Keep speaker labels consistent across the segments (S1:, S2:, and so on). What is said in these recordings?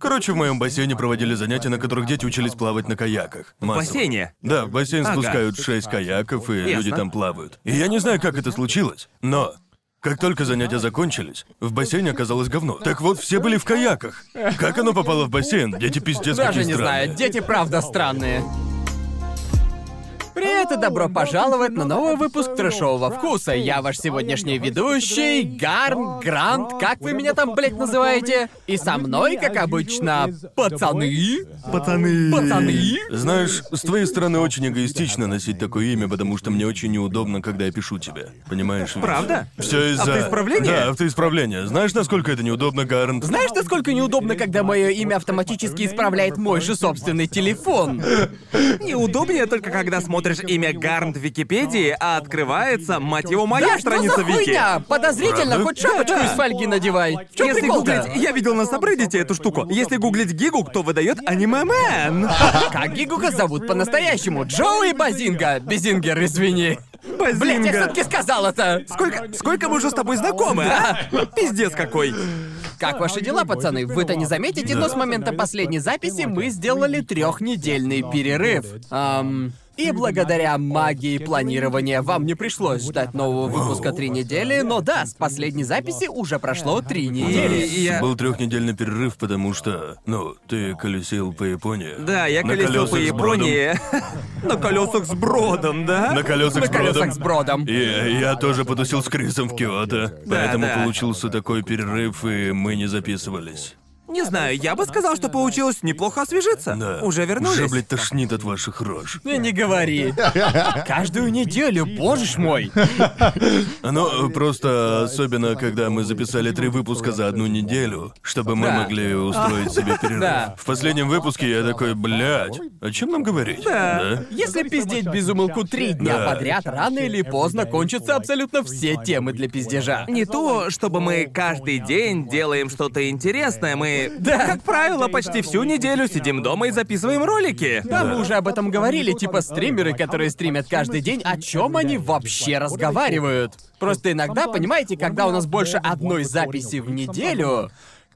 S1: Короче, в моем бассейне проводили занятия, на которых дети учились плавать на каяках.
S2: В
S1: Массово.
S2: бассейне.
S1: Да, в бассейн
S2: Ага.
S1: спускают шесть каяков, и
S2: Ясно.
S1: люди там плавают. И я не знаю, как это случилось, но как только занятия закончились, в бассейне оказалось говно. Так вот, все были в каяках. Как оно попало в бассейн? Дети пиздец
S3: Даже
S1: какие
S3: не
S1: странные.
S3: знаю, дети правда странные. Привет и добро пожаловать на новый выпуск трэшового вкуса. Я ваш сегодняшний ведущий, Гарн, Грант, как вы меня там, блядь, называете? И со мной, как обычно, пацаны. Пацаны. Пацаны.
S1: Знаешь, с твоей стороны очень эгоистично носить такое имя, потому что мне очень неудобно, когда я пишу тебе. Понимаешь?
S2: Правда? А
S1: Все из-за...
S2: Автоисправление?
S1: Да, автоисправление. Знаешь, насколько это неудобно, Гарн?
S3: Знаешь, насколько неудобно, когда мое имя автоматически исправляет мой же собственный телефон?
S2: Неудобнее только когда смотришь имя Гарнт в Википедии, а открывается, мать его, моя
S3: Да, что
S2: страница
S3: за
S2: Вики.
S3: хуйня? Подозрительно,
S1: Правда?
S3: хоть шапочку из фольги надевай. В чем
S2: Если
S3: прикол-то?
S2: гуглить... Я видел на Сабреддите эту штуку. Если гуглить Гигук, то выдает аниме-мен.
S3: Как Гигука зовут по-настоящему? Джоуи Базинга. Безингер, извини. Блять, я
S2: Базинга.
S3: все-таки сказал это.
S2: Сколько, сколько мы уже с тобой знакомы, а? Пиздец какой.
S3: Как ваши дела, пацаны? Вы-то не заметите, но с момента последней записи мы сделали трехнедельный перерыв. Ам, И благодаря магии планирования вам не пришлось ждать нового выпуска три Э, недели, но да, с последней записи уже прошло три недели.
S2: И я...
S1: Был трехнедельный перерыв, потому что, ну, ты колесил по Японии.
S2: Да, я
S1: На
S2: колесил по
S1: колёсах с бродом.
S2: Японии. На колесах с бродом, да?
S1: На колесах
S3: На
S1: с бродом.
S3: колесах с бродом.
S1: И я тоже потусил с Крисом в Киото, поэтому
S2: да.
S1: получился такой перерыв, и мы не записывались.
S2: Не знаю, я бы сказал, что получилось неплохо освежиться.
S1: Да.
S2: Уже вернулись.
S1: Уже, блядь, тошнит от ваших рож.
S3: Ну не говори. Каждую неделю, боже ж мой.
S1: Ну, просто особенно, когда мы записали три выпуска за одну неделю, чтобы мы
S3: Да.
S1: могли устроить себе перерыв.
S3: Да.
S1: В последнем выпуске я такой, блядь, о чем нам говорить? Да.
S3: Если пиздеть без умолку три дня
S1: Да.
S3: подряд, рано или поздно кончатся абсолютно все темы для пиздежа.
S2: Не то, чтобы мы каждый день делаем что-то интересное, мы, как правило, почти всю неделю сидим дома и записываем ролики.
S3: Да, мы уже об этом говорили, типа стримеры, которые стримят каждый день, о чем они вообще разговаривают. Просто иногда, понимаете, когда у нас больше одной записи в неделю,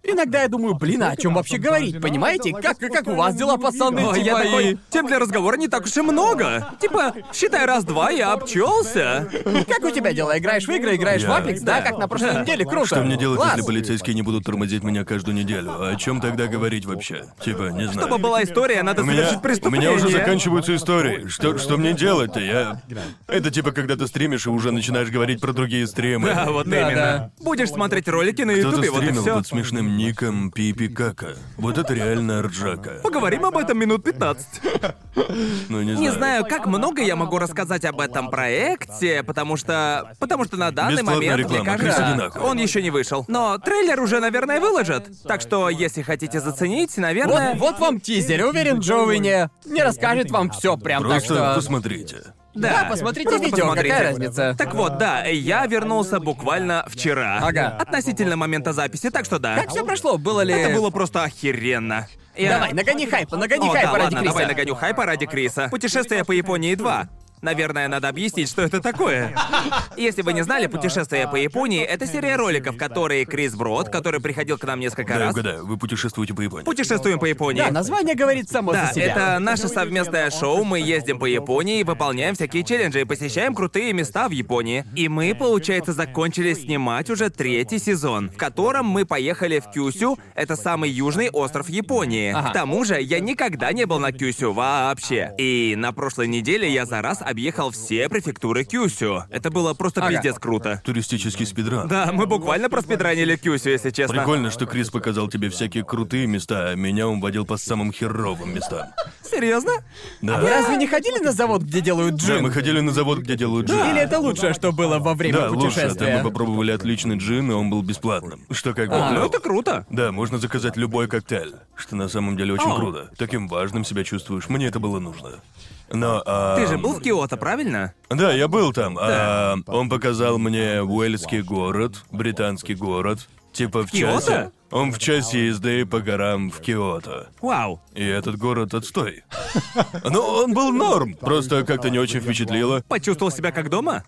S3: Иногда я думаю, блин, а о чем вообще говорить, понимаете? Как, как у вас дела, пацаны?
S2: Ой, я
S3: Типа, и-
S2: такой, тем для разговора не так уж и много. Типа, считай раз-два, я обчелся.
S3: Как у тебя дела? Играешь в игры, играешь в
S1: Я-
S3: Apex, да? Как на прошлой неделе, круто.
S1: Что мне делать,
S3: Класс.
S1: если полицейские не будут тормозить меня каждую неделю? О чем тогда говорить вообще? Типа, не знаю.
S2: Чтобы была история, надо
S1: У меня,
S2: совершить
S1: у
S2: преступление.
S1: меня уже заканчиваются истории. Что, что мне делать-то? Я... Это типа, когда ты стримишь и уже начинаешь говорить про другие стримы.
S2: Да, вот
S3: Да,
S2: именно. Будешь смотреть ролики на
S1: Кто-то
S2: Ютубе, вот и
S1: стримил
S2: все.
S1: под смешным ником Пипи Кака. Вот это реально ржака.
S2: Поговорим об этом минут 15.
S1: Ну, не знаю.
S2: Не знаю, как много я могу рассказать об этом проекте, потому что. Потому что на данный
S1: Бесплатная
S2: момент,
S1: реклама,
S2: мне
S1: Крис,
S2: кажется,
S1: иди нахуй.
S2: он еще не вышел. Но трейлер уже, наверное, выложат. Так что, если хотите заценить, наверное.
S3: Вот, вот вам тизер, уверен, Джоуи не, не расскажет вам все прям
S1: Просто
S3: так, что...
S1: посмотрите.
S3: Да, посмотрите
S2: просто
S3: видео,
S2: посмотрите.
S3: какая разница.
S2: Так вот, да, я вернулся буквально вчера.
S3: Ага.
S2: Относительно момента записи, так что да.
S3: Как все прошло? Было ли...
S2: Это было просто охеренно. Я-
S3: Давай, нагони хайпа, нагони
S2: О,
S3: хайпа
S2: да,
S3: ради
S2: ладно,
S3: Криса.
S2: давай нагоню хайпа ради Криса. Путешествие по Японии 2. Наверное, надо объяснить, что это такое. Если вы не знали, «Путешествие по Японии» — это серия роликов, которые Крис Брод, который приходил к нам несколько
S1: Да, я
S2: раз,
S1: угадаю, вы путешествуете по Японии.
S2: путешествуем по Японии.
S3: Да, название говорит само
S2: Да,
S3: за себя.
S2: это наше совместное шоу. Мы ездим по Японии, выполняем всякие челленджи и посещаем крутые места в Японии. И мы, получается, закончили снимать уже третий сезон, в котором мы поехали в Кюсю. Это самый южный остров Японии.
S3: Ага.
S2: К тому же, я никогда не был на Кюсю вообще. И на прошлой неделе я за раз объехал все префектуры Кюсю. Это было просто
S3: Ага.
S2: пиздец круто.
S1: Туристический спидран.
S2: Да, мы буквально проспидранили Кюсю, если честно.
S1: Прикольно, что Крис показал тебе всякие крутые места, а меня он водил по самым херовым местам.
S2: Серьезно? А?
S1: Да.
S3: Вы разве не ходили на завод, где делают
S1: Да,
S3: джин?
S1: мы ходили на завод, где делают джин.
S3: Или это лучшее, что было во время
S1: Да, лучше. Там
S3: путешествия?
S1: мы попробовали отличный джин, и он был бесплатным. А, Что как бы...
S2: Ну
S1: клёво.
S2: это круто.
S1: Да, можно заказать любой коктейль, что на самом деле очень
S2: О.
S1: круто. Таким важным себя чувствуешь. Мне это было нужно. Но... а,
S2: Ты же был в Киото, правильно?
S1: Да, я был там. а, он показал мне Уэльский город, британский город. Типа в
S2: Киото?
S1: часе. Он в часе езды по горам в Киото.
S2: Вау.
S1: И этот город отстой. Ну, Но он был норм. Просто как-то не очень впечатлило.
S2: Почувствовал себя как дома?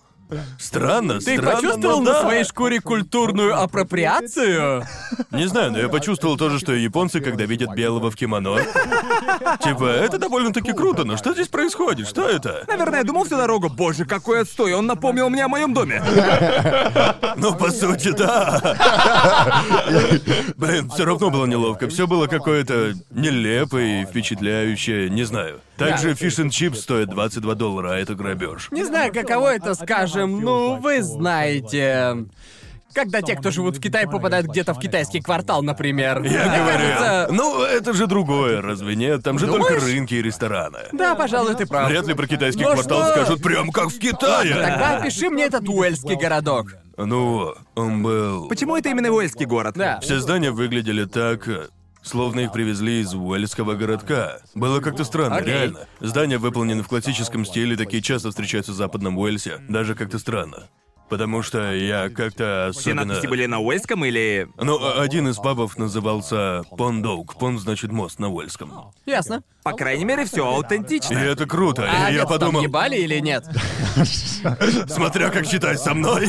S1: Странно,
S3: Ты
S1: странно,
S3: почувствовал
S1: но
S3: на
S1: да.
S3: своей шкуре культурную Ну апроприацию?
S1: Не знаю, но я почувствовал то же, что и японцы, когда видят белого в кимоно. Типа, это довольно-таки круто, но что здесь происходит? Что это?
S2: Наверное, я думал всю дорогу, боже, какой отстой, он напомнил мне о моем доме.
S1: Ну, по сути, да. Блин, все равно было неловко. Все было какое-то нелепое и впечатляющее, не знаю. Также фиш and чипс стоят 22 доллара, а это грабеж.
S3: Не знаю, каково это, скажем, ну, вы знаете. Когда те, кто живут в Китае, попадают где-то в китайский квартал,
S1: Я
S3: например. Мне кажется- ну,
S1: говорю, ну это же другое, разве нет? Там же только
S3: Думаешь?
S1: рынки и рестораны.
S3: Да, пожалуй, ты прав.
S1: Вряд ли про китайский
S3: Ну
S1: квартал
S3: что?
S1: скажут прям как в
S3: Тогда
S1: Китае.
S3: опиши мне этот уэльский городок.
S1: Ну, он был...
S2: Почему это именно Уэльский город?
S3: Да.
S1: Все здания выглядели так, э, словно их привезли из уэльского городка. Было как-то странно,
S3: Окей.
S1: реально. Здания выполнены в классическом стиле, такие часто встречаются в западном Уэльсе. Даже как-то странно. Потому что я как-то
S2: Все
S1: особенно...
S2: надписи были на Уэльском или...
S1: Ну, а- один из пабов назывался Пондоук. Пон значит мост на уэльском.
S3: Ясно.
S2: По крайней мере, все
S1: И
S2: аутентично.
S1: это круто.
S3: А
S1: и я
S3: овец там
S1: подумал,
S3: ебали или нет?
S1: смотря как читай со мной.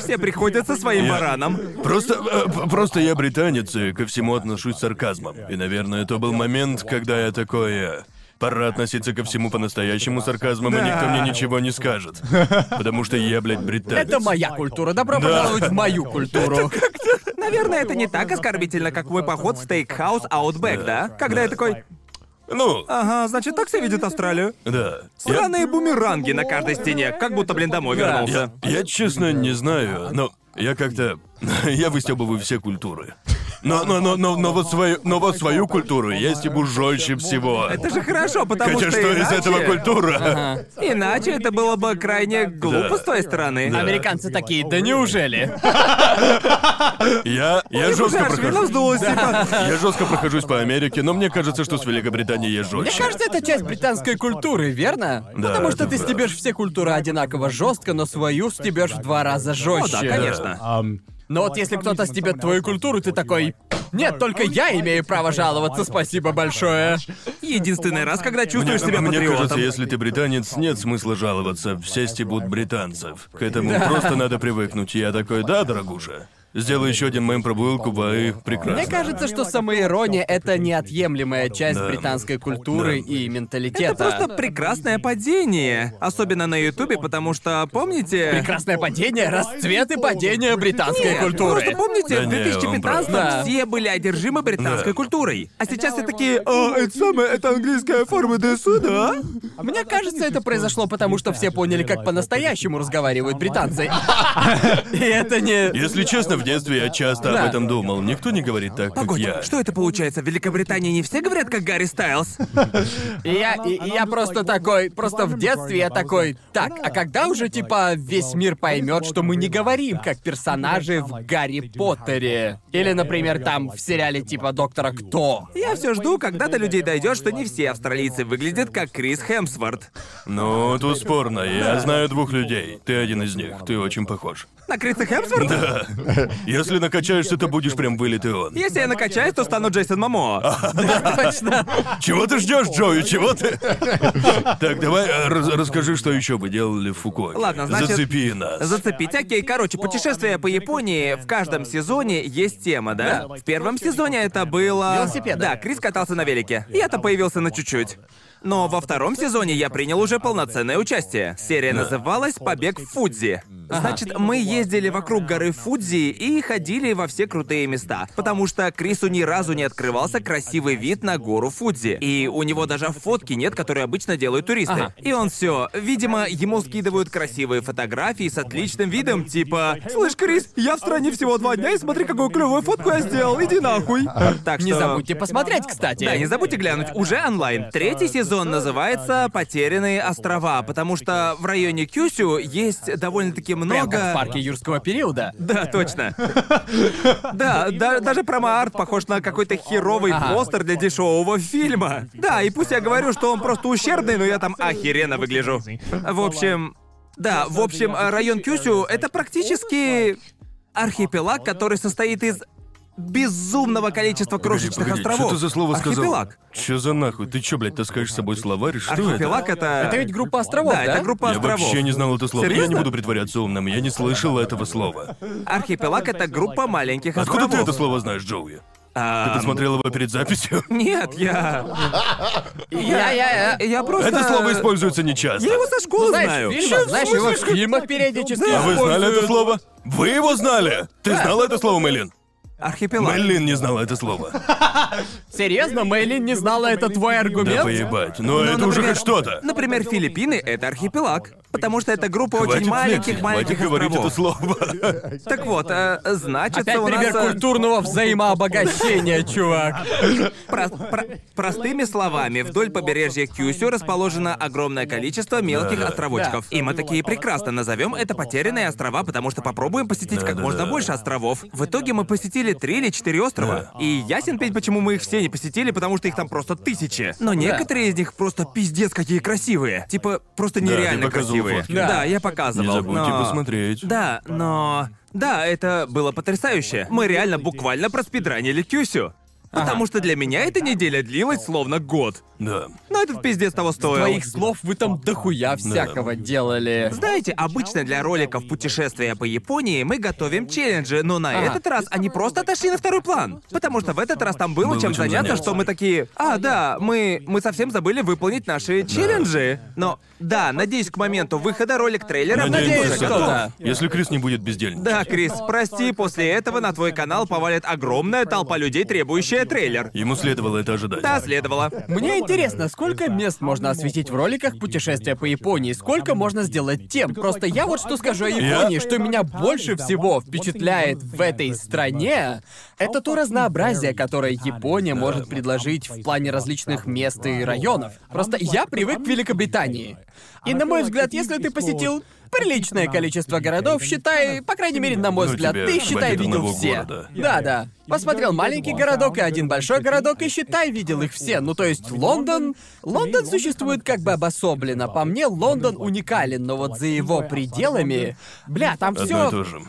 S2: Все приходят со своим
S1: Я-
S2: бараном.
S1: Просто, э, п- просто я британец и ко всему отношусь с сарказмом. И, наверное, это был момент, когда я такое... Пора относиться ко всему по-настоящему с сарказмом, и никто мне ничего не скажет. Потому что я, блядь, британец.
S3: Это моя культура. Добро
S1: Да.
S3: пожаловать в мою культуру.
S2: Наверное, это не так оскорбительно, как мой поход в стейкхаус Outback, да? Когда я такой,
S1: Ну,
S2: ага, значит, так все видят Австралию.
S1: да. Я,
S2: Сраные бумеранги на каждой стене, как будто, блин, домой
S3: Да.
S2: вернулся.
S1: я, я, честно, не знаю, но я как-то... Я выстебываю все культуры. Но, но, но, но, но вот свою, но вот свою культуру я стебу жестче всего.
S2: Это же хорошо, потому
S1: Хотя
S2: что,
S1: что из
S2: иначе...
S1: этого культура?
S3: А.
S2: Иначе это было бы крайне глупо
S1: Да.
S2: с той стороны.
S1: Да.
S3: Американцы такие, да неужели?
S1: Я, я
S2: И
S1: жестко
S2: уже аж вино
S1: прохожу.
S2: вздулось, типа.
S1: Я жестко прохожусь по Америке, но мне кажется, что с Великобританией я
S3: Мне
S1: жестче.
S3: кажется, это часть британской культуры, верно?
S1: Да,
S3: Потому что
S1: это
S3: ты
S1: правда.
S3: стебешь все культуры одинаково жестко, но свою стебешь в два раза
S2: О,
S3: жестче.
S2: да, конечно.
S3: Но вот если кто-то стебет твою культуру, ты такой. Нет, только я имею право жаловаться, спасибо большое.
S2: Единственный раз, когда чувствуешь себя
S1: Мне кажется,
S2: патриотом.
S1: если ты британец, нет смысла жаловаться. Все стебут британцев. К этому просто надо привыкнуть. Я такой, да, дорогуша. Сделай еще один мем про Буэлкуба и
S3: Мне
S1: прекрасно.
S3: кажется, что самоирония — это неотъемлемая часть
S1: Да.
S3: британской культуры
S1: Да.
S3: и
S2: Это
S3: менталитета.
S2: просто прекрасное падение. Особенно на Ютубе, потому что, помните...
S3: Прекрасное падение, расцвет и падение британской
S2: Нет,
S3: культуры.
S2: Просто помните,
S1: Да не,
S2: в
S1: он
S2: 2015
S3: прав.
S2: все были одержимы британской
S1: Да.
S2: культурой. А сейчас все такие, а, это самое, это английская форма а?» ДСУ, да?
S3: Мне кажется, это произошло потому, что все поняли, как
S2: типа
S3: по-настоящему разговаривают британцы. И это не...
S1: Если честно, в детстве я часто
S3: Да.
S1: об этом думал. Никто не говорит так, как
S2: Погодь,
S1: я.
S2: что это получается? В Великобритании не все говорят, как Гарри Стайлз?
S3: И Я, и- и я просто такой... Просто в детстве я такой... Так, а когда уже, типа, весь мир поймет, что мы не говорим, как персонажи в Гарри Поттере? Или, например, там в сериале типа «Доктора Кто»?
S2: Я все жду, когда до людей дойдет, что не все австралийцы выглядят как Крис Хемсворт.
S1: Ну, тут спорно. Я знаю двух людей. Ты один из них. Ты очень похож.
S2: На Криса Хемсворта?
S1: Да. Если накачаешься, то будешь прям вылитый он.
S2: Если я накачаюсь, то стану Джейсон Мамо.
S3: Точно.
S1: Чего ты ждешь, Джоуи? Чего ты? Так, давай э, раз- расскажи, что еще вы делали в Фукуоке.
S2: Ладно, значит,
S1: Зацепи нас.
S2: Э, Зацепить, окей. Короче, путешествие по Японии в каждом сезоне есть тема, да? В первом сезоне это было...
S3: Велосипеды.
S2: Да, Крис катался на велике. Я-то появился на чуть-чуть. Но во втором сезоне я принял уже полноценное участие. Серия называлась «Побег в Фудзи». Значит, мы ездили вокруг горы Фудзи и ходили во все крутые места. Потому что Крису ни разу не открывался красивый вид на гору Фудзи. И у него даже фотки нет, которые обычно делают туристы.
S3: Ага.
S2: И он все. Видимо, ему скидывают красивые фотографии с отличным видом, типа «Слышь, Крис, я в стране всего два дня, и смотри, какую клевую фотку я сделал, иди нахуй». Так что...
S3: Не забудьте посмотреть, кстати.
S2: Да, не забудьте глянуть, уже онлайн. Третий сезон называется «Потерянные острова», потому что в районе Кюсю есть довольно-таки
S3: Прям
S2: много...
S3: как в парке юрского периода.
S2: Да,
S1: Э,
S2: точно. Да, да- даже промо-арт похож на какой-то херовый
S3: Ага.
S2: постер для дешевого фильма. Да, и пусть я говорю, что он просто ущербный, но я там охеренно выгляжу. В общем, да, в общем, район Кюсю — это практически архипелаг, который состоит из безумного количества крошечных
S1: Погоди,
S2: островов.
S1: что ты за слово сказал?
S2: Архипелаг.
S1: Что за нахуй? Ты чё, блядь, таскаешь с собой словарь? Что это?
S2: Архипелаг это...
S3: Это ведь группа островов,
S2: Да,
S3: да?
S2: это группа
S1: Я
S2: островов.
S1: вообще не знал это слово. Я не
S2: Серьезно?
S1: буду притворяться умным, я не слышал этого слова.
S2: Архипелаг это группа маленьких
S1: Откуда ты
S2: островов.
S1: это слово знаешь, Джоуи? Ты
S2: А,
S1: посмотрел его перед записью?
S2: Нет, я...
S3: Я, я, я.
S2: Я просто...
S1: Это слово используется нечасто.
S2: Я его со школы знаю.
S3: Знаешь, в фильмах,
S2: Чё,
S3: знаешь,
S2: в смысле?
S3: его в фильмах периодически
S1: А вы знали это
S3: используют.
S1: слово? Вы его знали? Ты знала это слово, Мэйлин?
S2: Архипелаг.
S1: Мэйлин не знала это слово.
S3: Серьезно, Мэйлин не знала, это твой
S1: Да
S3: аргумент?
S1: поебать. Но это уже
S2: Ну, например- ну,
S1: хоть что-то.
S2: Например, Филиппины — это архипелаг, потому что это группа
S1: Хватит
S2: очень
S1: флексить,
S2: маленьких-маленьких
S1: хватит говорить это
S2: островов.
S1: слово.
S2: Так вот, э, значит,
S3: Опять
S2: у нас...
S3: пример
S2: э,
S3: культурного взаимообогащения, чувак.
S2: про- про- простыми словами, вдоль побережья Кюсю расположено огромное количество мелких островочков. И мы такие прекрасно назовем это потерянные острова, потому что попробуем посетить как
S1: да,
S2: можно
S1: да.
S2: больше островов. В итоге мы посетили три или четыре острова. И ясен пень, почему мы их все не посетили, потому что их там просто тысячи. Но некоторые из них просто пиздец какие красивые. Типа, просто
S1: ты
S2: нереально
S1: показывал
S2: красивые.
S1: фотки.
S2: Да.
S3: Да.
S2: я показывал.
S1: Не типа, забудьте
S2: но-
S1: посмотреть.
S2: Да, но... Да, это было потрясающе. Мы реально буквально проспидранили Кюсю. Потому что для меня эта неделя длилась словно год.
S1: Да.
S2: Но этот пиздец того стоил.
S3: Твоих слов вы там дохуя всякого делали.
S2: Знаете, обычно для роликов путешествия по Японии мы готовим челленджи, но на
S3: Ага.
S2: этот раз они просто отошли на второй план. Потому что в этот раз там было,
S3: Ну,
S1: Было
S2: чем,
S1: чем
S2: заняться,
S1: заняться.
S2: что мы такие. А, да, мы, мы совсем забыли выполнить наши челленджи. Но да, надеюсь, к моменту выхода ролик трейлера
S3: Надеюсь,
S2: будет
S1: что
S2: уже
S3: что
S2: готов.
S3: да.
S1: Если Крис не будет бездельничать.
S2: Да, Крис, прости, после этого на твой канал повалит огромная толпа людей, требующая трейлер.
S1: Ему следовало это ожидать.
S2: Да, следовало.
S3: Мне интересно, сколько мест можно осветить в роликах путешествия по Японии, сколько можно сделать тем. Просто я вот что скажу о Японии, что меня больше всего впечатляет в этой стране, это то разнообразие, которое Япония может предложить в плане различных мест и районов. Просто я привык к Великобритании. И на мой взгляд, если ты посетил приличное количество городов, считай, по крайней мере, на мой
S1: Ну,
S3: взгляд,
S1: тебе
S3: ты,
S1: хватит
S3: считай, видел
S1: одного
S3: все.
S1: города.
S3: Да, да. Посмотрел маленький городок и один большой городок, и считай, видел их все. Ну, то есть Лондон... Лондон существует как бы обособленно. По мне, Лондон уникален, но вот за его пределами... Бля, там
S1: Одно и
S3: все...
S1: то же.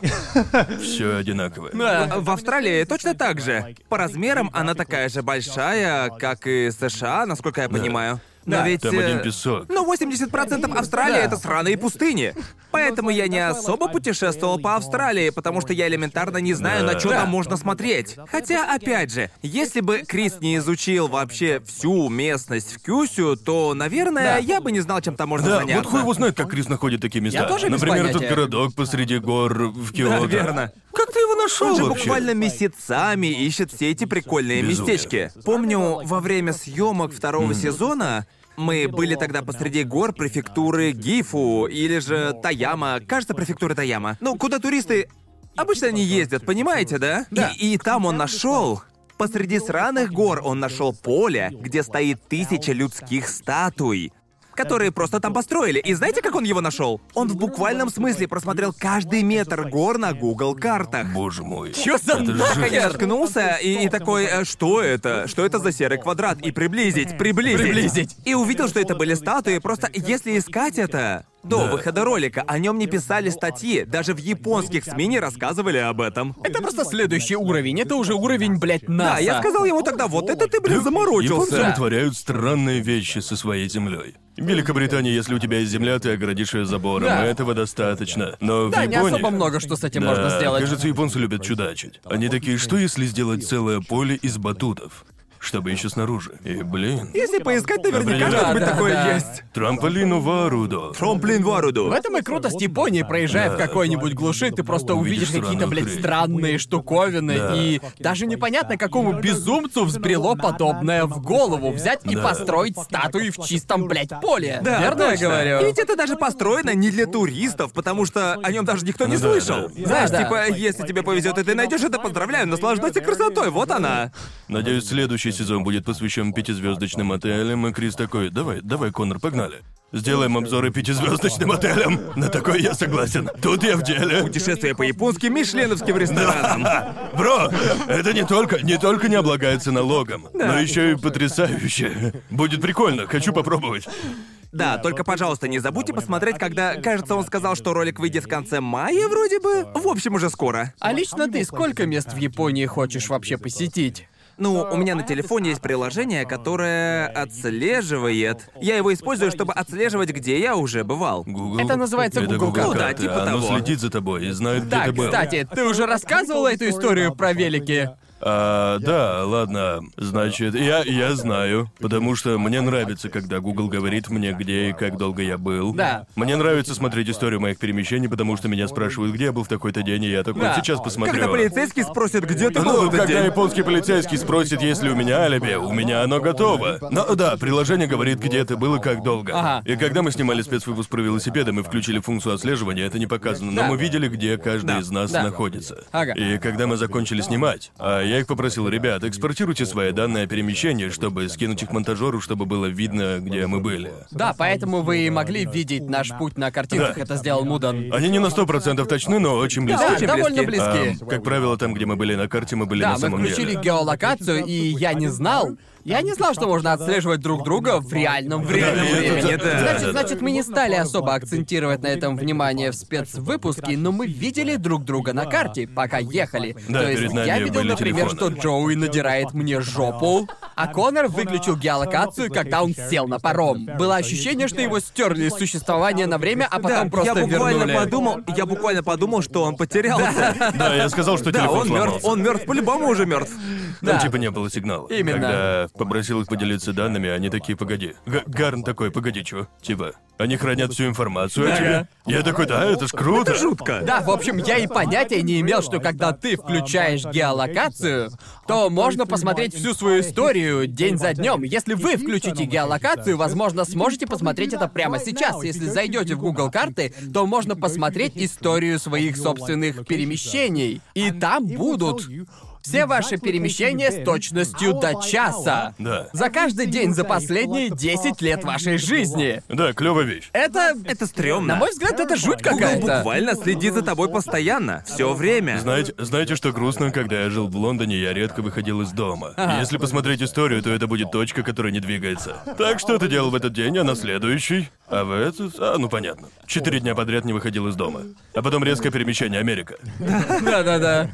S1: Все одинаковое.
S2: В в Австралии точно так же. По размерам она такая же большая, как и США, насколько я понимаю. Но
S3: Да.
S2: ведь...
S1: Там
S2: э,
S1: один песок.
S2: Ну, 80% Австралии
S3: Да.
S2: это сраные пустыни. Поэтому я не особо путешествовал по Австралии, потому что я элементарно не знаю, на что
S1: Да.
S2: там можно смотреть. Хотя, опять же, если бы Крис не изучил вообще всю местность в Кюсю, то, наверное,
S3: Да.
S2: я бы не знал, чем там можно
S1: Да,
S2: заняться.
S1: вот хуй его знает, как Крис находит такие места.
S3: тоже без
S1: Например, этот
S3: понятия.
S1: городок посреди гор в
S2: Да,
S1: Киото.
S2: верно. Как ты его нашел? Он же
S1: вообще?
S2: буквально месяцами ищет все эти прикольные
S1: Безумие.
S2: местечки. Помню, во время съемок второго сезона мы были тогда посреди гор префектуры Гифу или же Таяма. Кажется, префектура Таяма. Ну, куда туристы... Обычно они ездят, понимаете, да?
S3: Да.
S2: И, и там он нашел. Посреди сраных гор он нашел поле, где стоит тысяча людских статуй которые просто там построили. И знаете, как он его нашел? Он в буквальном смысле просмотрел каждый метр гор на Google картах.
S1: Боже мой.
S3: Чё за
S1: Это же
S3: нахрен?
S2: Я наткнулся и, и такой, «Э, что это? Что это за серый квадрат? И приблизить, приблизить.
S3: Приблизить.
S2: И увидел, что это были статуи. Просто если искать это, до выхода ролика о нем не писали статьи. Даже в японских СМИ не рассказывали об этом.
S3: Это просто следующий уровень. Это уже уровень, блядь,
S2: Да,
S3: НАСА.
S2: я сказал ему тогда, вот это ты, блин,
S1: Японцы
S2: заморочился.
S1: вытворяют странные вещи со своей землей. В Великобритании, если у тебя есть земля, ты оградишь ее забором,
S3: Да.
S1: и этого достаточно. Но в
S3: Да, не
S1: Японии...
S3: особо много, что с этим
S1: Да,
S3: можно сделать.
S1: Э, Кажется, японцы любят чудачить. Они такие, что если сделать целое поле из батутов? Чтобы еще снаружи. И, блин,
S2: Если поискать, наверняка
S1: Да,
S2: что-нибудь
S3: да,
S2: такое
S3: да.
S2: есть.
S1: трамполину варудо.
S2: Тромплин
S3: В
S2: Варуду.
S3: этом и крутость Японии, проезжая в какой-нибудь глуши, ты просто увидишь
S1: Увидишь
S3: какие-то,
S1: странную
S3: блядь,
S1: хрень.
S3: странные штуковины, и даже непонятно, какому безумцу взбрело подобное в голову взять и
S1: Да.
S3: построить статуи в чистом, блядь, поле.
S2: Да,
S3: Верно я
S2: точно.
S3: говорю?
S2: Ведь это даже построено не для туристов, потому что о нем даже никто не
S1: Ну да,
S2: слышал.
S1: да.
S2: Знаешь,
S3: Да, да.
S2: типа, если тебе повезет и ты найдешь это, поздравляю, наслаждайся красотой, вот она.
S1: Надеюсь, следующий сезон будет посвящен пятизвездочным отелям, и Крис такой, давай, давай, Коннор, погнали. Сделаем обзоры пятизвездочным отелям. На такой я согласен. Тут я в деле.
S2: Путешествие по японским мишленовским ресторанам.
S1: Бро, это не только, не только не облагается налогом, но еще и потрясающе. Будет прикольно, хочу попробовать.
S2: Да, только, пожалуйста, не забудьте посмотреть, когда... Кажется, он сказал, что ролик выйдет в конце мая вроде бы. В общем, уже скоро.
S3: А лично ты сколько мест в Японии хочешь вообще посетить?
S2: Ну, у меня на телефоне есть приложение, которое отслеживает. Я его использую, чтобы отслеживать, где я уже бывал.
S1: Google.
S3: Это называется
S1: Это
S3: Google
S1: Google
S2: Карты.
S1: карты.
S2: Ну да, типа
S1: Оно
S2: того.
S1: следит за тобой и знает, где ты
S3: Так,
S1: был.
S3: кстати, ты уже рассказывала эту историю про велики?
S1: А, да, ладно. Значит, я, я знаю, потому что мне нравится, когда Google говорит мне, где и как долго я был.
S3: Да.
S1: Мне нравится смотреть историю моих перемещений, потому что меня спрашивают, где я был в такой-то день, и я такой,
S3: Да.
S1: сейчас посмотрю.
S2: Когда полицейский спросит, где ты был в
S1: Ну,
S2: этот
S1: когда
S2: день.
S1: японский полицейский спросит, есть ли у меня алиби, у меня оно готово. Но да, приложение говорит, где это было, как долго.
S3: Ага.
S1: И когда мы снимали спецвыпуск про велосипеды, мы включили функцию отслеживания, это не показано, но
S3: Да.
S1: мы видели, где каждый
S2: Да,
S1: из нас
S3: да.
S1: находится.
S3: Ага.
S1: И когда мы закончили снимать, а я их попросил, ребят, экспортируйте свои данные о перемещении, чтобы скинуть их монтажеру, чтобы было видно, где мы были.
S3: Да, поэтому вы и могли видеть наш путь на картинках,
S1: Да.
S3: это сделал Мудан.
S1: Они не на сто процентов точны, но очень близки.
S3: Да,
S2: очень
S3: довольно
S2: близки.
S3: близки.
S1: А, как правило, там, где мы были на карте, мы были
S3: да,
S1: на самом
S3: мы включили
S1: деле.
S3: геолокацию, и я не знал. Я не знал, что можно отслеживать друг друга в реальном времени.
S1: это-
S3: времени.
S2: да,
S3: значит,
S1: да.
S3: значит, мы не стали особо акцентировать на этом внимание в спецвыпуске, но мы видели друг друга на карте, пока ехали.
S1: Да,
S3: То есть
S1: перед нами
S3: я видел,
S1: были
S3: например,
S1: телефоны.
S3: что Джоуи надирает мне жопу, а Конор выключил геолокацию, когда он сел на паром. Было ощущение, что его стерли из существования на время, а потом
S2: Да,
S3: просто
S2: я буквально
S3: вернули.
S2: подумал, я буквально подумал, что он потерялся.
S1: Да, я сказал, что
S2: Да,
S1: телефон
S2: он мертв,
S1: сломался.
S2: он мертв, по-любому уже мертв.
S1: Там
S3: Да.
S1: типа не было сигнала.
S3: Именно.
S1: Когда попросил их поделиться данными, они такие, погоди. Г- Гарн такой, погоди, чё? Типа, они хранят всю информацию о тебе. Я такой, да, это ж круто.
S2: Жутко.
S3: Да, в общем, я и понятия не имел, что когда ты включаешь геолокацию, то можно посмотреть всю свою историю день за днем. Если вы включите геолокацию, возможно, сможете посмотреть это прямо сейчас. Если зайдете в Google карты, то можно посмотреть историю своих собственных перемещений. И там будут все ваши перемещения с точностью до часа.
S1: Да.
S3: За каждый день за последние 10 лет вашей жизни.
S1: Да, клевая вещь.
S3: Это...
S2: Это стрёмно.
S3: На мой взгляд, это жуть
S2: Google
S3: какая-то.
S2: буквально следит за тобой постоянно, все время.
S1: Знаете, знаете, что грустно, когда я жил в Лондоне, я редко выходил из дома. И Если посмотреть историю, то это будет точка, которая не двигается. Так что ты делал в этот день, а на следующий? А в этот? А, ну понятно. Четыре дня подряд не выходил из дома. А потом резкое перемещение Америка.
S3: Да-да-да.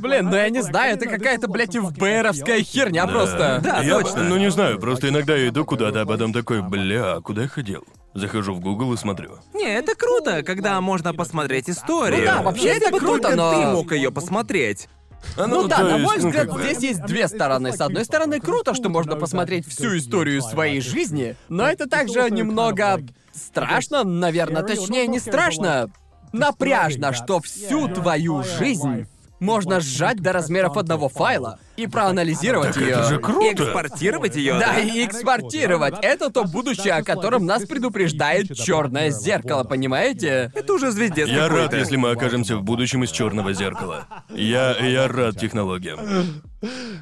S3: Блин, ну я не знаю, это какая-то, блядь, ФБРовская херня А просто.
S2: Да,
S1: Я,
S2: точно.
S1: Ну не знаю, просто иногда я иду куда-то, а потом такой, бля, а куда я ходил? Захожу в Google и смотрю.
S2: Не, это круто, когда можно посмотреть историю.
S1: Ну да,
S3: вообще
S2: Если
S3: это
S2: бы
S3: круто,
S2: только
S3: но-
S2: ты мог ее посмотреть.
S1: А,
S3: Ну да,
S1: то
S3: на
S1: есть,
S3: мой
S1: ну,
S3: взгляд,
S1: как бы.
S3: здесь есть две стороны. С одной стороны, круто, что можно посмотреть всю историю своей жизни, но это также немного страшно, наверное, точнее, не страшно, напряжно, что всю твою жизнь можно сжать до размеров одного файла и проанализировать
S1: Так это
S3: ее.
S1: же
S2: И
S1: круто!
S2: экспортировать ее.
S3: Да, и экспортировать. Это то будущее, о котором нас предупреждает черное зеркало, понимаете?
S2: Это уже звездец
S1: Я
S2: какой-то.
S1: рад, если мы окажемся в будущем из черного зеркала. Я, я рад технологиям.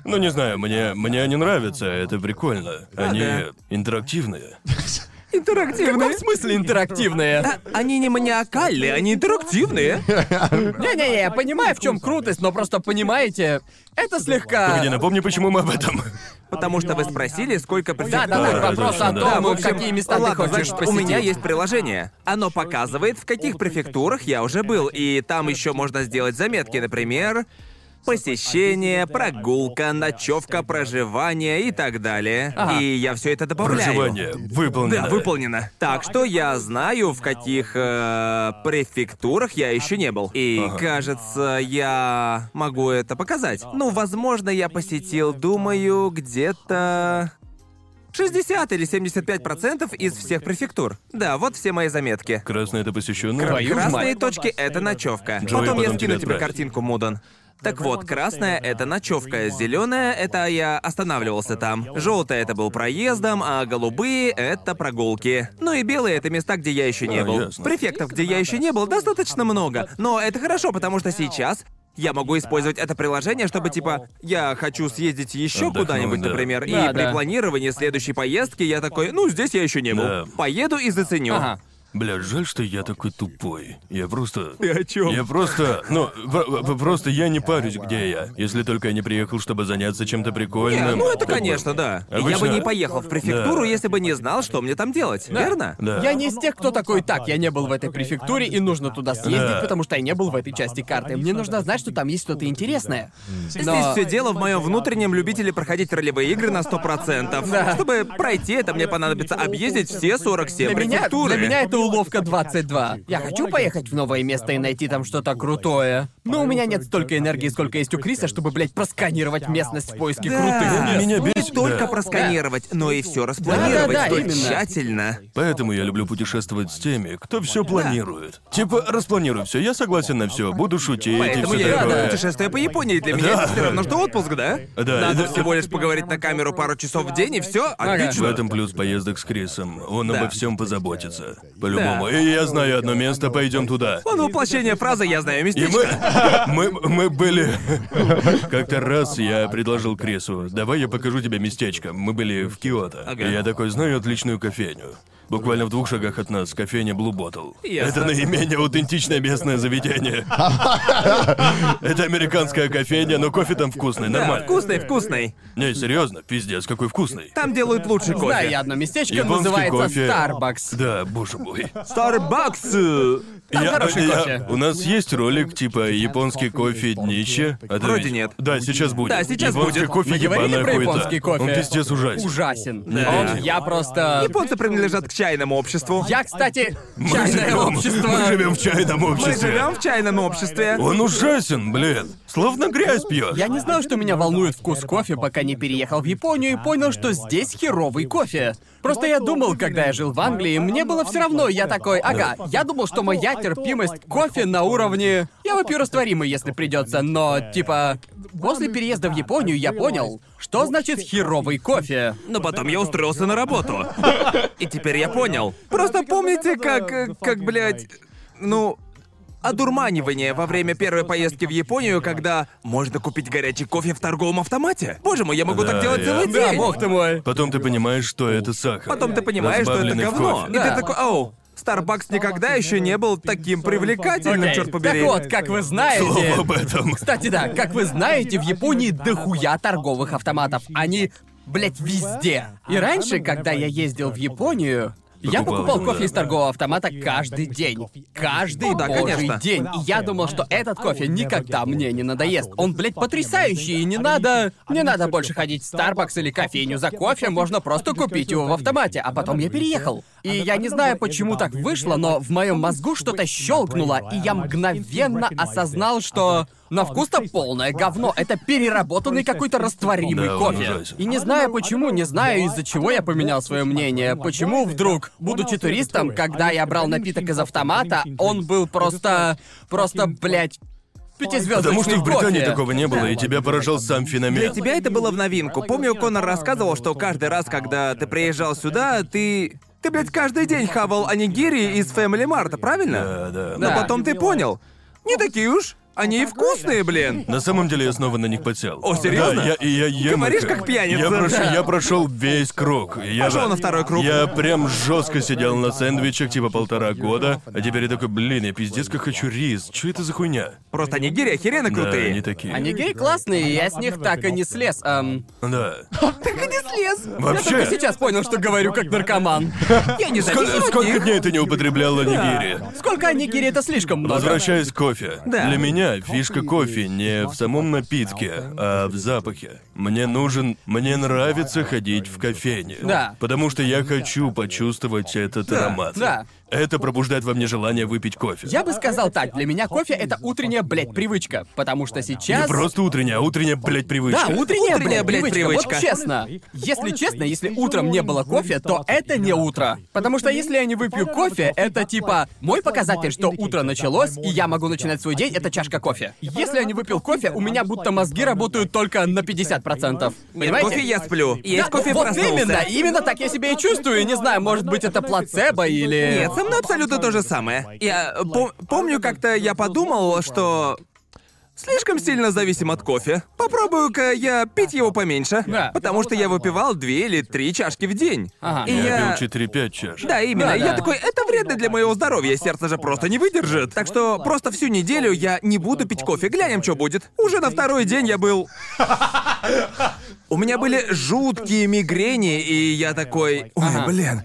S1: Ну не знаю, мне, мне они нравятся, это прикольно. Они
S2: да.
S1: интерактивные.
S3: В каком смысле интерактивные?
S2: А, Они не маниакальные, они интерактивные.
S3: Не-не-не, я понимаю, в чем крутость, но просто понимаете, это
S1: Погоди,
S3: слегка.
S1: напомни, почему мы об этом.
S2: Потому что вы спросили, сколько
S3: Да, да,
S1: Да,
S3: да, вопрос
S1: точно,
S3: о
S1: да.
S2: Да,
S3: том,
S2: в
S3: в
S2: общем,
S3: какие места ты
S2: ладно,
S3: хочешь
S2: значит, У меня
S3: посетить.
S2: есть приложение. Оно показывает, в каких префектурах я уже был, и там еще можно сделать заметки, например, посещение, прогулка, ночевка, проживание и так далее.
S3: Ага.
S2: И я все это добавляю.
S1: Проживание выполнено.
S2: Да, выполнено. Так что я знаю, в каких э, префектурах я еще не был. И кажется, я могу это показать. Ну, возможно, я посетил, думаю, где-то 60 или 75 процентов из всех префектур. Да, вот все мои заметки.
S1: Красное это посещенное.
S3: Твою ж
S2: Красные
S3: мать.
S2: точки — это ночевка.
S1: Джои,
S2: потом, я
S1: потом
S2: скину
S1: тебе
S2: тебе
S1: отправь.
S2: картинку, Мудан. Так вот, красная — это ночевка, зеленая — это я останавливался там, желтая — это был проездом, а голубые — это прогулки. Ну и белые — это места, где я еще не
S1: А,
S2: был.
S1: ясно.
S2: Префектов, где я еще не был, достаточно много, но это хорошо, потому что сейчас я могу использовать это приложение, чтобы типа я хочу съездить еще
S1: Отдохнуть,
S2: куда-нибудь,
S1: да.
S2: например, и
S3: Да,
S2: при
S3: да.
S2: планировании следующей поездки я такой, ну здесь я еще не был,
S1: Да.
S2: поеду и заценю.
S3: Ага.
S1: Бля, жаль, что я такой тупой. Я просто...
S2: Ты о чем?
S1: Я просто... Ну, в- в- просто я не парюсь, где я. Если только я не приехал, чтобы заняться чем-то прикольным.
S2: Не, ну это,
S1: как бы.
S2: конечно, да. Я
S1: Обычно-
S2: бы не поехал в префектуру,
S1: Да.
S2: если бы не знал, что мне там делать, верно?
S1: Да.
S3: Я не из тех, кто такой, так, я не был в этой префектуре, и нужно туда съездить,
S1: Да.
S3: потому что я не был в этой части карты. Мне нужно знать, что там есть что-то интересное.
S2: Здесь
S3: Но-
S2: все дело в моем внутреннем любителе проходить ролевые игры на 100%. Чтобы пройти это, мне понадобится объездить все 47
S3: Для меня,
S2: префектуры.
S3: для меня это уловка 22. Я хочу поехать в новое место и найти там что-то крутое. Но Ну, у меня нет столько энергии, сколько есть у Криса, чтобы, блядь, просканировать местность в поиске
S2: Да.
S3: крутых мест.
S1: Меня
S2: Не
S1: бесит,
S2: только
S1: да.
S2: просканировать, но и все распланировать
S3: Да-да-да,
S2: столь
S3: именно.
S2: тщательно.
S1: Поэтому я люблю путешествовать с теми, кто все планирует. Типа, распланируй все, я согласен на все, буду шутить и
S2: Поэтому
S1: все
S2: я и люблю
S1: такое.
S2: путешествия по Японии. Для меня это все равно, что отпуск, да?
S1: Да,
S2: Надо
S1: это-
S2: всего лишь поговорить на камеру пару часов в день, и все
S1: В
S2: отлично.
S1: этом плюс поездок с Крисом. Он
S2: Да.
S1: обо всем позаботится. По-любому. И я знаю одно место, пойдем туда.
S2: Он воплощение фразы «я знаю
S1: И
S2: местечко».
S1: мы, мы, мы были... Как-то раз я предложил Крису, давай я покажу тебе местечко. Мы были в Киото.
S2: Ага.
S1: И я такой, знаю отличную кофейню. Буквально в двух шагах от нас кофейня Blue Bottle.
S2: Ясно.
S1: Это наименее аутентичное местное заведение. Это американская кофейня, но кофе там вкусный,
S2: Да,
S1: нормально.
S2: вкусный, вкусный.
S1: Не, серьезно, пиздец, какой вкусный.
S2: Там делают лучше кофе.
S3: Знаю я одно местечко,
S1: Японский
S3: называется
S1: кофе.
S3: Starbucks.
S1: Да, боже мой.
S2: Starbucks!
S3: Там
S1: Я-
S3: хороший
S1: я-
S3: кофе.
S1: У нас есть ролик типа японский кофе днище. А ты
S2: Вроде
S1: видел?
S2: нет.
S1: Да, сейчас будет.
S2: Да, сейчас
S1: Японский
S2: будет.
S1: кофе
S3: Мы говорили
S1: ебаная
S3: про
S1: хуета.
S3: японский кофе?
S1: Он пиздец ужасен.
S3: Ужасен. А
S2: Да.
S3: Он- я просто...
S2: Японцы принадлежат к чайному обществу.
S3: Я, кстати,
S1: Мы
S3: чайное
S1: живем-
S3: общество.
S1: Мы живем в чайном
S2: Мы
S1: обществе.
S2: живем в чайном обществе.
S1: Он ужасен, блин. Словно грязь
S2: Ну,
S1: пьешь.
S3: Я не знал, что меня волнует вкус кофе, пока не переехал в Японию и понял, что здесь херовый кофе. Просто я думал, когда я жил в Англии, мне было все равно, я такой, ага, я думал, что моя терпимость к кофе на уровне... Я выпью растворимый, если придется, но, типа, после переезда в Японию я понял, что значит херовый кофе.
S2: Но потом я устроился на работу. И теперь я понял. Просто помните, как, э, как, блядь, ну, одурманивание во время первой поездки в Японию, когда можно купить горячий кофе в торговом автомате? Боже мой, я могу
S1: Да,
S2: так делать
S1: я-
S2: целый день.
S3: Да, бог ты мой.
S1: Потом ты понимаешь, что это сахар.
S2: Потом ты понимаешь, что это
S1: разбавленный в
S2: говно.
S1: кофе.
S2: И
S3: Да.
S2: ты такой, оу, Starbucks никогда еще не был таким привлекательным,
S3: Окей.
S2: черт побери.
S3: Так вот, как вы знаете...
S1: Слово об этом.
S3: Кстати, да, как вы знаете, в Японии дохуя торговых автоматов. Они, блядь, везде. И раньше, когда я ездил в Японию, я
S1: Покупал,
S3: покупал
S1: да.
S3: кофе из торгового автомата каждый день. Каждый
S2: Ну да,
S3: божий
S2: конечно.
S3: день. И я думал, что этот кофе никогда мне не надоест. Он, блядь, потрясающий, и не надо... Не надо больше ходить в Starbucks или кофейню за кофе, можно просто купить его в автомате. А потом я переехал. И я не знаю, почему так вышло, но в моем мозгу что-то щелкнуло, и я мгновенно осознал, что... На вкус-то полное говно. Это переработанный какой-то растворимый
S1: Да, он
S3: кофе.
S1: ужасен.
S3: И не знаю почему, не знаю из-за чего я поменял свое мнение. Почему вдруг, будучи туристом, когда я брал напиток из автомата, он был просто... Просто, блядь, пятизвездочный
S1: Потому что в Британии
S3: кофе.
S1: такого не было, и тебя поражал сам феномен.
S2: Для тебя это было в новинку. Помню, Конор рассказывал, что каждый раз, когда ты приезжал сюда, ты... Ты, блядь, каждый день хавал анигири из Family Марта, правильно?
S1: Да, да.
S2: Но
S3: Да.
S2: потом ты понял. Не такие уж. Они и вкусные, блин.
S1: На самом деле я снова на них подсел.
S2: О, серьезно?
S1: Да, я, и я ем
S2: Говоришь,
S1: их.
S2: как пьяница.
S1: Я, прош- я прошел весь круг. Я,
S2: Пошел на второй круг.
S1: Я прям жестко сидел на сэндвичах типа полтора года, а теперь я такой, блин, я пиздец как хочу рис. Че это за хуйня?
S2: Просто анигири охеренно
S1: Да,
S2: крутые.
S1: они такие.
S3: Они гей классные, и А я с них так и не слез. Эм,
S1: Да.
S3: так и не слез. Я
S1: Вообще.
S3: только сейчас понял, что говорю как наркоман. Я не
S1: Сколько,
S3: зависим от
S1: сколько
S3: них.
S1: дней ты не употреблял анигири?
S3: Сколько анигири, это слишком много.
S1: Возвращаясь к кофе.
S2: Да.
S1: Для меня фишка кофе не в самом напитке, а в запахе. Мне нужен... Мне нравится ходить в кофейне.
S3: Да.
S1: Потому что я хочу почувствовать этот аромат.
S3: да.
S1: Это пробуждает во мне желание выпить кофе.
S3: Я бы сказал так, для меня кофе это утренняя, блядь, привычка. Потому что
S1: Не
S3: сейчас.
S1: просто утренняя, а утренняя, блядь, привычка.
S3: Да, утренняя,
S2: Утренняя,
S3: блядь,
S2: блядь,
S3: привычка.
S2: привычка.
S3: Вот честно. Если честно, если утром не было кофе, то это не утро. Потому что если я не выпью кофе, это типа мой показатель, что утро началось, и я могу начинать свой день, это чашка кофе. Если я не выпил кофе, у меня будто мозги работают только на 50%.
S2: Нет,
S3: Понимаете?
S2: кофе я сплю. Есть
S3: Да,
S2: кофе
S3: вот
S2: проснулся.
S3: именно, именно так я себя и чувствую. Не знаю, может быть, это плацебо или...
S2: Нет, со мной абсолютно то же самое. Я э, пом- помню, как-то я подумал, что Слишком сильно зависим от кофе. Попробую-ка я пить его поменьше.
S4: Да.
S2: Потому что я выпивал две или три чашки в день.
S3: Ага.
S2: И
S1: Я,
S2: я...
S1: пил 4-5 чаш.
S2: Да, именно.
S3: Да,
S2: Я
S3: да.
S2: такой, это вредно для моего здоровья, сердце же просто не выдержит. Так что просто всю неделю я не буду пить кофе, глянем, что будет. Уже на второй день я был... У меня были жуткие мигрени, и я такой... Ой,
S3: Ага.
S2: блин.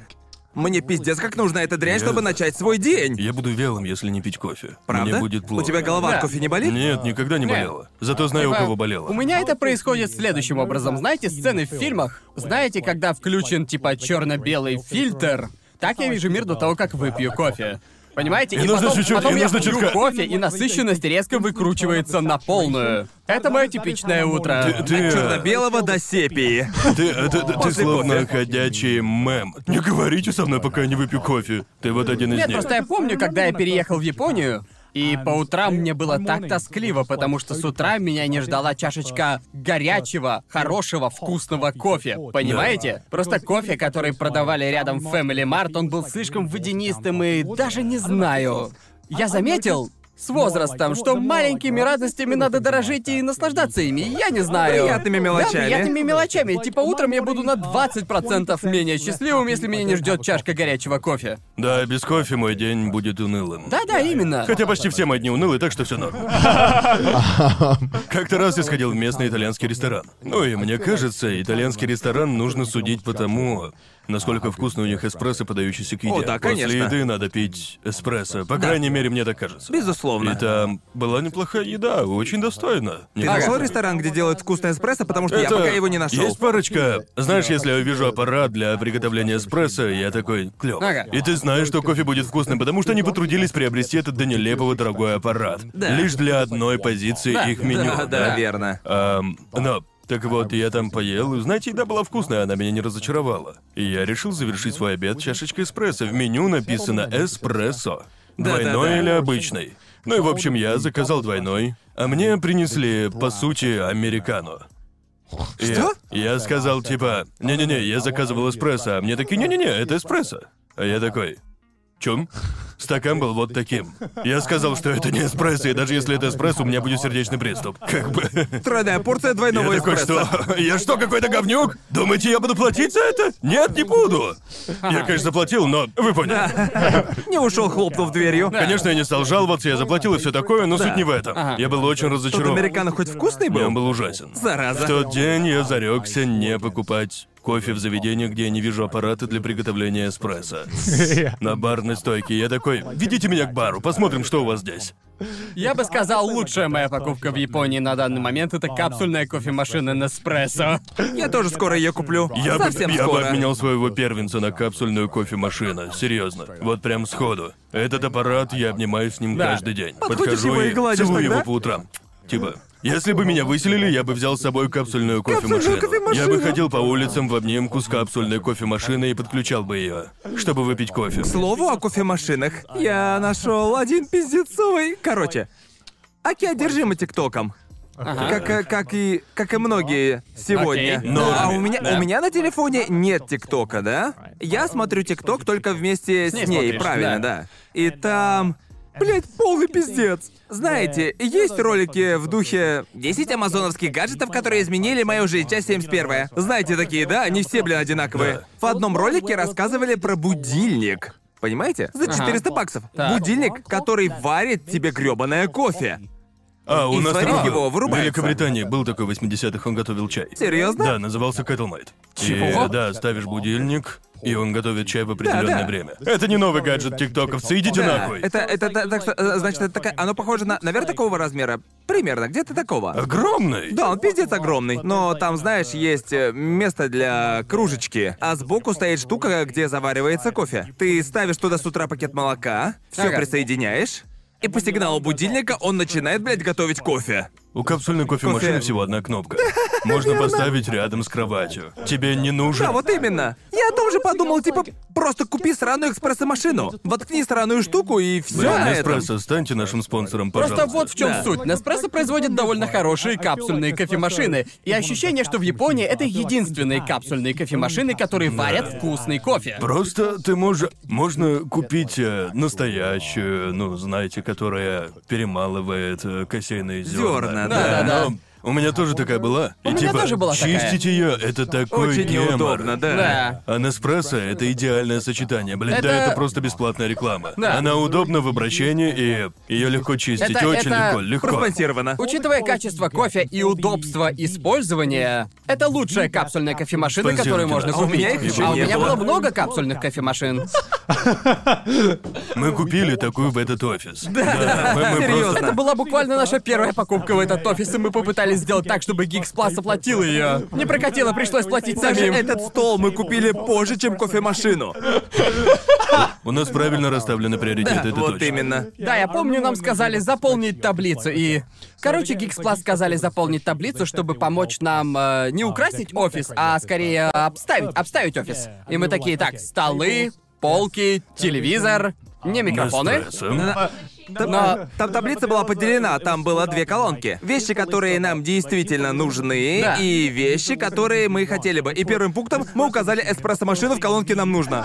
S2: Мне пиздец, как нужна эта дрянь, чтобы начать свой день.
S1: Я буду вялым, если не пить кофе.
S2: Правда?
S1: Мне будет плохо.
S2: У тебя голова
S3: Да.
S2: от кофе не болит?
S1: Нет, никогда не
S3: Нет.
S1: болела. Зато знаю, у
S3: Типа,
S1: кого болела.
S3: У меня это происходит следующим образом. Знаете, сцены в фильмах? Знаете, когда включен типа черно-белый фильтр? Так я вижу мир до того, как выпью кофе. Понимаете?
S1: И нужно
S3: потом,
S1: чуть-чуть,
S3: потом
S1: и
S3: я
S1: нужно
S3: пью
S1: чутка.
S3: кофе, и насыщенность резко выкручивается на полную. Это мое типичное утро.
S1: Ты, ты, э,
S2: Черно-белого до сепии.
S1: ты, э, ты- ты
S2: После
S1: словно
S2: кофе.
S1: ходячий мем. Не говорите со мной, пока я не выпью кофе. Ты вот один из
S3: Нет,
S1: них.
S3: просто я помню, когда я переехал в Японию, и по утрам мне было так тоскливо, потому что с утра меня не ждала чашечка горячего, хорошего, вкусного кофе. Понимаете? Просто кофе, который продавали рядом в Family Mart, он был слишком водянистым и даже не знаю. Я заметил с возрастом, что маленькими радостями надо дорожить и наслаждаться ими. Я не знаю.
S2: Приятными мелочами.
S3: Да, приятными мелочами. Типа утром я буду на 20% менее счастливым, если меня не ждет чашка горячего кофе.
S1: Да, без кофе мой день будет унылым.
S3: Да-да, именно.
S1: Хотя почти все мои дни унылые, так что все норм. Как-то раз я сходил в местный итальянский ресторан. Ну и мне кажется, итальянский ресторан нужно судить по тому, насколько вкусно у них эспрессо, подающийся к еде.
S2: О, да, конечно.
S1: После еды надо пить эспрессо. По крайней мере, мне так кажется.
S2: Безусловно.
S1: И там была неплохая еда, очень достойно. Не
S2: Ты
S1: знаю.
S2: нашел ресторан, где делают вкусное эспрессо, потому что я
S1: Это-
S2: пока его не нашел.
S1: Есть парочка. Знаешь, если я вижу аппарат для приготовления эспрессо, я такой клёв.
S3: Ага.
S1: И ты знаешь, что кофе будет вкусным, потому что они потрудились приобрести этот до нелепого дорогой аппарат.
S2: Да.
S1: Лишь для одной позиции их меню.
S2: Да, да, верно.
S1: Ам, но так вот, я там поел, и знаете, еда была вкусная, она меня не разочаровала. И я решил завершить свой обед чашечкой эспрессо. В меню написано «эспрессо».
S2: Да, да,
S1: Двойной
S2: да.
S1: или обычный? Ну и в общем, я заказал двойной, а мне принесли, по сути, американо. И
S2: Что?
S1: Я сказал, типа, не-не-не, я заказывал эспрессо, а мне такие, не-не-не, это эспрессо. А я такой, чем? Стакан был вот таким. Я сказал, что это не эспрессо, и даже если это эспрессо, у меня будет сердечный приступ. Как бы...
S2: Тройная порция двойного
S1: Я такой,
S2: эспрессо.
S1: что? Я что, какой-то говнюк? Думаете, я буду платить за это? Нет, не буду. Я, конечно, платил, но вы поняли.
S2: Не ушел, хлопнув дверью.
S1: Конечно, я не стал жаловаться, я заплатил и все такое, но суть не в этом. Я был очень
S2: Тот
S1: разочарован.
S2: американо хоть вкусный
S1: И
S2: был?
S1: Он был ужасен.
S2: Зараза.
S1: В тот день я зарекся не покупать кофе в заведении, где я не вижу аппарата для приготовления эспрессо. На барной стойке я такой, ведите меня к бару, посмотрим, что у вас здесь.
S3: Я бы сказал, лучшая моя покупка в Японии на данный момент это капсульная кофемашина Неспрессо.
S2: Я тоже скоро ее куплю.
S1: Я бы,
S2: Совсем
S1: я бы
S2: скоро.
S1: обменял своего первенца на капсульную кофемашину. Серьезно. Вот прям сходу. Этот аппарат, я обнимаюсь с ним
S3: Да.
S1: каждый день.
S2: Подходишь
S1: Подхожу
S2: его и
S1: и
S2: гладишь
S1: целую
S2: тогда?
S1: его по утрам. Типа, если бы меня выселили, я бы взял с собой капсульную кофемашину.
S2: Капсульную кофемашину.
S1: Я бы ходил по улицам в обнимку с капсульной кофемашиной и подключал бы ее, чтобы выпить кофе.
S2: К слову о кофемашинах. Я нашел один пиздецовый. Короче, Аки одержимы ТикТоком. Как, э, как и как и многие сегодня.
S3: Окей.
S2: Ну, а
S1: Норме,
S2: у меня
S1: да.
S2: у меня на телефоне нет ТикТока, да? Я смотрю ТикТок только вместе с
S3: ней
S2: ней,
S3: смотришь,
S2: правильно,
S3: да.
S2: да. И там Блять, полный пиздец. Знаете, есть ролики в духе 10 амазоновских гаджетов, которые изменили мою жизнь, часть 71. Знаете такие, да? Они все, блин, одинаковые. В одном ролике рассказывали про будильник. Понимаете? За 400 баксов.
S3: Так.
S2: Будильник, который варит тебе грёбаное кофе.
S1: А, у
S2: И
S1: нас
S2: смотри,
S1: такой
S2: его
S1: был.
S2: вырубается.
S1: В Великобритании был такой в 80-х, он готовил чай.
S2: Серьезно?
S1: Да, назывался Кэтлмайт.
S3: Чего?
S1: И, да, ставишь будильник, и он готовит чай в определенное
S2: да.
S1: время. Это не новый гаджет тиктоковцы, идите
S2: Да,
S1: нахуй.
S2: это, это, та- так что, э, значит, это такая, оно похоже на, наверное, такого размера. Примерно, где-то такого.
S1: Огромный!
S2: Да, он пиздец огромный, но там, знаешь, есть э, место для кружечки, а сбоку стоит штука, где заваривается кофе. Ты ставишь туда с утра пакет молока, все
S3: Ага.
S2: присоединяешь, и по сигналу будильника он начинает, блядь, готовить кофе.
S1: У капсульной кофемашины
S2: Кофе.
S1: всего одна кнопка. Можно поставить рядом с кроватью. Тебе не нужен...
S2: Да, вот именно. Я тоже подумал, типа, просто купи сраную экспрессомашину. Воткни сраную штуку и все
S1: Блин,
S2: на этом.
S1: Неспрессо, станьте нашим спонсором, пожалуйста.
S3: Просто вот в чем
S2: Да.
S3: суть. Неспрессо производит довольно хорошие капсульные кофемашины. И ощущение, что в Японии это единственные капсульные кофемашины, которые варят вкусный кофе.
S1: Просто ты можешь... Можно купить э, настоящую, ну, знаете, которая перемалывает э, косейные зерна.
S2: Зерна, да.
S3: Да-да-да.
S1: Но у меня тоже такая была. И
S3: меня
S1: типа,
S3: тоже была такая.
S1: чистить ее, это такой
S2: Очень
S1: гемор.
S2: неудобно, да.
S3: Да.
S1: А Неспрессо — это идеальное сочетание. Блин,
S3: Это-
S1: да, это просто бесплатная реклама.
S3: Да.
S1: Она удобна в обращении, и ее легко чистить.
S3: Это-
S1: Очень
S3: это
S1: легко, легко.
S2: Проспонсировано.
S3: Учитывая качество кофе и удобство использования, это лучшая капсульная кофемашина, которую можно
S1: А у
S3: купить.
S2: меня их еще
S3: А у
S2: не
S3: меня
S2: было.
S3: было много капсульных кофемашин.
S1: Мы купили такую в этот офис. Да, мы- мы
S2: Серьезно.
S1: просто-
S3: Это была буквально наша первая покупка в этот офис, и мы попытались сделать так, чтобы Гикс Плас оплатил ее. Не прокатило, пришлось платить
S2: Даже
S3: самим.
S2: этот стол мы купили позже, чем кофемашину.
S1: У нас правильно расставлены приоритеты, это
S2: вот
S1: точно.
S2: именно.
S3: Да, я помню, нам сказали заполнить таблицу, и... Короче, Geeks Plus сказали заполнить таблицу, чтобы помочь нам э, не украсить офис, а скорее обставить, обставить офис. И мы такие, так, столы, полки, телевизор, не микрофоны.
S1: Неспрессо.
S2: Там, там таблица была поделена, а там было две колонки. Вещи, которые нам действительно нужны,
S3: Да.
S2: и вещи, которые мы хотели бы. И первым пунктом мы указали эспрессо-машину в колонке «Нам нужно».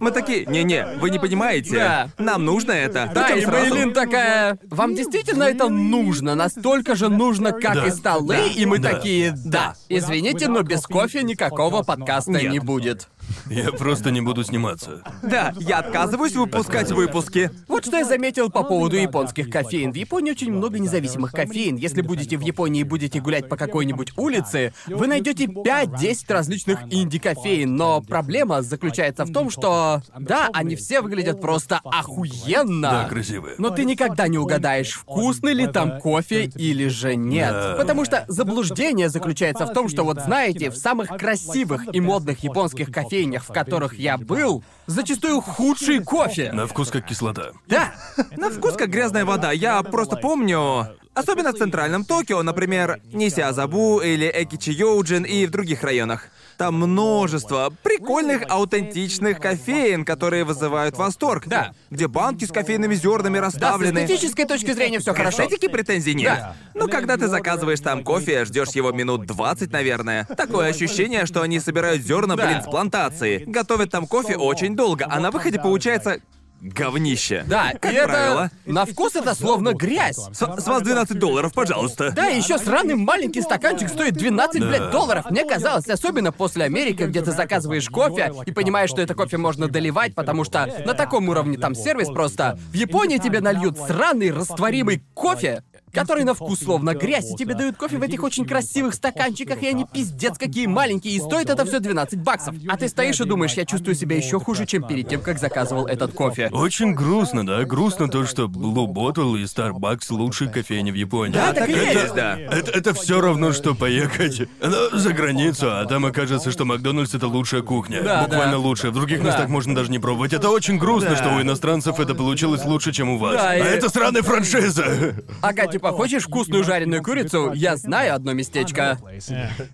S2: Мы такие, не-не, вы не понимаете,
S3: Да.
S2: нам нужно это.
S3: Да,
S2: Причём
S3: и
S2: сразу.
S3: Бейлин такая, вам действительно это нужно? Настолько же нужно, как
S1: Да.
S3: и столы? И мы
S1: Да.
S3: такие, да. Извините, но без кофе никакого подкаста
S2: Нет.
S3: не будет.
S1: Я просто не буду сниматься.
S2: Да, я отказываюсь выпускать выпуски.
S3: Вот что я заметил по поводу японских кофеин. В Японии очень много независимых кофеин. Если будете в Японии и будете гулять по какой-нибудь улице, вы найдете 5-10 различных инди-кофеин. Но проблема заключается в том, что... Да, они все выглядят просто
S1: Да,
S3: охуенно.
S1: красивые.
S3: Но ты никогда не угадаешь, вкусный ли там кофе или же нет.
S1: Да.
S3: Потому что заблуждение заключается в том, что вот знаете, в самых красивых и модных японских кофейнях, в которых я был, зачастую худший кофе.
S1: На вкус как кислота.
S3: Да,
S2: На вкус как грязная вода. Я просто помню, особенно в центральном Токио, например, Нисиазабу или Экичи Йоуджин и в других районах. Там множество прикольных, аутентичных кофеин, которые вызывают восторг.
S3: Да.
S2: Где банки с кофейными зернами
S3: Да, с
S2: расставлены.
S3: эстетической точки зрения все
S2: К
S3: хорошо.
S2: эстетике претензий нет.
S3: Да.
S2: Но когда ты заказываешь там кофе, ждешь его минут 20, наверное. Такое ощущение, что они собирают зерна,
S3: Да.
S2: блин, с плантации. Готовят там кофе очень долго, а на выходе получается говнище.
S3: Да,
S2: как
S3: и это...
S2: правило.
S3: На вкус это словно грязь.
S2: С, с вас 12 долларов, пожалуйста.
S3: Да, еще сраный маленький стаканчик стоит 12, блядь, долларов. Мне казалось, особенно после Америки, где ты заказываешь кофе и понимаешь, что это кофе можно доливать, потому что на таком уровне там сервис просто. В Японии тебе нальют сраный растворимый кофе, который на вкус словно грязь, и тебе дают кофе в этих очень красивых стаканчиках, и они пиздец какие маленькие, и стоит это все 12 баксов. А ты стоишь и думаешь, я чувствую себя еще хуже, чем перед тем, как заказывал этот кофе.
S1: Очень грустно, да? Грустно то, что Blue Bottle и Starbucks лучшие кофейни в Японии.
S3: Да, так и
S1: это,
S3: есть,
S2: да.
S1: Это, все равно, что поехать ну, за границу, а там окажется, что Макдональдс это лучшая кухня.
S3: Да,
S1: Буквально
S3: да.
S1: лучшая. В других местах можно даже не пробовать. Это очень грустно, что у иностранцев это получилось лучше, чем у вас.
S3: Да,
S1: а
S3: и-
S1: это сраная франшиза.
S3: Ага, типа, хочешь вкусную жареную курицу? Я знаю одно местечко.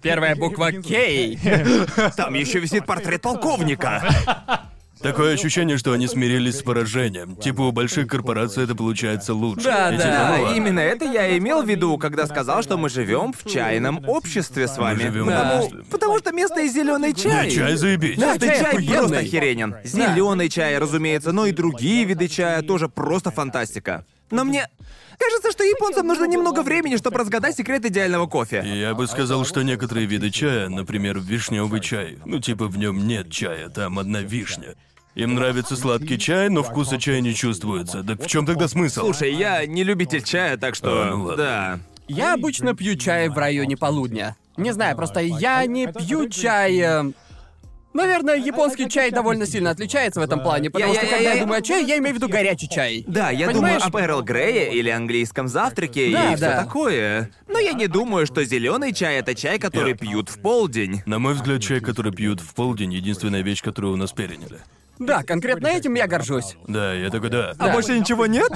S3: Первая буква Кей.
S2: Там еще висит портрет полковника.
S1: Такое ощущение, что они смирились с поражением. Типа у больших корпораций это получается лучше.
S3: Да,
S1: И
S3: да,
S1: типа, ну ладно.
S2: именно это я имел в виду, когда сказал, что мы живем в чайном обществе с вами.
S1: живем в
S2: потому,
S1: обществе.
S2: потому что местный зеленый чай.
S1: Не, чай заебись.
S2: Да,
S3: чай
S2: чай,
S3: охуенный.
S2: просто охеренен. Зеленый чай, разумеется, но и другие виды чая тоже просто фантастика. Но мне кажется, что японцам нужно немного времени, чтобы разгадать секрет идеального кофе.
S1: Я бы сказал, что некоторые виды чая, например, вишневый чай, ну типа в нем нет чая, там одна вишня. Им нравится сладкий чай, но вкуса чая не чувствуется. Так в чем тогда смысл?
S2: Слушай, я не любитель чая, так что...
S1: А, ну ладно.
S2: да.
S3: Я обычно пью чай в районе полудня. Не знаю, просто я не пью чай... э, Наверное, японский чай довольно сильно отличается в этом плане, потому
S2: Я-
S3: что
S2: я-
S3: когда
S2: я-
S3: я думаю о чае, я имею в виду горячий чай.
S2: Да, я
S3: Понимаешь?
S2: думаю об Эрл Грея или английском завтраке
S3: Да,
S2: и все
S3: да.
S2: такое. Но я не думаю, что зеленый чай это чай, который
S1: Я-
S2: пьют в полдень.
S1: На мой взгляд, чай, который пьют в полдень, единственная вещь, которую у нас переняли.
S3: Да, конкретно этим я горжусь.
S1: Да, я такой, да.
S2: А больше ничего нет?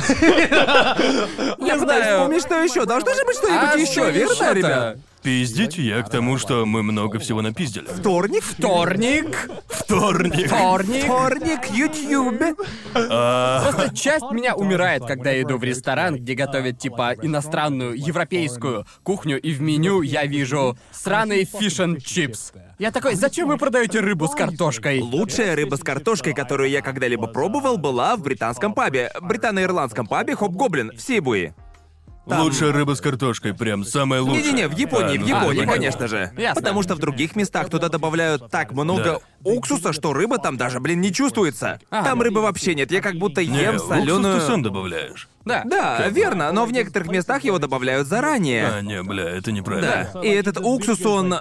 S2: Я знаю. Вспомни, что еще. Должно же быть что-нибудь
S3: А что
S2: еще, верно,
S3: ещё-то?
S2: ребят?
S1: Пиздить я к тому, что мы много всего напиздили.
S2: Вторник?
S3: Вторник,
S1: Вторник.
S3: вторник.
S2: Вторник, Ютьюбе.
S3: Просто часть меня умирает, когда я иду в ресторан, где готовят типа иностранную, европейскую кухню, и в меню я вижу сраные фишн чипс. Я такой, зачем вы продаете рыбу с картошкой?
S2: Лучшая рыба с картошкой, которую я когда-либо пробовал, была в британском пабе. Британо-ирландском пабе Хоп-Гоблин в Сибуи.
S1: Лучшая рыба с картошкой, прям самая лучшая.
S2: Не-не-не, в Японии,
S1: А,
S2: в
S1: ну,
S2: Японии,
S1: понятно.
S2: конечно же.
S3: Ясно.
S2: Потому что в других местах туда добавляют так много уксуса, что рыба там даже, блин, не чувствуется.
S3: А.
S2: Там рыбы вообще нет, я как будто
S1: ну. Не,
S2: ем
S1: уксус
S2: соленую.
S1: ты сам добавляешь.
S3: Да.
S2: Да, верно, но в некоторых местах его добавляют
S1: А,
S2: заранее.
S1: не, бля, это неправильно.
S2: Э. Да. И этот уксус, он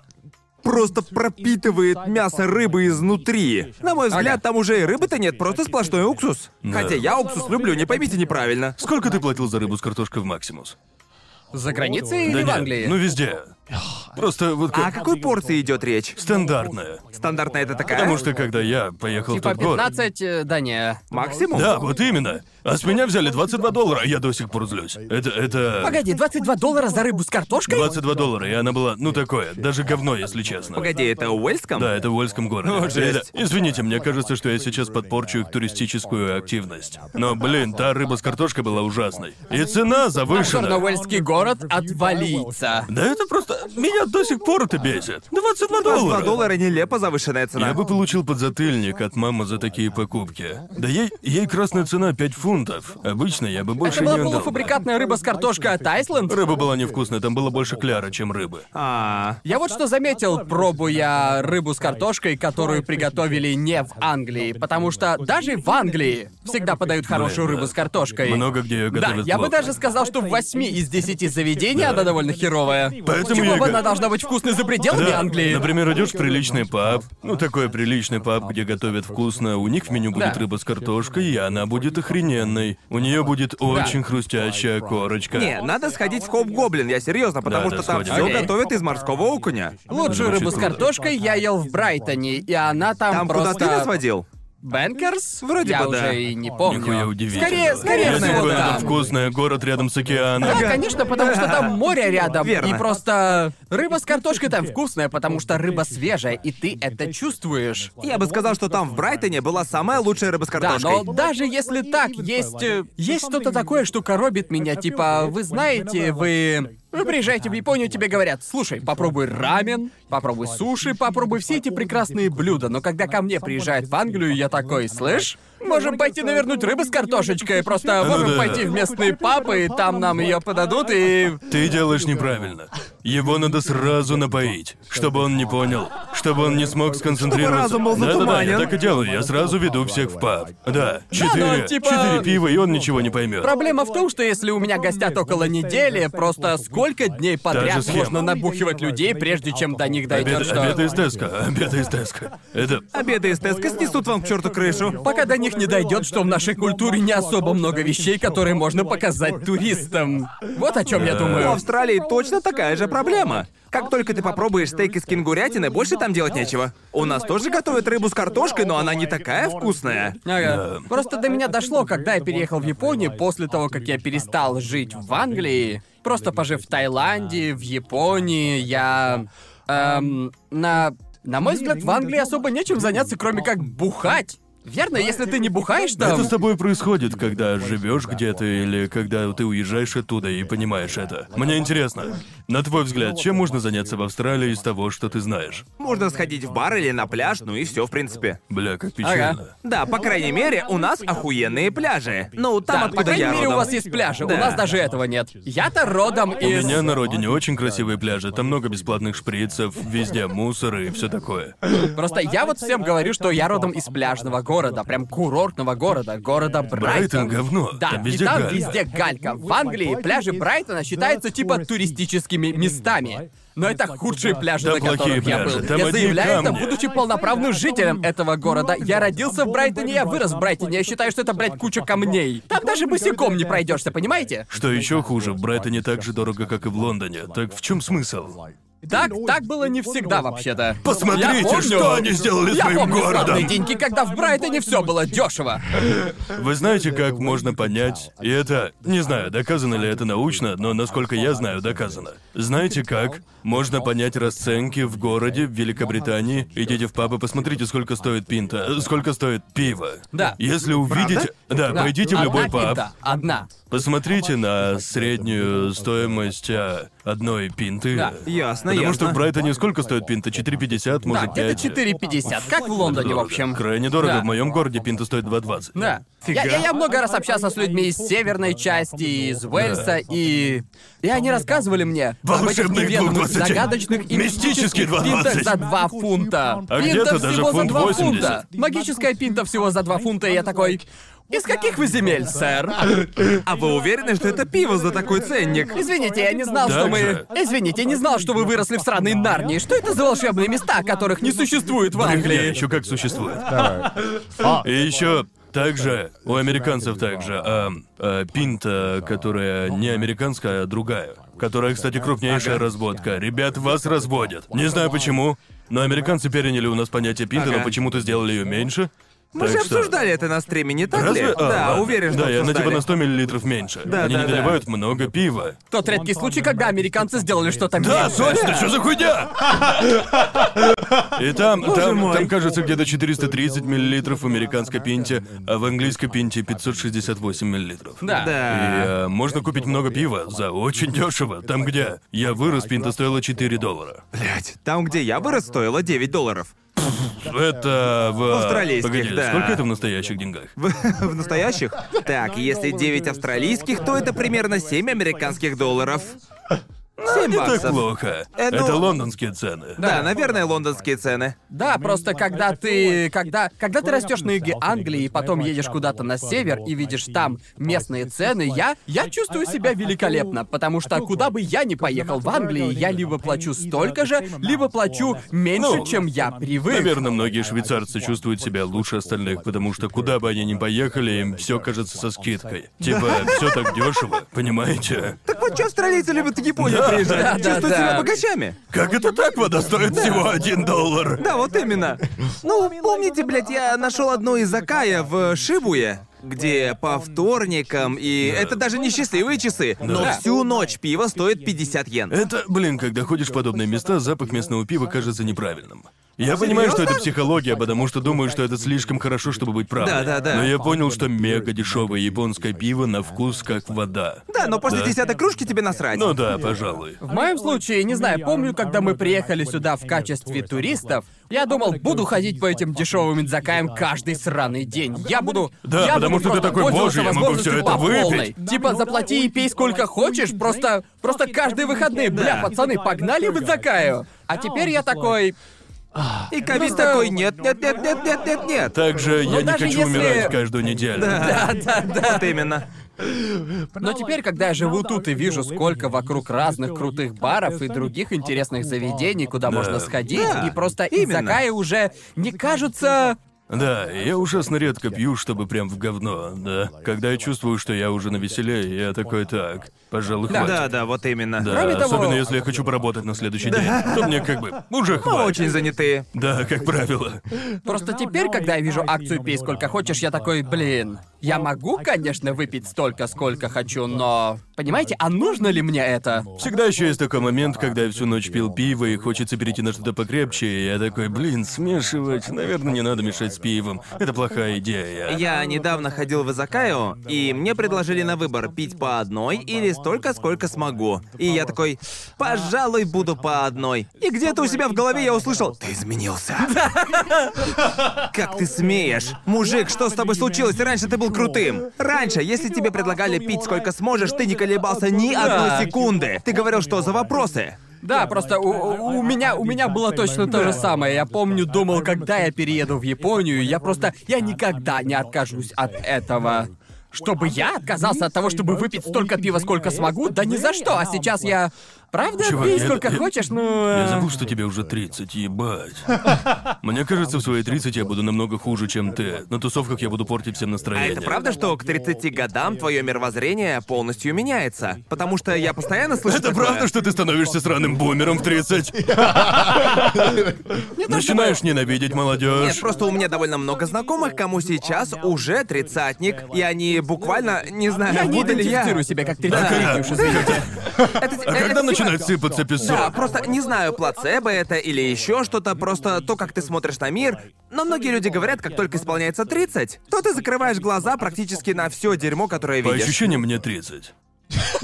S2: просто пропитывает мясо рыбы изнутри. На мой взгляд,
S3: Ага.
S2: там уже и рыбы-то нет, просто сплошной уксус. Хотя я уксус люблю, не поймите неправильно.
S1: Сколько ты платил за рыбу с картошкой в Максимус?
S3: За границей
S1: да
S3: или в
S1: нет,
S3: Англии?
S1: ну везде. Просто вот
S2: А
S1: как...
S2: о какой порции идет речь?
S1: Стандартная.
S2: Стандартная это такая?
S1: Потому что когда я поехал
S3: типа
S1: в тот город...
S3: 15, э, да не.
S2: Максимум?
S1: Да, вот именно. А с меня взяли 22 доллара, а я до сих пор злюсь. Это, это...
S3: Погоди, 22 доллара за рыбу с картошкой?
S1: 22 доллара, и она была, ну такое, даже говно, если честно.
S2: Погоди, это в Уэльском?
S1: Да, это в Вольском городе.
S2: Ну, жесть.
S1: Это- Извините, мне кажется, что я сейчас подпорчу их туристическую активность. Но, блин, та рыба с картошкой была ужасной. И цена завышена.
S3: Черновольский город отвалится.
S1: Да это просто... Меня до сих пор это бесит. 22
S2: 22
S1: доллара.
S2: доллара нелепо завышенная цена.
S1: Я бы получил подзатыльник от мамы за такие покупки. Да ей, ей красная цена 5 фунтов. Обычно я бы больше
S3: Это была
S1: не отдал.
S3: полуфабрикатная рыба с картошкой от Айсленд?
S1: Рыба была невкусная, там было больше кляра, чем рыбы.
S2: А,
S3: Я вот что заметил, пробуя рыбу с картошкой, которую приготовили не в Англии, потому что даже в Англии всегда подают хорошую рыбу с картошкой.
S1: Много где ее
S3: Да,
S1: готовят.
S3: я бы
S1: плохо.
S3: даже сказал, что в 8 из 10 заведений она довольно херовая.
S1: Поэтому
S3: Почему
S1: я и
S3: бы
S1: говорю.
S3: она должна быть вкусной за пределами
S1: Да,
S3: Англии?
S1: Например, идешь в приличный паб, ну такой приличный паб, где готовят вкусно, у них в меню будет
S3: Да.
S1: рыба с картошкой, и она будет охрененной. У нее будет очень хрустящая корочка.
S2: не,
S3: ну,
S2: надо сходить в Хоп Гоблин, я серьезно, потому
S1: Да,
S2: что
S1: да,
S2: там
S1: сходим.
S2: все
S3: Окей.
S2: готовят из морского окуня.
S1: А
S3: Лучшую
S1: Звучит
S3: рыбу с
S1: круто.
S3: картошкой я ел в Брайтоне, и она там,
S2: Там
S3: просто...
S2: куда ты нас водил?
S3: Бэнкерс? Вроде
S2: бы,
S3: я
S2: да.
S3: уже и не помню.
S1: Нихуя удивительно.
S3: Скорее, скорее
S1: Если
S3: всего,
S1: бы это
S3: да.
S1: вкусное, город рядом с океаном.
S3: Да, конечно, потому что там море рядом.
S2: Верно.
S3: И просто рыба с картошкой там вкусная, потому что рыба свежая, и ты это чувствуешь.
S2: Я бы сказал, что там в Брайтоне была самая лучшая рыба с
S3: Да,
S2: картошкой.
S3: но даже если так, есть... э, Есть что-то такое, что коробит меня, типа, вы знаете, вы... Вы приезжаете в Японию, тебе говорят, слушай, попробуй рамен, попробуй суши, попробуй все эти прекрасные блюда. Но когда ко мне приезжают в Англию, я такой, слышь, можем пойти навернуть рыбы с картошечкой, просто
S1: Ну
S3: можем
S1: да.
S3: пойти в местные папы, и там нам ее подадут, и...
S1: Ты делаешь неправильно. Его надо сразу напоить, чтобы он не понял, чтобы он не смог сконцентрироваться.
S2: разум был
S1: Да-да-да,
S2: затуманен.
S1: я так и делаю, я сразу веду всех в паб. Да, четыре,
S3: ну, типа-
S1: четыре пива, и он ничего не поймет.
S3: Проблема в том, что если у меня гостят около недели, просто сколько дней подряд
S1: схема.
S3: можно набухивать людей, прежде чем до них дойдет,
S1: Обед,
S3: что...
S1: обед из Теска, обед из Теска. Это...
S2: Обеды из Теска снесут вам к черту крышу.
S3: Пока до них не дойдет, что в нашей культуре не особо много вещей, которые можно показать туристам. Вот о чем я
S2: Э, В
S3: думаю.
S2: Австралии точно такая же проблема. Как только ты попробуешь стейк из кенгурятины, больше там делать нечего. У нас тоже готовят рыбу с картошкой, но она не такая вкусная. Э,
S3: Ага. Просто до меня дошло, когда я переехал в Японию, после того, как я перестал жить в Англии, просто пожив в Таиланде, в Японии, я... эм, на... На мой взгляд, в Англии особо нечем заняться, кроме как бухать. Верно, если ты не бухаешь там...
S1: Это с тобой происходит, когда живешь где-то или когда ты уезжаешь оттуда и понимаешь это. Мне интересно, на твой взгляд, чем можно заняться в Австралии из того, что ты знаешь?
S2: Можно сходить в бар или на пляж, ну и все, в принципе.
S1: Бля, как печально.
S2: Да, по крайней мере, у нас охуенные пляжи. Ну, там,
S3: Да,
S2: откуда
S3: по крайней
S2: я
S3: мере,
S2: родом.
S3: у вас есть пляжи.
S2: Да.
S3: У нас даже этого нет. Я-то родом
S1: У
S4: У
S3: из...
S1: меня на родине очень красивые пляжи, там много бесплатных шприцев, везде мусор и все такое.
S3: Просто я вот всем говорю, что я родом из пляжного города, прям курортного города, города
S1: Брайтон
S3: Брайтон.
S1: говно,
S3: Да,
S1: там
S3: и
S1: везде
S3: там
S1: галька.
S3: везде галька. В Англии пляжи Брайтона считаются типа туристическими местами. Но это худшие пляжи,
S1: Да,
S3: на которых
S1: плохие
S3: я был.
S1: пляжи, там
S3: я
S1: одни
S3: заявляю это,
S1: камни.
S3: будучи полноправным жителем этого города. Я родился в Брайтоне, я вырос в Брайтоне. Я считаю, что это, блядь, куча камней. Там даже босиком не пройдешься, понимаете?
S1: Что еще хуже, в Брайтоне так же дорого, как и в Лондоне. Так в чем смысл?
S3: Так, так было не всегда вообще-то. Я
S1: Посмотрите,
S3: помню-
S1: что они сделали с
S3: Я
S1: моим
S3: помню славные
S1: городом.
S3: деньки, когда в Брайтоне все было дешево.
S1: Вы знаете, как можно понять, и это, не знаю, доказано ли это научно, но насколько я знаю, доказано. Знаете как? Можно понять расценки в городе, в Великобритании. Идите в паб и посмотрите, сколько стоит пинта, э, сколько стоит пиво.
S3: Да. А
S1: Если увидите... Да, пойдите в любой
S3: одна
S1: паб,
S3: пинта, одна.
S1: посмотрите на среднюю стоимость а, одной пинты.
S3: Да.
S2: Ясно,
S1: Потому
S2: ясно.
S1: что в Брайтоне сколько стоит пинта? 4,50,
S3: Да,
S1: может,
S3: где-то
S1: 5?
S3: 4,50, как в Лондоне, в общем.
S1: Крайне дорого.
S3: Да.
S1: В моем городе пинта стоит 2,20.
S3: Да. Я, я- я много раз общался с людьми из северной части, из Уэльса, и... И они рассказывали мне об этих
S1: Волшебных
S3: неведомых
S1: 2,20.
S3: загадочных и
S1: Мистические 2,20.
S3: пинтах за 2 фунта.
S1: А
S3: пинта
S1: где-то
S3: всего
S1: даже
S3: за
S1: фунт
S3: 2
S1: 80.
S3: фунта. Магическая пинта всего за 2 фунта, и я такой... Из каких вы земель, сэр?
S2: А вы уверены, что это пиво за такой ценник?
S3: Извините, я не знал,
S1: Так
S3: что мы...
S1: же.
S3: Извините, не знал, что вы выросли в сраной Нарнии. Что это за волшебные места, которых не существует в Англии?
S1: еще как существует. И еще также у американцев также а, а, пинта, которая не американская, а другая, которая, кстати, крупнейшая разводка. Ребят, вас разводят. Не знаю почему, но американцы переняли у нас понятие пинта,
S2: Ага.
S1: но почему-то сделали ее меньше.
S2: Мы же
S1: Так что-
S2: обсуждали это на стриме, не так
S1: Разве?
S2: ли?
S1: А,
S2: да,
S1: ладно.
S2: уверен, что
S1: Да, я на
S2: обсуждали.
S1: типа на 100 миллилитров меньше.
S2: Да,
S1: Они
S2: да,
S1: не
S2: да.
S1: доливают много пива.
S3: Тот редкий случай, когда американцы сделали что-то
S1: Да,
S3: меньше.
S1: точно, что за хуйня? И там, там,
S2: мой.
S1: там, кажется, где-то 430 миллилитров в американской пинте, а в английской пинте 568 миллилитров.
S3: Да.
S1: И э, можно купить много пива за очень дешево. Там, где я вырос, пинта стоила 4 доллара.
S2: Блядь, там, где я вырос, стоило 9 долларов.
S1: Это в...
S2: австралийских,
S1: Погоди,
S2: да.
S1: сколько это в настоящих деньгах?
S2: В, в настоящих? Так, если 9 австралийских, то это примерно 7 американских долларов. Семь
S1: Ну, Не так
S2: баксов.
S1: плохо.
S2: Э, ну-
S1: Это лондонские цены.
S2: Да, наверное, лондонские цены.
S3: Да, просто когда ты. когда. когда ты растешь на юге Англии и потом едешь куда-то на север и видишь там местные цены, я.
S1: А
S3: я чувствую себя великолепно, потому что куда бы я ни поехал в Англии, я либо плачу столько же, либо плачу меньше,
S1: Ну,
S3: чем я привык.
S1: Наверное, многие швейцарцы чувствуют себя лучше остальных, потому что куда бы они ни поехали, им все кажется со скидкой. Типа, все так дешево, понимаете?
S2: Так вот, что австралийцы любят в Японию
S1: Да,
S2: приезжать?
S3: да, да,
S2: Чувствуют себя
S3: да.
S2: богачами.
S1: Как это так? Вода стоит всего один доллар.
S2: Да, вот именно. Ну, помните, блядь, я нашел одно из Акая в Шибуе, где по вторникам, и это даже не счастливые часы, но
S1: Да. Э,
S2: всю ночь пиво стоит 50 йен.
S1: Это, блин, когда ходишь в подобные места, запах местного пива кажется неправильным. Я понимаю, что это психология, потому что думаю, что это слишком хорошо, чтобы быть правдой.
S2: Да-да-да.
S1: Но я понял, что мега дешевое японское пиво на вкус как вода.
S2: Да, ну, но после десятой кружки тебе насрать.
S1: Ну да, пожалуй.
S3: В моем случае, не знаю, помню, когда мы приехали сюда в качестве туристов, я думал, буду ходить по этим дешевым инзакаям каждый сраный день. Я буду...
S1: Да,
S3: я
S1: потому
S3: буду
S1: что ты
S3: просто
S1: такой,
S3: пользоваться
S1: «Боже, я могу
S3: возможностью
S1: всё это
S3: по полной».
S1: выпить.
S3: Типа, заплати и пей сколько хочешь, просто... Просто каждые выходные, бля, пацаны, погнали в инзакаю. А теперь я такой...
S2: И
S1: ну
S2: ковид такой, нет, нет, нет, нет, нет, нет, нет.
S1: Также я не
S3: даже
S1: хочу
S3: если-
S1: умирать каждую неделю.
S2: Да, да, да. Вот именно.
S3: Но теперь, когда я живу тут и вижу, сколько вокруг разных крутых баров и других интересных заведений, куда можно сходить,
S2: Да,
S3: и просто
S2: именно.
S3: инзакаи уже не кажутся...
S1: Да, и я ужасно редко пью, чтобы прям в говно, да. Когда я чувствую, что я уже на веселе, я такой так, пожалуй, хватит.
S2: Да, да, вот именно.
S1: Да,
S3: Кроме того-
S1: особенно если я хочу поработать на следующий день, то мне как бы уже
S2: Мы
S1: хватит.
S2: очень занятые.
S1: Да, как правило.
S3: Просто теперь, когда я вижу акцию «Пей сколько хочешь», я такой, блин, я могу, конечно, выпить столько, сколько хочу, но... Понимаете, а нужно ли мне это?
S1: Всегда еще есть такой момент, когда я всю ночь пил пиво и хочется перейти на что-то покрепче, и я такой, блин, смешивать, наверное, не надо мешать с пивом. Это плохая идея.
S2: Я недавно ходил в Изакаю, и мне предложили на выбор пить по одной или столько, сколько смогу. И я такой, пожалуй, буду по одной. И где-то у себя в голове я услышал, ты изменился. Как ты смеешь? Мужик, что с тобой случилось? Раньше ты был крутым. Раньше, если тебе предлагали пить сколько сможешь, ты не колебался ни
S3: Да.
S2: одной секунды. Ты говорил, что за вопросы?
S3: Да, просто у, у- у меня у меня было точно то же самое. Я помню, думал, когда я перееду в Японию, я просто я никогда не откажусь от этого. Чтобы я отказался от того, чтобы выпить столько пива, сколько смогу, да ни за что. А сейчас я Правда?
S1: Чувак,
S3: Пей
S1: я-
S3: сколько
S1: я-
S3: хочешь, ну...
S1: Я
S3: э,
S1: забыл, что тебе уже 30, ебать. Мне кажется, в свои 30 я буду намного хуже, чем ты. На тусовках я буду портить всем
S2: А
S1: настроение.
S2: это правда, что к 30 годам твое мировоззрение полностью меняется? Потому что я постоянно слышу
S1: Это
S2: такое.
S1: правда, что ты становишься сраным бумером в 30?
S3: э,
S1: Начинаешь ненавидеть
S2: Нет,
S1: молодежь.
S2: просто у меня довольно много знакомых, кому сейчас уже тридцатник, и они буквально, не знаю,
S3: Я не
S2: буду ли я...
S3: идентифицирую себя как 30-летний, уж извините.
S2: Это-
S1: А
S2: это
S1: когда
S2: типа-
S1: начинает сыпаться
S2: Да,
S1: песок?
S2: просто не знаю, плацебо это или еще что-то, просто то, как ты смотришь на мир. Но многие люди говорят, как только исполняется 30, то ты закрываешь глаза практически на все дерьмо, которое
S1: По
S2: видишь.
S1: ощущениям, мне 30.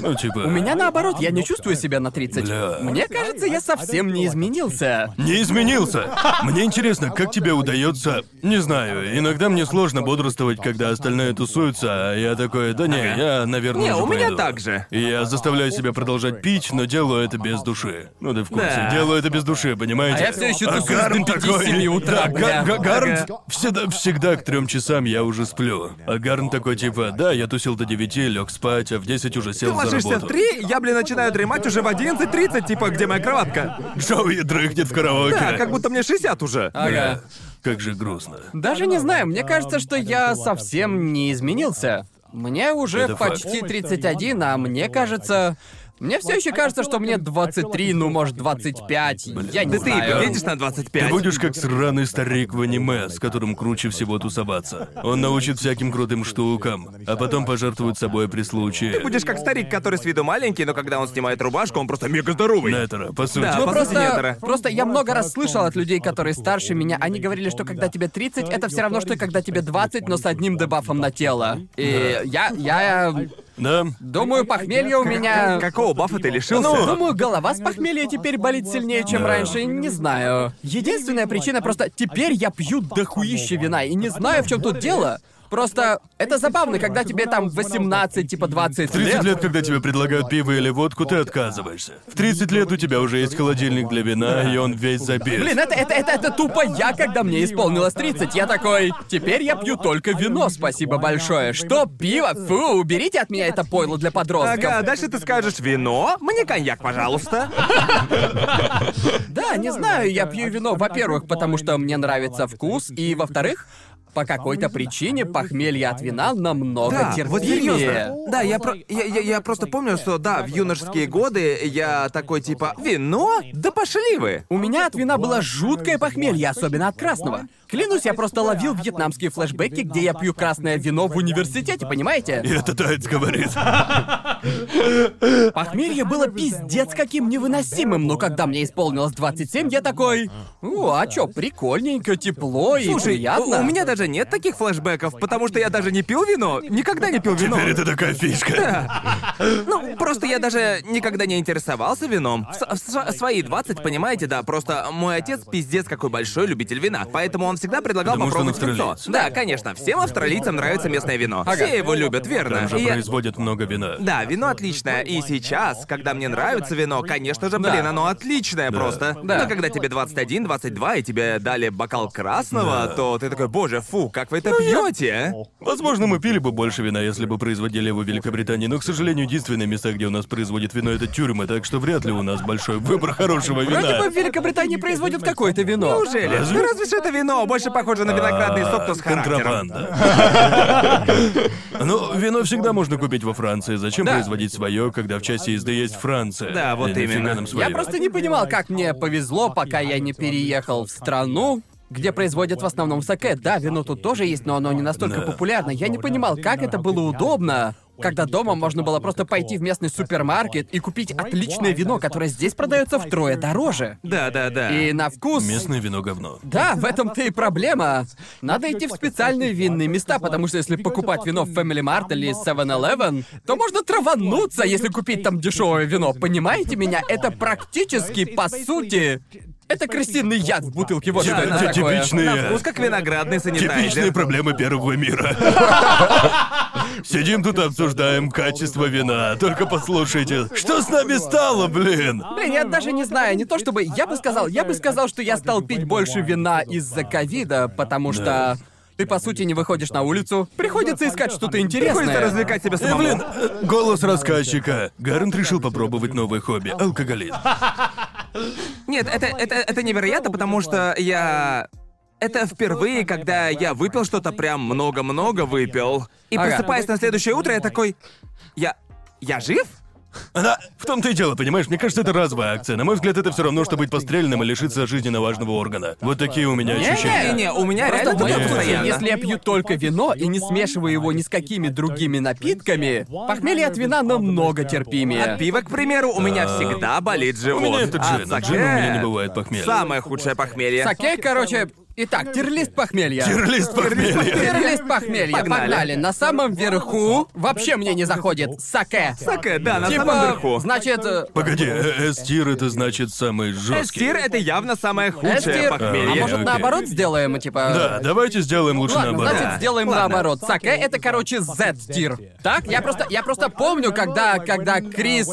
S1: Ну, типа...
S3: У меня наоборот, я не чувствую себя на 30.
S1: Бля.
S3: Мне кажется, я совсем не изменился.
S1: Не изменился. Мне интересно, как тебе удается... Не знаю, иногда мне сложно бодрствовать, когда остальные тусуются, а я такой, да не, я, наверное,
S2: Не,
S1: уже
S2: у меня
S1: пойду».
S2: так же.
S1: И Я заставляю себя продолжать пить, но делаю это без души. Ну ты в курсе.
S2: Да.
S1: Делаю это без души, понимаете?
S3: А я всё ещё
S1: А
S3: тусуюсь
S1: Гарн
S3: до пяти,
S1: такой-
S3: семи утра,
S1: Да, Гар-
S3: бля.
S1: Га- Гарн
S2: Ага.
S1: всегда, всегда к трем часам я уже сплю. А Гарн такой типа, да, я тусил до 9, лег спать, а в 10 уже
S2: Ты
S1: сел за
S2: ложишься в
S1: работу.
S2: 3, я, блин, начинаю дремать уже в 11.30, типа, где моя кроватка?
S1: Джоуи дрыхнет в караоке.
S2: Да, как будто мне 60 уже.
S3: А,
S1: Бля,
S3: Ага.
S1: Как же грустно.
S3: Даже не знаю, мне кажется, что я совсем не изменился. Мне уже
S1: Это факт.
S3: почти 31, а мне кажется... Мне все еще кажется, что мне 23, ну может 25, я не
S2: Да ты
S3: знаю.
S2: видишь на 25.
S1: Ты будешь как сраный старик в аниме, с которым круче всего тусоваться. Он научит всяким крутым штукам, а потом пожертвует собой при случае.
S2: Ты будешь как старик, который с виду маленький, но когда он снимает рубашку, он просто мега здоровый.
S1: Нетера, по сути.
S2: Да,
S3: Ну
S2: по сути,
S3: просто,
S2: нетера.
S3: просто я много раз слышал от людей, которые старше меня, они говорили, что когда тебе 30, это все равно, что когда тебе 20, но с одним дебафом на тело. И я, я
S1: Да?
S3: думаю, похмелье у меня...
S2: Какого бафа ты лишился?
S3: Ну, думаю, голова с похмелья теперь болит сильнее, чем
S1: Да.
S3: раньше, не знаю. Единственная причина просто теперь я пью дохуище вина и не знаю, в чем тут дело. Просто это забавно, когда тебе там 18, типа 20
S1: 30
S3: лет.
S1: лет, когда тебе предлагают пиво или водку, ты отказываешься. В 30 лет у тебя уже есть холодильник для вина, и он весь забит.
S3: Блин, это, это, это, это тупо я, когда мне исполнилось 30. Я такой, теперь я пью только вино, спасибо большое. Что, пиво? Фу, уберите от меня это пойло для подростков.
S2: Ага, а дальше ты скажешь вино, мне коньяк, пожалуйста.
S3: Да, не знаю, я
S2: А
S3: пью вино, во-первых, потому что мне нравится вкус, и во-вторых, по какой-то причине похмелье от вина намного
S2: Да, вот серьезно.
S3: терпимее.
S2: Да, я, про- я, я, я просто помню, что да, в юношеские годы я такой типа вино? Да пошли вы!
S3: У меня от вина было жуткое похмелье, особенно от красного.
S2: а
S3: Клянусь, я просто ловил вьетнамские
S2: типа,
S3: флешбеки, где
S2: ну,
S3: я пью красное вино в университете, понимаете?
S1: И это Тайц говорит.
S3: Похмелье было пиздец каким невыносимым, но когда мне исполнилось 27, я такой... О, а чё, прикольненько, тепло и
S2: Слушай,
S3: приятно».
S2: у, у меня даже нет таких флешбеков, потому что я даже не пил вино, никогда не пил вино.
S1: Теперь это такая фишка.
S2: Ну, просто я даже никогда не интересовался вином. В, с- в с- свои 20, понимаете, да, просто мой отец пиздец какой большой любитель вина, поэтому он всегда предлагал
S1: Потому что он
S2: попробовать вино.
S1: австралиец.
S2: Да, конечно, всем австралийцам нравится местное вино. Все его любят, верно.
S1: Там же
S2: И я-
S1: производят много вина.
S2: Да, вино отличное. И сейчас, когда мне нравится вино, конечно же, блин, оно отличное просто.
S3: Да.
S2: Но когда тебе 21, 22, и тебе дали бокал красного, то ты такой, боже, фу, как вы это пьете? а?»
S1: Возможно, мы пили бы больше вина, если бы производили его в Великобритании, но, к сожалению, единственные места, где у нас производят вино, это тюрьмы, так что вряд ли у нас большой выбор хорошего
S3: Вроде бы
S1: вина.
S3: в Великобритании производят какое-то вино.
S2: Неужели?
S1: Разве?
S2: Да Разве что это вино больше похоже на виноградный сок, но с характером.
S1: А, Контрабанда. Ну, вино всегда можно купить во Франции. Зачем
S3: Да.
S1: производить свое, когда в части езды есть Франция?
S2: Да, вот
S1: И нафига
S2: именно.
S1: нам
S3: Я
S1: своё?
S3: просто не понимал, как мне повезло, пока я не переехал в страну, где производят в основном саке. Да, вино тут тоже есть, но оно не настолько
S1: Да.
S3: популярно. Я не понимал, как это было удобно, когда дома можно было просто пойти в местный супермаркет и купить отличное вино, которое здесь продается втрое дороже.
S2: Да, да, да.
S3: И на вкус...
S1: Местное вино говно.
S3: Да, в этом-то и проблема. Надо идти в специальные винные места, потому что если покупать вино в Family Mart или 7-Eleven, то можно травануться, если купить там дешевое вино. Понимаете меня? Это практически, по сути, это крысиный яд в бутылке, вот
S1: Ти-
S3: что это
S1: ти-
S3: такое.
S2: На
S1: Типичные,
S2: вкус как виноградный
S1: типичные
S2: санитайзер.
S1: проблемы первого мира. Сидим тут и обсуждаем качество вина. Только послушайте, что с нами стало, блин?
S3: Блин, я даже не знаю, не то чтобы... Я бы сказал, я бы сказал, что я стал пить больше вина из-за ковида, потому что... Ты, по сути, не выходишь на улицу. Приходится искать что-то интересное.
S2: Приходится развлекать себя
S1: И,
S2: самому.
S1: блин, э, голос рассказчика. Гарант решил попробовать новое хобби — алкоголизм.
S2: Нет, это, это, это невероятно, потому что я... Это впервые, когда я выпил что-то прям много-много выпил. И
S3: Ага.
S2: просыпаясь на следующее утро, я такой... Я... Я жив?
S1: Она... В том-то и дело, понимаешь? Мне кажется, это разовая акция. На мой взгляд, это все равно, что быть подстрельным и лишиться жизненно важного органа. Вот такие у меня ощущения.
S2: Не-не-не, у меня
S3: Просто
S2: реально
S3: в моем
S2: такое
S1: нет.
S3: случае,
S2: постоянно.
S3: если я пью только вино и не смешиваю его ни с какими другими напитками, похмелье от вина намного терпимее.
S2: От пива, к примеру, у меня всегда болит живот.
S1: А, меня это
S2: От
S1: джин, от
S2: саке
S1: джина у меня не бывает похмелья.
S2: Самое худшее похмелье.
S3: Саке, короче... Итак, тирлист похмелья.
S1: Терлист похмелья.
S3: Тирлист похмелья. Погнали.
S2: Погнали.
S3: На самом верху вообще мне не заходит саке.
S2: Саке, да, на
S3: Типа,
S2: самом верху.
S3: значит, э,
S1: Погоди, э, S-тир это значит самый жесткий.
S2: Эстир — это явно самое худшее
S3: эстир.
S2: похмелье.
S3: А может,
S1: окей.
S3: наоборот сделаем, типа...
S1: Да, давайте сделаем лучше
S3: Ладно,
S1: наоборот.
S3: значит, сделаем
S2: Ладно.
S3: наоборот. Саке это, короче, Z-тир. Так? Я просто, я просто помню, когда, когда Крис...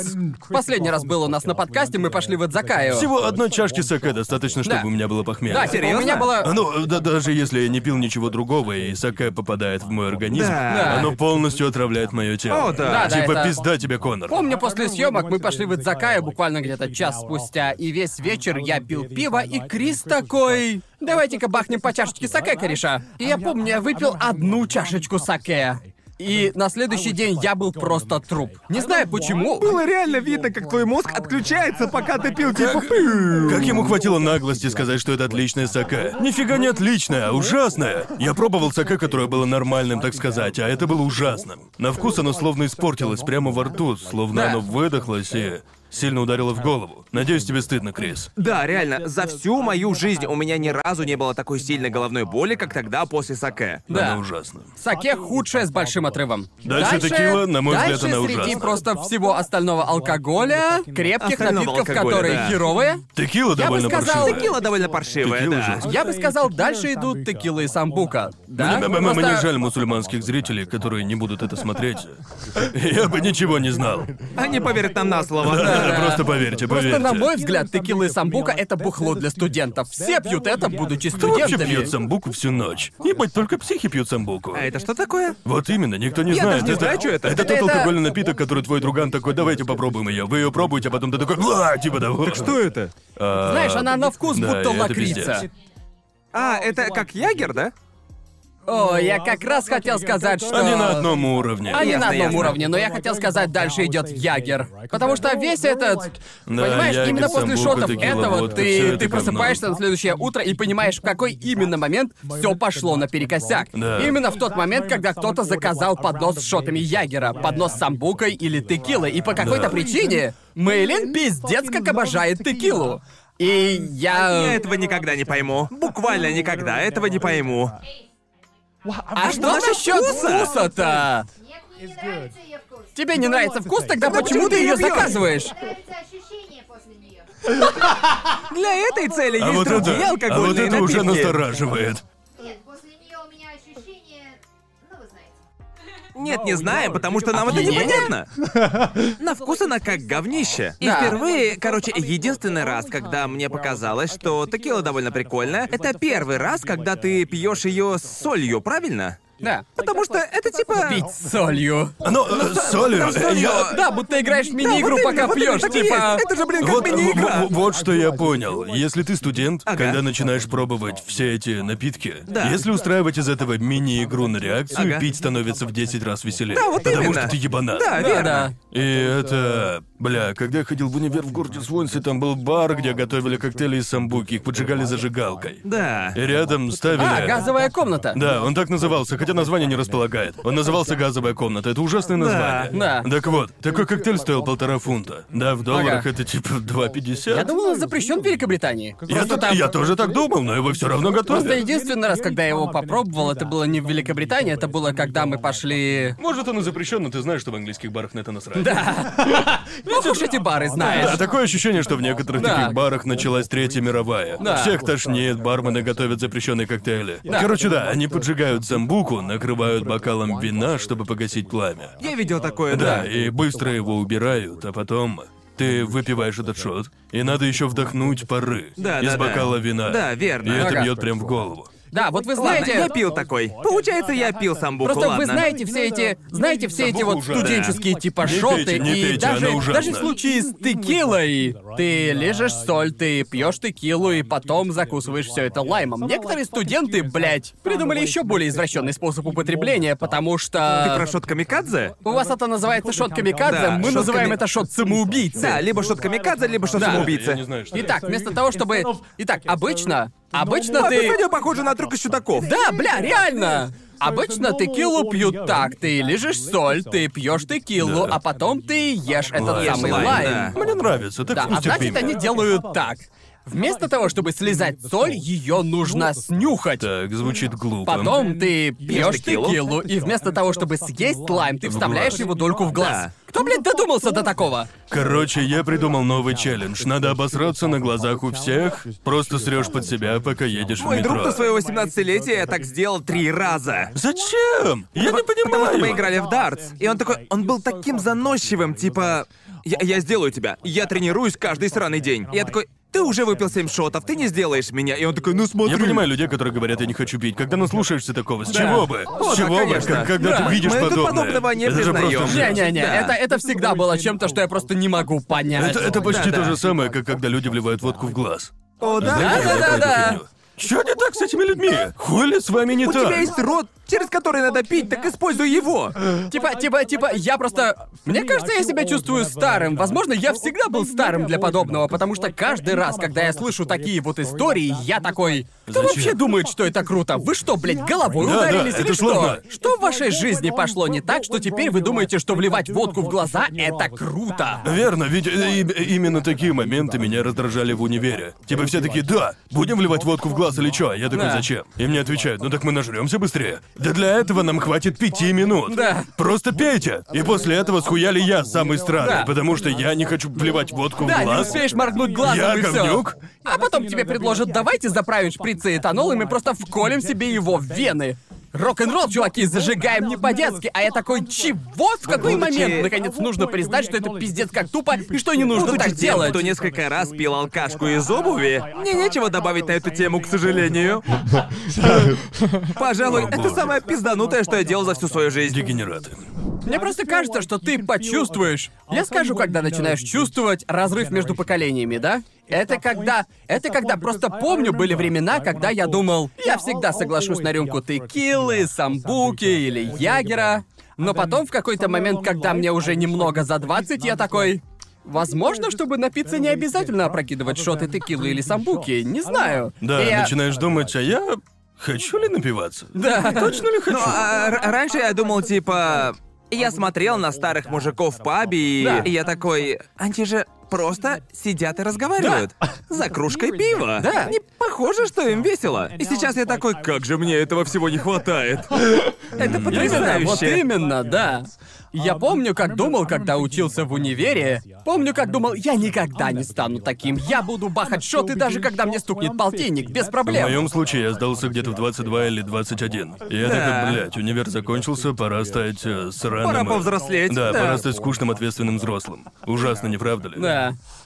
S3: Последний раз был у нас на подкасте, мы пошли в Эдзакаю.
S1: Всего одной чашки саке достаточно, чтобы
S3: Да.
S1: у меня было похмелье.
S3: Да, типа,
S2: серьёзно?
S3: У меня было...
S1: А Ну, да, даже если я не пил ничего другого, и саке попадает в мой организм,
S2: Да.
S1: оно полностью отравляет мое тело.
S2: О, да. Да,
S3: да,
S1: Типа
S3: это-
S1: пизда тебе, Конор.
S3: Помню, после съемок мы пошли в Эдзакаю буквально где-то час спустя, и весь вечер я пил пиво, и Крис такой... Давайте-ка бахнем по чашечке саке, кореша. И я помню, я выпил одну чашечку саке. И на следующий день я был просто труп. Не знаю почему.
S2: Было реально видно, как твой мозг отключается, пока ты пил, типа...
S1: Как ему хватило наглости сказать, что это отличное саке? Нифига не отличное, а ужасное. Я пробовал саке, которое было нормальным, так сказать, а это было ужасным. На вкус оно словно испортилось прямо во рту, словно
S3: Да.
S1: оно выдохлось и сильно ударило в голову. Надеюсь, тебе стыдно, Крис.
S2: Да, реально, за всю мою жизнь у меня ни разу не было такой сильной головной боли, как тогда после саке.
S3: Да.
S1: Оно ужасно.
S3: Саке худшее с большим отрывом.
S1: Дальше текила, на мой
S3: дальше
S1: взгляд, она
S3: среди
S1: ужасна.
S3: просто всего остального алкоголя, крепких
S2: Остального
S3: напитков,
S2: алкоголя,
S3: которые
S2: да.
S3: херовые.
S1: Текила
S3: бы
S1: довольно
S3: сказал,
S1: паршивая.
S2: Текила довольно паршивая,
S1: Текила
S2: да.
S1: ужасно.
S3: Я бы сказал, дальше идут текила и самбука. Да?
S1: Мне, мне- мне
S3: А? Просто-
S1: жаль мусульманских зрителей, которые не будут это смотреть. Я бы ничего не знал.
S2: Они поверят нам на слово.
S1: Да, просто поверьте, поверьте.
S3: Просто, на мой взгляд, текила и самбука — это бухло для студентов. Все пьют это, будучи
S1: Кто вообще пьет
S3: студентами.
S1: самбуку всю ночь? Ебать, только психи пьют самбуку.
S2: А это что такое?
S1: Вот именно, никто не
S2: Я
S1: знает.
S2: даже не знаю, что это.
S1: Это тот
S3: Это-
S1: алкогольный напиток, который твой друган такой, давайте попробуем ее. Вы ее пробуете, а потом ты такой, «Бла», типа того. Так
S2: Что это?
S3: Знаешь, она на вкус
S1: да,
S3: будто
S1: и это
S3: лакрица.
S1: пиздец.
S2: А, это как ягер, да?
S3: О, я как раз хотел сказать, что...
S1: Они на одном уровне.
S3: Они
S2: Ясно,
S3: на одном
S2: ясно.
S3: уровне, но я хотел сказать, дальше идет Ягер. Потому что весь этот.
S1: Да,
S3: понимаешь,
S1: Ягер,
S3: именно после
S1: самбука,
S3: шотов
S1: текила,
S3: этого
S1: водка, всё
S3: ты,
S1: это говно.
S3: ты
S1: А
S3: просыпаешься на следующее утро и понимаешь, в какой именно момент все пошло наперекосяк.
S1: Да.
S3: Именно в тот момент, когда кто-то заказал поднос с шотами Ягера, поднос с самбукой или текилой, и по какой-то причине Мейлин пиздец как обожает текилу. И
S2: Я
S3: А я...
S2: этого никогда не пойму. Буквально никогда этого не пойму.
S3: А что насчет вкуса-то?
S4: Нет, мне не нравится ее вкус.
S3: Тебе не нравится вкус, тогда почему
S2: почему
S3: ты
S2: ты
S3: ее
S2: её пьёшь?
S3: заказываешь?
S4: Нравится ощущение после нее.
S2: Для этой цели
S1: А
S2: есть
S1: вот
S2: другие
S1: это, а вот
S2: алкогольные
S1: это уже
S2: напитки.
S1: настораживает.
S4: Нет, после нее у меня ощущение, ну вы знаете.
S2: Нет, не знаем, потому что нам это
S3: Опьянение?
S2: непонятно. На вкус она как говнище. И
S3: Да.
S2: впервые, короче, единственный раз, когда мне показалось, что текила довольно прикольная, это первый раз, когда ты пьешь ее с солью, правильно?
S3: Да.
S2: Потому что это типа...
S3: Пить с солью.
S1: Ну, э, с солью. я-
S3: Да, будто играешь в мини-игру,
S2: вот
S3: пока
S2: именно, вот именно
S3: пьешь,
S2: так и
S3: типа.
S2: есть. Это же, блин, как
S1: Вот,
S2: мини-игра.
S1: в- в- вот что я понял. Если ты студент,
S2: Ага.
S1: когда начинаешь пробовать все эти напитки,
S2: Да.
S1: если устраивать из этого мини-игру на реакцию,
S2: Ага.
S1: пить становится в 10 раз веселее.
S2: Да, вот
S1: потому
S2: именно.
S1: что ты ебанат.
S2: Да,
S3: Да,
S2: верно.
S3: да.
S1: И это... Бля, когда я ходил в универ в городе Свонси, там был бар, где готовили коктейли из самбуки, их поджигали зажигалкой.
S2: Да.
S1: И рядом ставили...
S3: А, газовая комната.
S1: Да, он так назывался, хотя название не располагает. Он назывался «Газовая комната». Это ужасное название.
S3: Да.
S1: Так вот, такой коктейль стоил полтора фунта. Да, в долларах
S3: Ага.
S1: это типа 2,50.
S3: Я думал, он запрещен в Великобритании.
S1: Я,
S3: Просто
S1: т-
S3: там-
S1: я тоже так думал, но его все равно готовят.
S3: Просто единственный раз, когда я его попробовал, это было не в Великобритании, это было когда мы пошли...
S1: Может, оно запрещен, но ты знаешь, что в английских барах на это насрать.
S3: Ну, слушай, эти бары,
S1: Да,
S3: знаешь.
S1: такое ощущение, что в некоторых
S3: Да.
S1: таких барах началась Третья мировая.
S3: Да.
S1: Всех тошнит, бармены готовят запрещенные коктейли. Короче, да, они поджигают самбуку, накрывают бокалом вина, чтобы погасить пламя.
S2: Я видел такое,
S1: Да,
S2: да.
S1: и быстро его убирают, а потом ты выпиваешь этот шот, и надо еще вдохнуть пары
S2: Да,
S1: из
S2: да, да.
S1: бокала вина.
S2: Да, верно.
S1: И это
S3: Ага.
S1: бьет прям в голову.
S3: Да, вот вы
S2: Ладно,
S3: знаете...
S2: я пил такой. Получается, я пил самбуку,
S3: Просто
S2: ладно.
S3: вы знаете все эти, знаете все эти вот
S1: Самбука ужасная.
S3: студенческие типа
S1: Не
S3: шоты
S1: пейте, не
S3: и
S1: пейте,
S3: даже
S1: она ужасна.
S3: даже в случае с текилой ты лежишь соль, ты пьешь текилу и потом закусываешь все это лаймом. Некоторые студенты, блядь, придумали еще более извращенный способ употребления, потому что
S2: Ты про шот камикадзе?
S3: у вас это называется шот камикадзе,
S2: Да,
S3: мы
S2: шот
S3: называем
S2: ками-
S3: это шот самоубийцы.
S2: Да, либо шот камикадзе, либо шот
S3: Да.
S1: Я
S2: самоубийца.
S1: не знаю, что это.
S3: Итак, вместо того, чтобы. Итак, обычно. Обычно
S2: Ладно,
S3: ты.
S2: видео похоже на трюк из чудаков.
S3: Да, бля, реально! Обычно текилу пьют так, ты лежишь соль, ты пьешь текилу,
S1: Да.
S3: а потом ты ешь этот
S1: Лайм,
S3: самый
S2: лайм,
S3: лайм.
S2: да.
S1: Мне нравится, так
S3: Да, а значит,
S1: нестерпимо.
S3: они делают так. Вместо того, чтобы слизать соль, ее нужно снюхать.
S1: Так, звучит глупо.
S3: Потом ты пьешь
S2: текилу.
S3: текилу, и вместо того, чтобы съесть лайм, ты вставляешь
S1: глаз.
S3: его дольку в глаз.
S2: Да.
S3: Кто, блядь, додумался до такого?
S1: Короче, я придумал новый челлендж. Надо обосраться на глазах у всех. Просто срешь под себя, пока едешь в
S2: Мой друг
S1: метро.
S2: до своего 18-летия так сделал три раза.
S1: Зачем? Я не
S2: Потому что мы
S1: понимаю.
S2: играли в дартс. И он такой, он был таким заносчивым, типа... Я, я сделаю тебя. Я тренируюсь каждый сраный день. Я такой, ты уже выпил семь шотов, ты не сделаешь меня. И он такой, ну смотри.
S1: Я понимаю людей, которые говорят, я не хочу пить. Когда наслушаешься такого, с чего бы?
S2: О, да,
S1: с чего бы?
S2: конечно.
S1: Как- когда
S2: Да.
S1: ты видишь
S2: Мы тут
S1: подобное?
S2: подобного не
S1: это же
S2: признаем.
S1: просто жесть.
S3: Не-не-не,
S2: Да.
S3: это, это всегда было чем-то, что я просто не могу понять.
S1: Это, это почти
S2: Да,
S1: то
S2: да.
S1: же самое, как когда люди вливают водку в глаз.
S2: О, да?
S1: Знаете,
S3: да,
S1: вот
S3: да,
S1: эту
S3: да.
S1: фигню? Чё не так с этими людьми? Хули с вами не
S2: У
S1: так?
S2: тебя есть рот, через который надо пить, так используй его.
S3: Типа, типа, типа, я просто... Мне кажется, я себя чувствую старым. Возможно, я всегда был старым для подобного, потому что каждый раз, когда я слышу такие вот истории, я такой... Кто
S1: Зачем?
S3: вообще думает, что это круто? Вы что, блядь, головой
S1: Да, да,
S3: ударились
S1: это
S3: или что?
S1: сложно.
S3: Что в вашей жизни пошло не так, что теперь вы думаете, что вливать водку в глаза — это круто?
S1: Верно, ведь э, и- именно такие моменты меня раздражали в универе. Типа все такие, да, будем вливать водку в глаз или чё? Я такой,
S3: Да.
S1: зачем? И мне отвечают, ну так мы нажремся быстрее. Да для этого нам хватит пяти минут.
S3: Да.
S1: Просто пейте. И после этого схуяли я самый странный,
S3: Да.
S1: потому что я не хочу вливать водку
S3: Да,
S1: в
S3: не
S1: глаз.
S3: успеешь моргнуть глазом
S1: Я
S3: и всё.
S1: говнюк?
S3: А потом тебе предложат, давайте заправим шприцы этанол, и мы просто вколем себе его в вены. Рок-н-ролл, чуваки, зажигаем не по-детски, а я такой, чего? В какой
S2: Будучи-
S3: момент, наконец, нужно признать, что это пиздец как тупо, и что не
S1: Ну,
S3: нужно
S2: Будучи
S3: так
S2: тем,
S3: делать?
S2: кто несколько раз пил алкашку из обуви, мне нечего добавить на эту тему, к сожалению. Пожалуй, это самое пизданутое, что я делал за всю свою жизнь.
S1: Дегенераты.
S3: Мне просто кажется, что ты почувствуешь. Я скажу, когда начинаешь чувствовать разрыв между поколениями, да? Это когда... Это когда... Просто помню, были времена, когда я думал, я всегда соглашусь на рюмку текилы, самбуки или ягера. Но потом в какой-то момент, когда мне уже немного за 20, я такой... Возможно, чтобы напиться, не обязательно опрокидывать шоты текилы или самбуки, не знаю.
S1: Да,
S3: И я-
S1: начинаешь думать, а я хочу ли напиваться?
S3: Да.
S1: Точно ли хочу?
S2: Ну, а р- раньше я думал, типа... Я смотрел на старых мужиков в пабе, и,
S3: Да.
S2: и я такой... Они же просто сидят и разговаривают. За кружкой пива.
S3: Да.
S2: Не похоже, что им весело. И сейчас я такой, как же мне этого всего не хватает. Это
S3: Именно, вот
S2: потрясающе.
S3: именно, да. Я помню, как думал, когда учился в универе. Помню, как думал, я никогда не стану таким. Я буду бахать шоты, даже когда мне стукнет полтинник, без
S1: В
S3: проблем.
S1: моем случае я сдался где-то в 22 или 21. И я такой, блядь, универ закончился, пора стать э, сраным...
S2: Пора
S1: э,
S2: повзрослеть,
S1: Да,
S2: да.
S1: пора стать скучным ответственным взрослым. Ужасно, не правда ли?
S3: Да.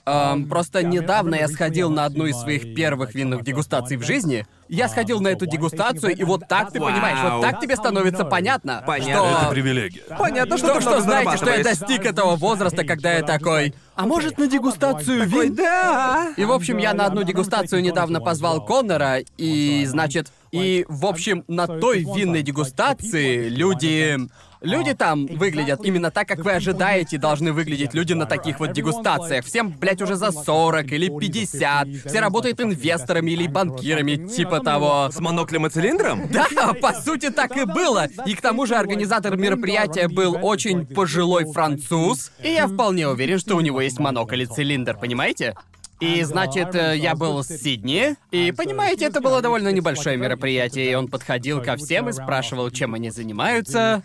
S3: Эм, просто недавно я сходил на одну из своих первых винных дегустаций в жизни. Я сходил на эту дегустацию, и вот так ты
S2: Вау.
S3: понимаешь, вот так тебе становится понятно.
S2: Понятно.
S3: что-
S1: Это привилегия.
S2: Понятно, что
S3: что,
S2: ты
S3: что
S2: много
S3: знаете, что я
S2: зарабатываешь.
S3: достиг этого возраста, когда я такой. А может на дегустацию
S2: Ой,
S3: вин?
S2: да.
S3: И, в общем, я на одну дегустацию недавно позвал Коннора, и, значит, и, в общем, на той винной дегустации люди... Люди там выглядят именно так, как вы ожидаете, должны выглядеть люди на таких вот дегустациях. Всем, блядь, уже за 40 или 50. Все работают инвесторами или банкирами, типа того.
S2: С моноклем и цилиндром?
S3: Да, по сути, так и было. И к тому же организатор мероприятия был очень пожилой француз, и я вполне уверен, что у него есть монокль и цилиндр, понимаете? И, значит, э, я был в Сидни, и, понимаете, это было довольно небольшое мероприятие, и он подходил ко всем и спрашивал, чем они занимаются.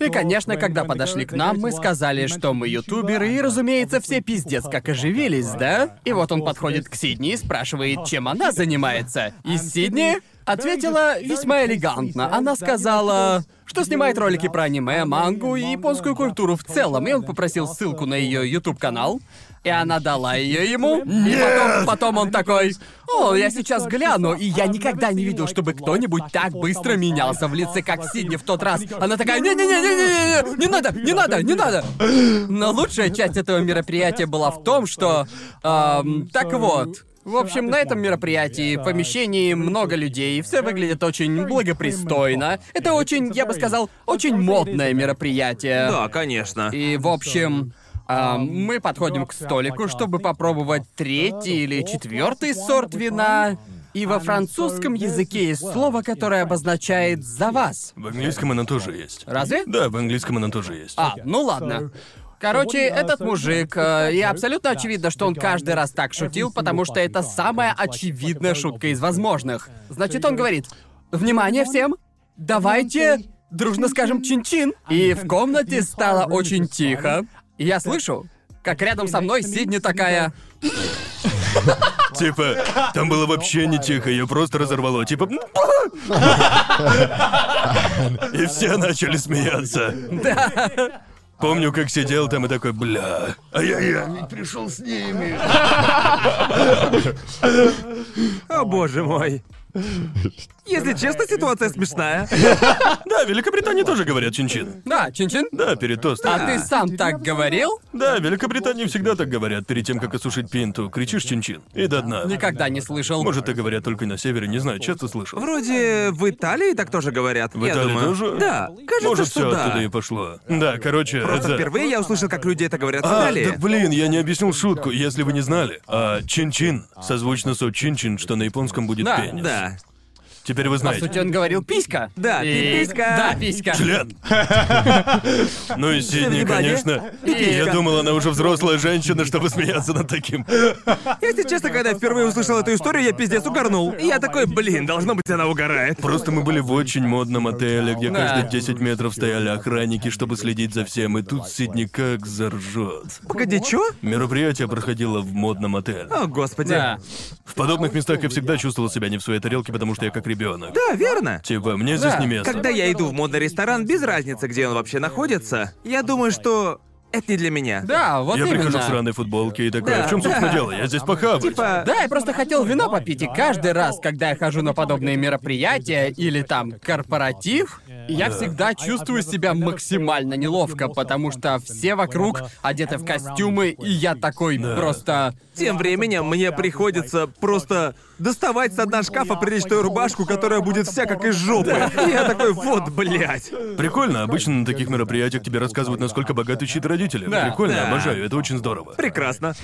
S3: И, конечно, когда подошли к нам, мы сказали, что мы ютуберы, и, разумеется, все пиздец как оживились, да? И вот он подходит к Сидни и спрашивает, чем она занимается. И Сидни Ответила весьма элегантно. Она сказала, что снимает ролики про аниме, мангу и японскую культуру в целом. И он попросил ссылку на ее YouTube-канал. И она дала ее ему. И потом, потом он такой, о, я сейчас гляну. И я никогда не видел, чтобы кто-нибудь так быстро менялся в лице, как Сидни в тот раз. Она такая, не-не-не-не-не-не, не надо, не надо, не надо. Но лучшая часть этого мероприятия была в том, что... эм, так вот, в общем, на этом мероприятии в помещении много людей, все выглядит очень благопристойно. Это очень, я бы сказал, очень модное мероприятие.
S2: Да, конечно.
S3: И, в общем, а, мы подходим к столику, чтобы попробовать третий или четвертый сорт вина. И во французском языке есть слово, которое обозначает «за вас».
S1: В английском она тоже есть.
S3: Разве?
S1: Да, в английском она тоже есть.
S3: А, ну ладно. Короче, этот мужик, э, и абсолютно очевидно, что он каждый раз так шутил, потому что это самая очевидная шутка из возможных. Значит, он говорит, внимание всем, давайте дружно скажем чин-чин. И в комнате стало очень тихо. И я слышу, как рядом со мной Сидни такая...
S1: Типа, там было вообще не тихо, ее просто разорвало. Типа... а!» И все начали смеяться. Да. Помню, как сидел там и такой, бля, а я, я ведь пришел с ними.
S2: О боже мой. Если честно, ситуация смешная.
S1: Да, в Великобритании тоже говорят чин-чин.
S3: Да, чин-чин?
S1: Да, перед тостом.
S3: А ты сам так говорил?
S1: Да, в Великобритании всегда так говорят. Перед тем, как осушить пинту, кричишь чин-чин. И до дна.
S3: Никогда не слышал.
S1: Может, так говорят только на севере, не знаю, часто слышал.
S2: Вроде в Италии так тоже говорят.
S1: В
S2: я
S1: Италии
S2: думаю.
S1: тоже?
S2: Да, кажется,
S1: Может,
S2: что
S1: все
S2: да.
S1: оттуда и пошло. Да, короче,
S2: Просто
S1: это-
S2: впервые я услышал, как люди это говорят в
S1: А,
S2: Италии.
S1: так блин, я не объяснил шутку, если вы не знали. А, чин-чин, созвучно со чин-чин, что на японском будет
S3: Да,
S1: пенис.
S2: Да. А
S1: Теперь вы
S3: По
S1: знаете.
S3: сути, он говорил «писька».
S2: Да,
S3: И-
S2: писька.
S3: Да, писька.
S1: Член. Ну и Сидни,
S2: Внимание.
S1: конечно.
S2: Пиписька.
S1: Я думал, она уже взрослая женщина, чтобы смеяться над таким.
S2: Если честно, когда я впервые услышал эту историю, я пиздец угорнул. И я такой, блин, должно быть, она угорает.
S1: Просто мы были в очень модном отеле, где
S3: Да.
S1: каждые 10 метров стояли охранники, чтобы следить за всем, и тут Сидни как заржет.
S2: Погоди, чё?
S1: Мероприятие проходило в модном отеле.
S2: О, господи.
S3: Да.
S1: В подобных местах я всегда чувствовал себя не в своей тарелке, потому что я как ребенок.
S2: Да, верно.
S1: Типа, мне здесь
S3: Да.
S1: не место.
S2: Когда я иду в модный ресторан, без разницы, где он вообще находится, я думаю, что это не для меня.
S3: Да, вот
S1: я
S3: именно.
S1: прихожу в сраной футболке и такой,
S2: Да.
S1: а в чем, собственно, дело? Я здесь похавать.
S2: Типа,
S3: Да, я просто хотел вина попить, и каждый раз, когда я хожу на подобные мероприятия или там корпоратив, я всегда чувствую себя максимально неловко, потому что все вокруг одеты в костюмы, и я такой просто...
S2: Тем временем мне приходится просто доставать с дна шкафа приличную рубашку, которая будет вся как из жопы. И я такой, вот, блядь.
S1: Прикольно, обычно на таких мероприятиях тебе рассказывают, насколько богаты чьи-то родители.
S3: Да.
S1: Прикольно,
S2: Да.
S1: обожаю, это очень здорово.
S2: Прекрасно.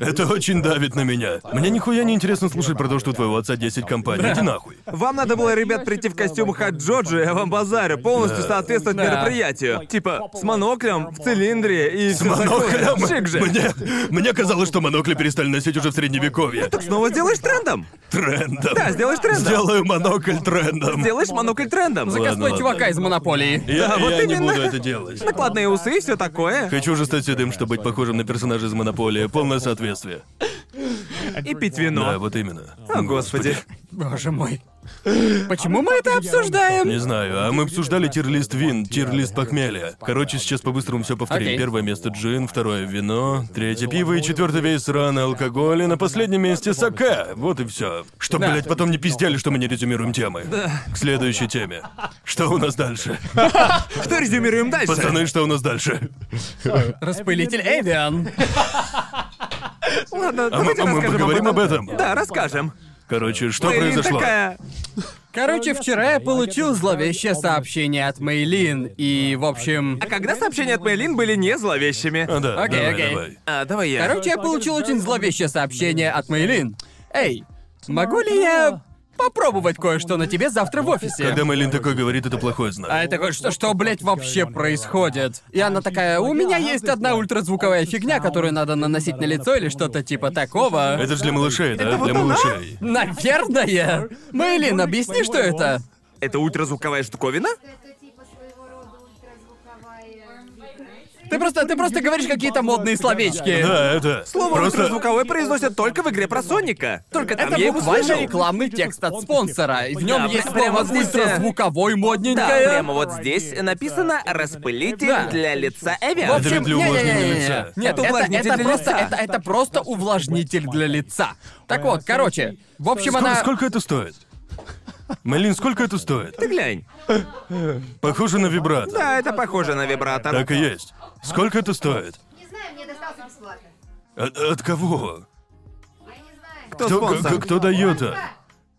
S1: Это очень давит на меня. Мне нихуя не интересно слушать про то, что у твоего отца 10 компаний. Иди нахуй.
S2: Вам надо было, ребят, прийти в костюмах от Джорджи, а вам базарю полностью соответствовать
S3: Да.
S2: мероприятию. Типа, с моноклем, в цилиндре и с
S1: Моноклем.
S2: Шик же.
S1: Мне, мне казалось, что монокли перестали носить уже в средневековье.
S2: Снова сделаешь трендом.
S1: Трендом.
S2: Да, сделаешь трендом.
S1: Сделаю монокль трендом.
S2: Сделаешь монокль трендом.
S1: Ладно,
S3: Косплей
S1: ладно.
S3: чувака из Монополии.
S1: Я,
S2: Да, вот
S1: я не
S2: именно. Ну,
S1: буду это делать.
S2: Накладные усы и все такое.
S1: Хочу же стать седым, чтобы быть похожим на персонажа из Монополия. Полное соответствие.
S2: И пить
S1: Да,
S2: вино.
S1: вот именно.
S2: О, господи.
S3: Боже мой. Почему мы это обсуждаем?
S1: Не знаю, а мы обсуждали тир-лист вин, тир-лист похмелья. Короче, сейчас по-быстрому все повторим.
S3: Окей.
S1: Первое место джин, второе вино, третье пиво и четвертый весь сраный алкоголь, и на последнем месте саке. Вот и все. Чтоб,
S3: Да.
S1: блядь, потом не пиздели, что мы не резюмируем темы. К следующей теме. Что у нас дальше?
S2: Что резюмируем дальше?
S1: Пацаны, что у нас дальше?
S3: Распылитель Эвиан.
S1: А
S2: Ладно,
S1: мы,
S2: давайте
S1: а мы
S2: расскажем
S1: поговорим об этом.
S2: Да, расскажем.
S1: Короче, что
S2: Мэйлин
S1: произошло?
S2: такая...
S3: Короче, вчера я получил зловещее сообщение от Мейлин, и, в общем...
S2: А когда сообщения от Мэйлин были не зловещими?
S1: А, да,
S3: Окей,
S1: давай,
S3: окей.
S1: давай.
S2: А, давай я.
S3: Короче, я получил очень зловещее сообщение от Мейлин. Эй, могу ли я попробовать кое-что на тебе завтра в офисе?
S1: Когда Мэйлин такой говорит, это плохой знак.
S3: А я такой, что, что, блядь, вообще происходит? И она такая, у меня есть одна ультразвуковая фигня, которую надо наносить на лицо или что-то типа
S2: А
S3: такого.
S1: Это же для малышей, да? для малышей.
S3: Наверное. Мэйлин, объясни, что это.
S2: Это ультразвуковая штуковина?
S4: Это типа своего рода ультразвуковая вибрация.
S3: Ты просто, ты просто говоришь какие-то модные словечки.
S1: Да, это...
S2: Э, Слово
S1: просто...
S2: «ультразвуковой» произносят только в игре про Соника. Только там
S3: Это
S2: я его
S3: буквально
S2: слышал.
S3: рекламный текст от спонсора. И в нем
S2: Да,
S3: есть
S2: прямо
S3: слово
S2: здесь, э,
S3: ультразвуковой
S2: Да,
S3: модненькое.
S2: прямо вот здесь написано «Распылитель
S3: Да.
S2: для лица
S3: В
S2: Эвиан».
S1: Это
S3: общем,
S1: ведь для
S3: не-не-не-не-не.
S1: увлажнения лица.
S3: Нет,
S2: Это
S3: это,
S2: увлажнитель
S3: это
S2: для
S3: просто,
S2: лица.
S3: это, это просто увлажнитель для лица. Так вот, короче, в общем,
S1: Сколько,
S3: она...
S1: сколько это стоит? Мэлин, сколько это стоит?
S2: Ты глянь.
S1: Похоже на вибрат.
S2: Да, это похоже на вибратор.
S1: Так и есть. Сколько это стоит?
S4: Не знаю, мне достался бесплатно.
S1: От, от кого?
S4: А я не знаю.
S2: Кто
S1: Кто,
S2: спонсор?
S1: к- кто дает? а?
S4: Да,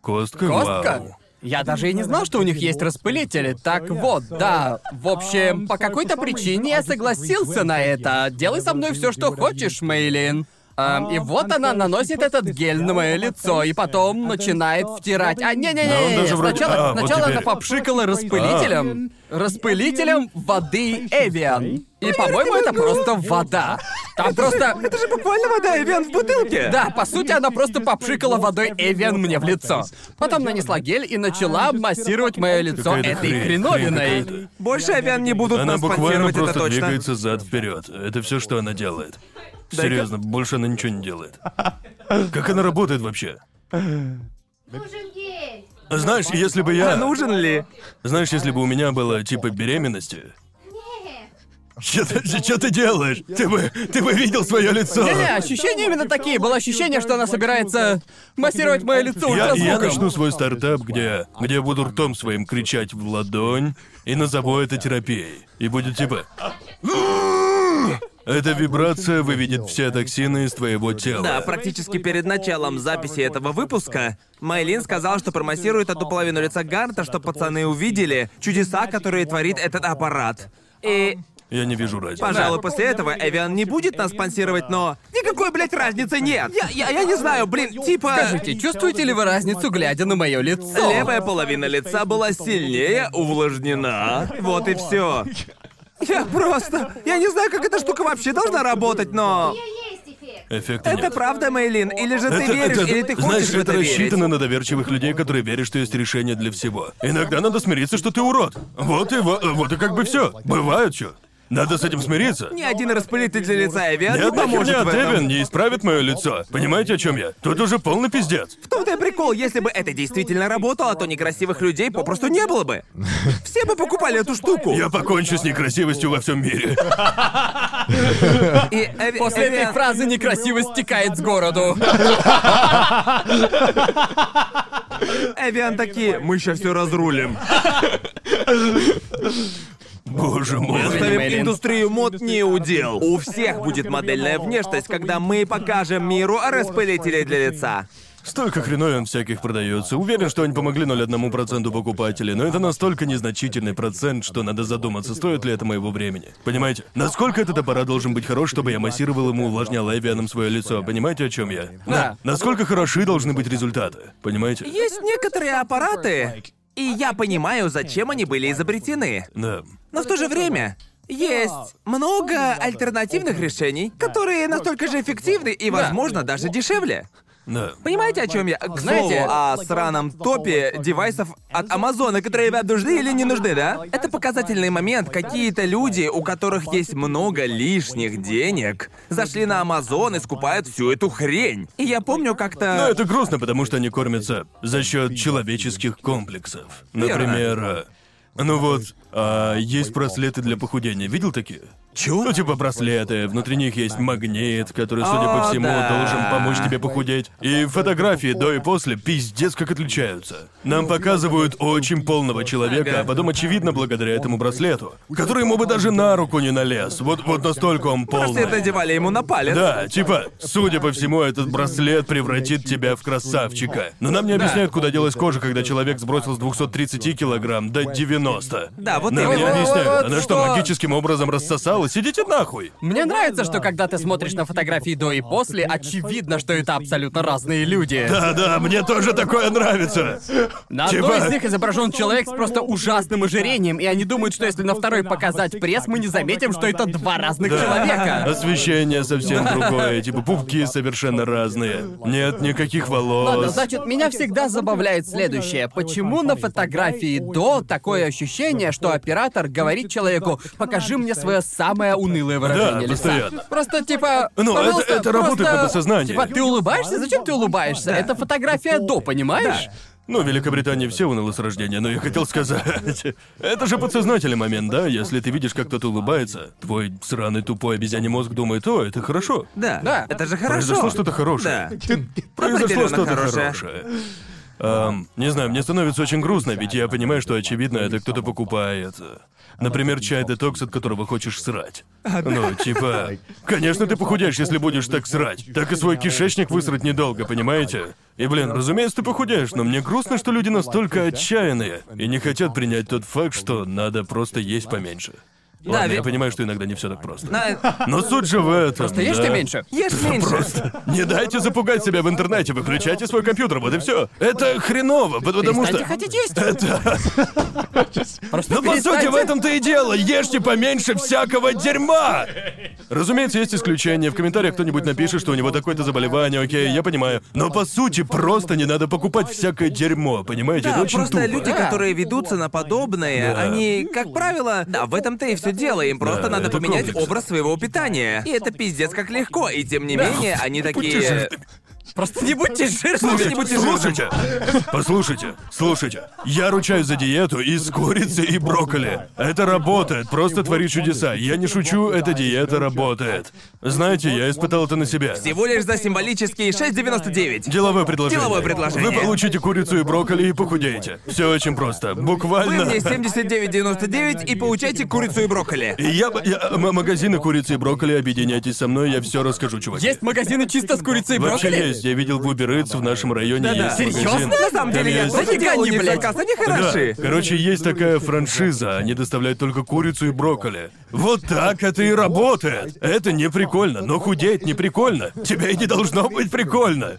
S1: Костка? Вау.
S3: Костка? Я даже и не знал, что у них есть распылители. Так вот, да. В общем, по какой-то причине я согласился на это. Делай со мной все, что хочешь, Мейлин. Эм, и вот она наносит этот гель на мое лицо, и потом начинает втирать. А,
S1: Да он
S3: не-не-не,
S1: даже вроде-
S3: сначала,
S1: А, вот
S3: сначала она
S1: теперь.
S3: попшикала распылителем.
S2: А.
S3: Распылителем воды Эвиан. И, по-моему, это просто вода. Там просто...
S2: Это же буквально вода Эвиан в бутылке.
S3: Да, по сути, она просто попшикала водой Эвиан мне в лицо. Потом нанесла гель и
S1: А,
S3: начала массировать мое лицо
S1: Какая-то
S3: этой
S1: хрень, хрень
S3: хреновиной.
S1: какая-то.
S2: Больше Эвиан не будут
S1: Она
S2: нас
S1: буквально
S2: спонсировать, это
S1: просто
S2: точно.
S1: двигается зад вперед. Это все, что она делает. Серьезно, больше она ничего не делает. Как она работает вообще?
S4: нужен гель.
S1: Знаешь, если бы я.
S2: А нужен ли?
S1: Знаешь, если бы у меня было типа беременности.
S4: Нет.
S1: Че ты, чё ты делаешь? Ты бы, ты бы видел свое лицо.
S3: Не-не, ощущения именно такие. Было ощущение, что она собирается массировать мое лицо
S1: Я, я
S3: ультразвуком.
S1: начну свой стартап, где, где я буду ртом своим кричать в ладонь и назову это терапией. И будет типа... Эта вибрация выведет все токсины из твоего тела.
S2: Да, практически перед началом записи этого выпуска Майлин сказал, что промассирует одну половину лица Гарнта, чтобы пацаны увидели чудеса, которые творит этот аппарат. И,
S1: Я не вижу разницы.
S2: пожалуй, после этого Эвиан не будет нас спонсировать, но никакой, блядь, разницы нет. Я, я, я не знаю, блин, типа...
S3: Скажите, чувствуете ли вы разницу, глядя на мое лицо?
S2: Левая половина лица была сильнее увлажнена. Вот и все. Я просто... Я не знаю, как эта штука вообще должна работать, но...
S4: У нее есть эффект.
S1: Эффекта
S2: Это
S1: нет.
S2: правда, Мейлин? Или же ты
S1: Это-
S2: веришь,
S1: это-
S2: или ты хочешь
S1: знаешь,
S2: в это,
S1: это рассчитано
S2: верить?
S1: на доверчивых людей, которые верят, что есть решение для всего. Иногда надо смириться, что ты урод. Вот и во- вот и как бы все. Бывает что. Надо с этим смириться.
S2: Ни один распылитель для лица Эвиан
S1: Ни
S2: не
S1: одна
S2: поможет
S1: херня
S2: в
S1: от
S2: этом.
S1: Эвен не исправит мое лицо. Понимаете, о чем я? Тут уже полный пиздец.
S2: В том-то и прикол, если бы это действительно работало, то некрасивых людей попросту не было бы. Все бы покупали эту штуку.
S1: Я покончу с некрасивостью во всем мире.
S2: И Эви-
S3: После этой
S2: Эвиан-
S3: фразы некрасивость стекает с городу.
S2: Эвиан такие, мы сейчас все разрулим.
S1: Боже мой.
S2: Оставим
S3: Мэрин.
S2: индустрию мод не удел. У всех будет модельная внешность, когда мы покажем миру распылители для лица.
S1: Столько хреновин всяких продается. Уверен, что они помогли 0,1% покупателей, но это настолько незначительный процент, что надо задуматься, стоит ли это моего времени. Понимаете? Насколько этот аппарат должен быть хорош, чтобы я массировал ему, увлажнял Эвианом свое лицо? Понимаете, о чем я?
S3: Да.
S1: Насколько хороши должны быть результаты? Понимаете?
S2: Есть некоторые аппараты, и я понимаю, зачем они были изобретены.
S1: Да.
S2: Но в то же время есть много альтернативных решений, которые настолько же эффективны и, возможно, даже дешевле.
S1: Да.
S2: Понимаете, о чем я? К
S3: Знаете-
S2: слову, о сраном топе девайсов от Амазона, которые вам нужны или не нужны, да? Это показательный момент. Какие-то люди, у которых есть много лишних денег, зашли на Амазон и скупают всю эту хрень. И я помню
S1: Но
S2: как-то...
S1: Ну, это грустно, потому что они кормятся за счет человеческих комплексов.
S2: Верно.
S1: Например, э, ну вот, а, есть браслеты для похудения. Видел такие? Чего? Ну, типа браслеты, внутри них есть магнит, который, судя
S2: О,
S1: по всему,
S2: да.
S1: должен помочь тебе похудеть. И фотографии до и после пиздец как отличаются. Нам показывают очень полного человека,
S2: Ага.
S1: а потом, очевидно, благодаря этому браслету, который ему бы даже на руку не налез. Вот, вот настолько он полный.
S2: Просто это надевали ему на палец.
S1: Да, типа, судя по всему, этот браслет превратит тебя в красавчика. Но нам не объясняют, куда делась кожа, когда человек сбросил с 230 килограмм до 90.
S2: Да, вот
S1: Нам не
S2: именно.
S1: объясняют.
S3: Вот
S1: Она что,
S3: что?
S1: магическим образом рассосалась? Идите нахуй!
S3: Мне нравится, что когда ты смотришь на фотографии до и после, очевидно, что это абсолютно разные люди.
S1: Да-да, мне тоже такое нравится.
S3: На
S1: Типа-
S3: одной из них изображен человек с просто ужасным ожирением, и они думают, что если на второй показать пресс, мы не заметим, что это два разных
S1: Да.
S3: человека.
S1: Освещение совсем другое, типа пупки совершенно разные. Нет никаких волос.
S3: Ладно, значит, меня всегда забавляет следующее. Почему на фотографии до такое ощущение, что оператор говорит человеку, покажи мне свое самое унылое выражение
S1: Да,
S3: лица.
S1: постоянно.
S3: Просто типа.
S1: Ну, это-
S3: пожалуйста,
S1: это работает
S3: просто,
S1: на подсознание.
S3: Типа, ты улыбаешься? Зачем ты улыбаешься? Это фотография до, понимаешь?
S1: Ну, в Великобритании все уныло с рождения, но я хотел сказать. Это же подсознательный момент, да? Если ты видишь, как кто-то улыбается, твой сраный тупой обезьяний мозг думает, о, это хорошо.
S2: Да.
S3: Да.
S2: Это же хорошо.
S1: Произошло что-то хорошее.
S2: Да.
S1: Произошло
S2: Определенно
S1: что-то
S2: хорошее.
S1: хорошее. Эм, не знаю, мне становится очень грустно, ведь я понимаю, что очевидно, это кто-то покупает. э, Например, чай детокс, от которого хочешь срать.
S2: А,
S1: Ну, типа, конечно, ты похудеешь, если будешь так срать. Так и свой кишечник высрать недолго, понимаете? И, блин, разумеется, ты похудеешь, но мне грустно, что люди настолько отчаянные и не хотят принять тот факт, что надо просто есть поменьше. Ладно, я
S2: ведь-
S1: понимаю, что иногда не все так просто.
S2: На-
S1: Но суть же в этом.
S3: Просто ешь ты
S1: да.
S3: меньше.
S2: Ешь меньше.
S1: Просто не дайте запугать себя в интернете, выключайте свой компьютер, вот и все. Это хреново, пот- потому что...
S3: Перестаньте хотеть есть. Просто
S1: Ну, по сути,
S3: перестаньте.
S1: в этом-то и дело. Ешьте поменьше всякого дерьма! Разумеется, есть исключения. В комментариях кто-нибудь напишет, что у него такое-то заболевание, окей, я понимаю. Но, по сути, просто не надо покупать всякое дерьмо, понимаете?
S2: Да,
S1: Это очень
S2: просто
S1: тупо.
S2: люди,
S3: Да.
S2: которые ведутся на подобное,
S1: Да.
S2: они, как правило, да, в этом-то и все дело. Им просто
S1: Да,
S2: надо
S1: это
S2: поменять
S1: комплекс.
S2: образ своего питания. И это пиздец как легко. И тем не менее, они такие.
S1: жирными.
S3: Просто не будьте жирными.
S2: Слушай,
S1: Слушайте,
S2: не будьте
S1: слушайте, послушайте, слушайте. Я ручаюсь за диету из курицы и брокколи. Это работает, просто творит чудеса. Я не шучу, эта диета работает. Знаете, я испытал это на себе.
S2: Всего лишь за символические 6,99.
S1: Деловое предложение.
S2: Деловое предложение.
S1: Вы получите курицу и брокколи и похудеете. Все очень просто.
S2: Вы
S1: Буквально.
S2: мне 79,99 и получайте курицу и брокколи.
S1: И Я, б- я- м- магазины курицы и брокколи, объединяйтесь со мной, я все расскажу, чуваки.
S3: Есть магазины чисто с курицей и
S1: Вообще
S3: брокколи?
S1: есть, я видел в Uber Eats в нашем районе
S2: Да-да.
S1: есть
S3: Серьёзно?
S1: магазин.
S2: На
S1: Там
S2: самом деле, я
S1: есть-
S2: тоже
S3: Зафига
S2: делал
S3: они,
S2: не
S3: блядь.
S2: заказ, они
S1: Да.
S2: хороши.
S1: Короче, есть такая франшиза. Они доставляют только курицу и брокколи. Вот так это и работает. Это не прикольно, но худеть не прикольно. Тебе и не должно быть прикольно.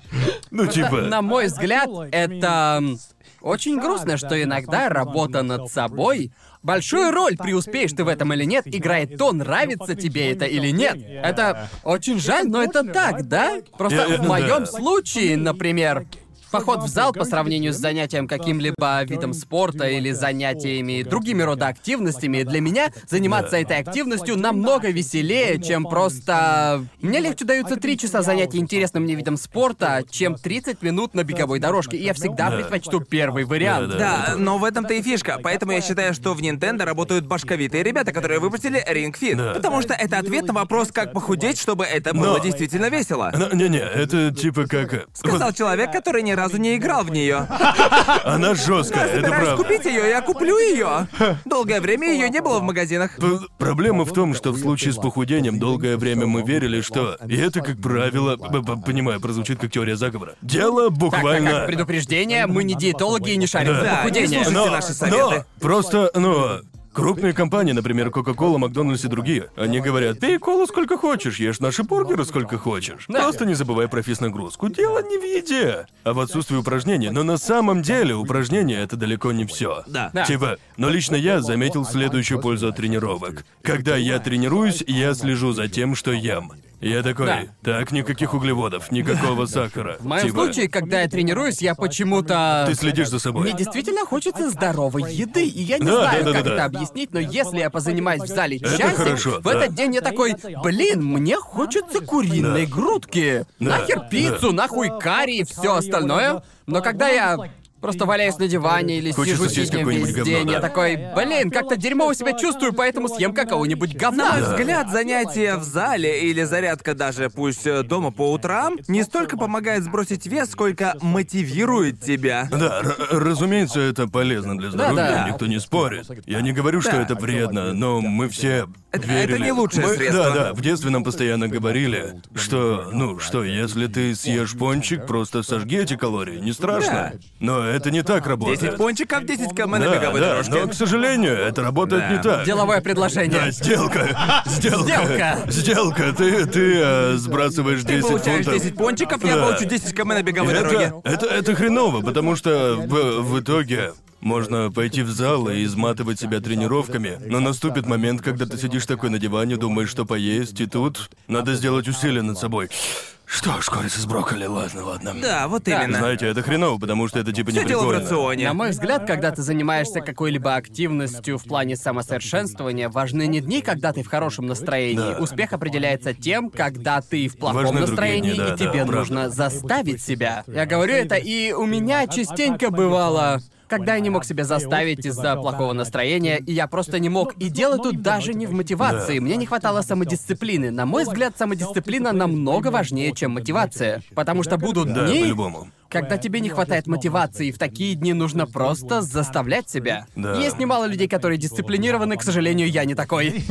S1: Ну,
S3: На
S1: типа...
S3: мой взгляд, это м, очень грустно, что иногда работа над собой большую роль, преуспеешь ты в этом или нет, играет то, нравится тебе это или нет. Это очень жаль, но это так, да? Просто
S1: Э, э,
S3: в моем
S1: да.
S3: случае, например, Поход в зал по сравнению с занятием каким-либо видом спорта или занятиями другими рода активностями, для меня заниматься этой активностью намного веселее, чем просто... Мне легче даются три часа занятий интересным мне видом спорта, чем 30 минут на беговой дорожке, и я всегда предпочту первый вариант.
S1: Да,
S2: Да, но в этом-то и фишка. Поэтому я считаю, что в Nintendo работают башковитые ребята, которые выпустили Ring Fit.
S1: Да.
S2: Потому что это ответ на вопрос, как похудеть, чтобы это
S1: Но-
S2: было действительно весело.
S1: Ну, Не-не, это типа как... э,
S2: Сказал человек, который ни разу не играл в нее.
S1: вот Она жесткая, это
S2: Собираюсь
S1: правда.
S2: купить ее, я куплю ее. Долгое время ее не было в магазинах.
S1: П- Проблема в том, что в случае с похудением долгое время мы верили, что... И это, как правило, б- б- понимаю, прозвучит как теория заговора. Дело
S3: Так, так,
S1: буквально...
S3: как предупреждение, мы не диетологи и не шарим
S1: Да.
S3: за
S2: Да,
S3: похудение.
S2: не слушайте
S1: но,
S2: наши советы.
S1: но просто, ну, крупные компании, например, Coca-Cola, Макдональдс и другие, они говорят, пей колу сколько хочешь, ешь наши бургеры сколько хочешь. Просто не забывай про физнагрузку. Дело не в еде, а в отсутствии упражнений. Но на самом деле упражнения — это далеко не все.
S2: Да.
S3: Да.
S1: Типа, но лично я заметил следующую пользу от тренировок. Когда я тренируюсь, я слежу за тем, что ем. Я такой,
S3: Да.
S1: так, никаких углеводов, никакого сахара. Типа,
S3: В моем случае, когда я тренируюсь, я почему-то...
S1: Ты следишь за собой.
S3: Мне действительно хочется здоровой еды, и я не
S1: Да,
S3: знаю,
S1: да, да,
S3: как
S1: да,
S3: это
S1: да.
S3: объяснить, но если я позанимаюсь в зале
S1: Это
S3: часик,
S1: хорошо,
S3: в
S1: да.
S3: этот день я такой, блин, мне хочется куриной грудки, нахер пиццу, нахуй карри и все остальное. Но когда я просто валяюсь на диване или
S1: Хочется
S3: сижу
S1: съесть
S3: сидя
S1: какое-нибудь
S3: весь
S1: говно,
S3: день, я
S1: да.
S3: такой, блин, как-то дерьмово себя чувствую, поэтому съем какого-нибудь
S2: На
S3: говна.
S2: мой взгляд, занятия в зале или зарядка даже, пусть э, дома по утрам, не столько помогает сбросить вес, сколько мотивирует тебя.
S1: Да, р- разумеется, это полезно для здоровья,
S3: да.
S1: никто не спорит. Я не говорю, что
S2: Да.
S1: это вредно, но мы все
S2: Это- это
S1: верили.
S2: не лучшее
S1: Мы-
S2: средство.
S1: Да, да, в детстве нам постоянно говорили, что, ну, что, если ты съешь пончик, просто сожги эти калории, не страшно.
S2: Да.
S1: Но это не так работает.
S2: 10 пончиков, 10 км на
S1: да,
S2: беговой
S1: да,
S2: дорожке.
S1: но, к сожалению, это работает
S2: Да.
S1: не так.
S3: Деловое предложение.
S1: Да, сделка, сделка,
S3: Сделка.
S1: сделка. Ты, ты э, сбрасываешь
S2: Ты
S1: 10
S2: получаешь
S1: фунтов.
S2: 10 пончиков, я
S1: Да.
S2: получу 10 км на беговой дороге.
S1: Это, это, это хреново, потому что в, в итоге можно пойти в зал и изматывать себя тренировками, но наступит момент, когда ты сидишь такой на диване, думаешь, что поесть, и тут надо сделать усилие над собой. Что ж, курица с брокколи, ладно, ладно.
S2: Да, вот
S3: Да.
S2: именно.
S1: Знаете, это хреново, потому что это типа не
S2: Все дело в
S1: прикольно.
S2: рационе.
S3: На мой взгляд, когда ты занимаешься какой-либо активностью в плане самосовершенствования, важны не дни, когда ты в хорошем настроении.
S1: Да.
S3: Успех определяется тем, когда ты в плохом
S1: Важны другие
S3: настроении,
S1: дни, да,
S3: и
S1: да,
S3: тебе
S1: правда.
S3: нужно заставить себя. Я говорю это, и у меня частенько бывало когда я не мог себя заставить из-за плохого настроения, и я просто не мог. И дело тут даже не в мотивации.
S5: Да.
S3: Мне не хватало самодисциплины. На мой взгляд, самодисциплина намного важнее, чем мотивация. Потому что будут
S1: Да,
S3: дни,
S1: по-любому.
S3: когда тебе не хватает мотивации, в такие дни нужно просто заставлять себя.
S1: Да.
S3: Есть немало людей, которые дисциплинированы, к сожалению, я не такой.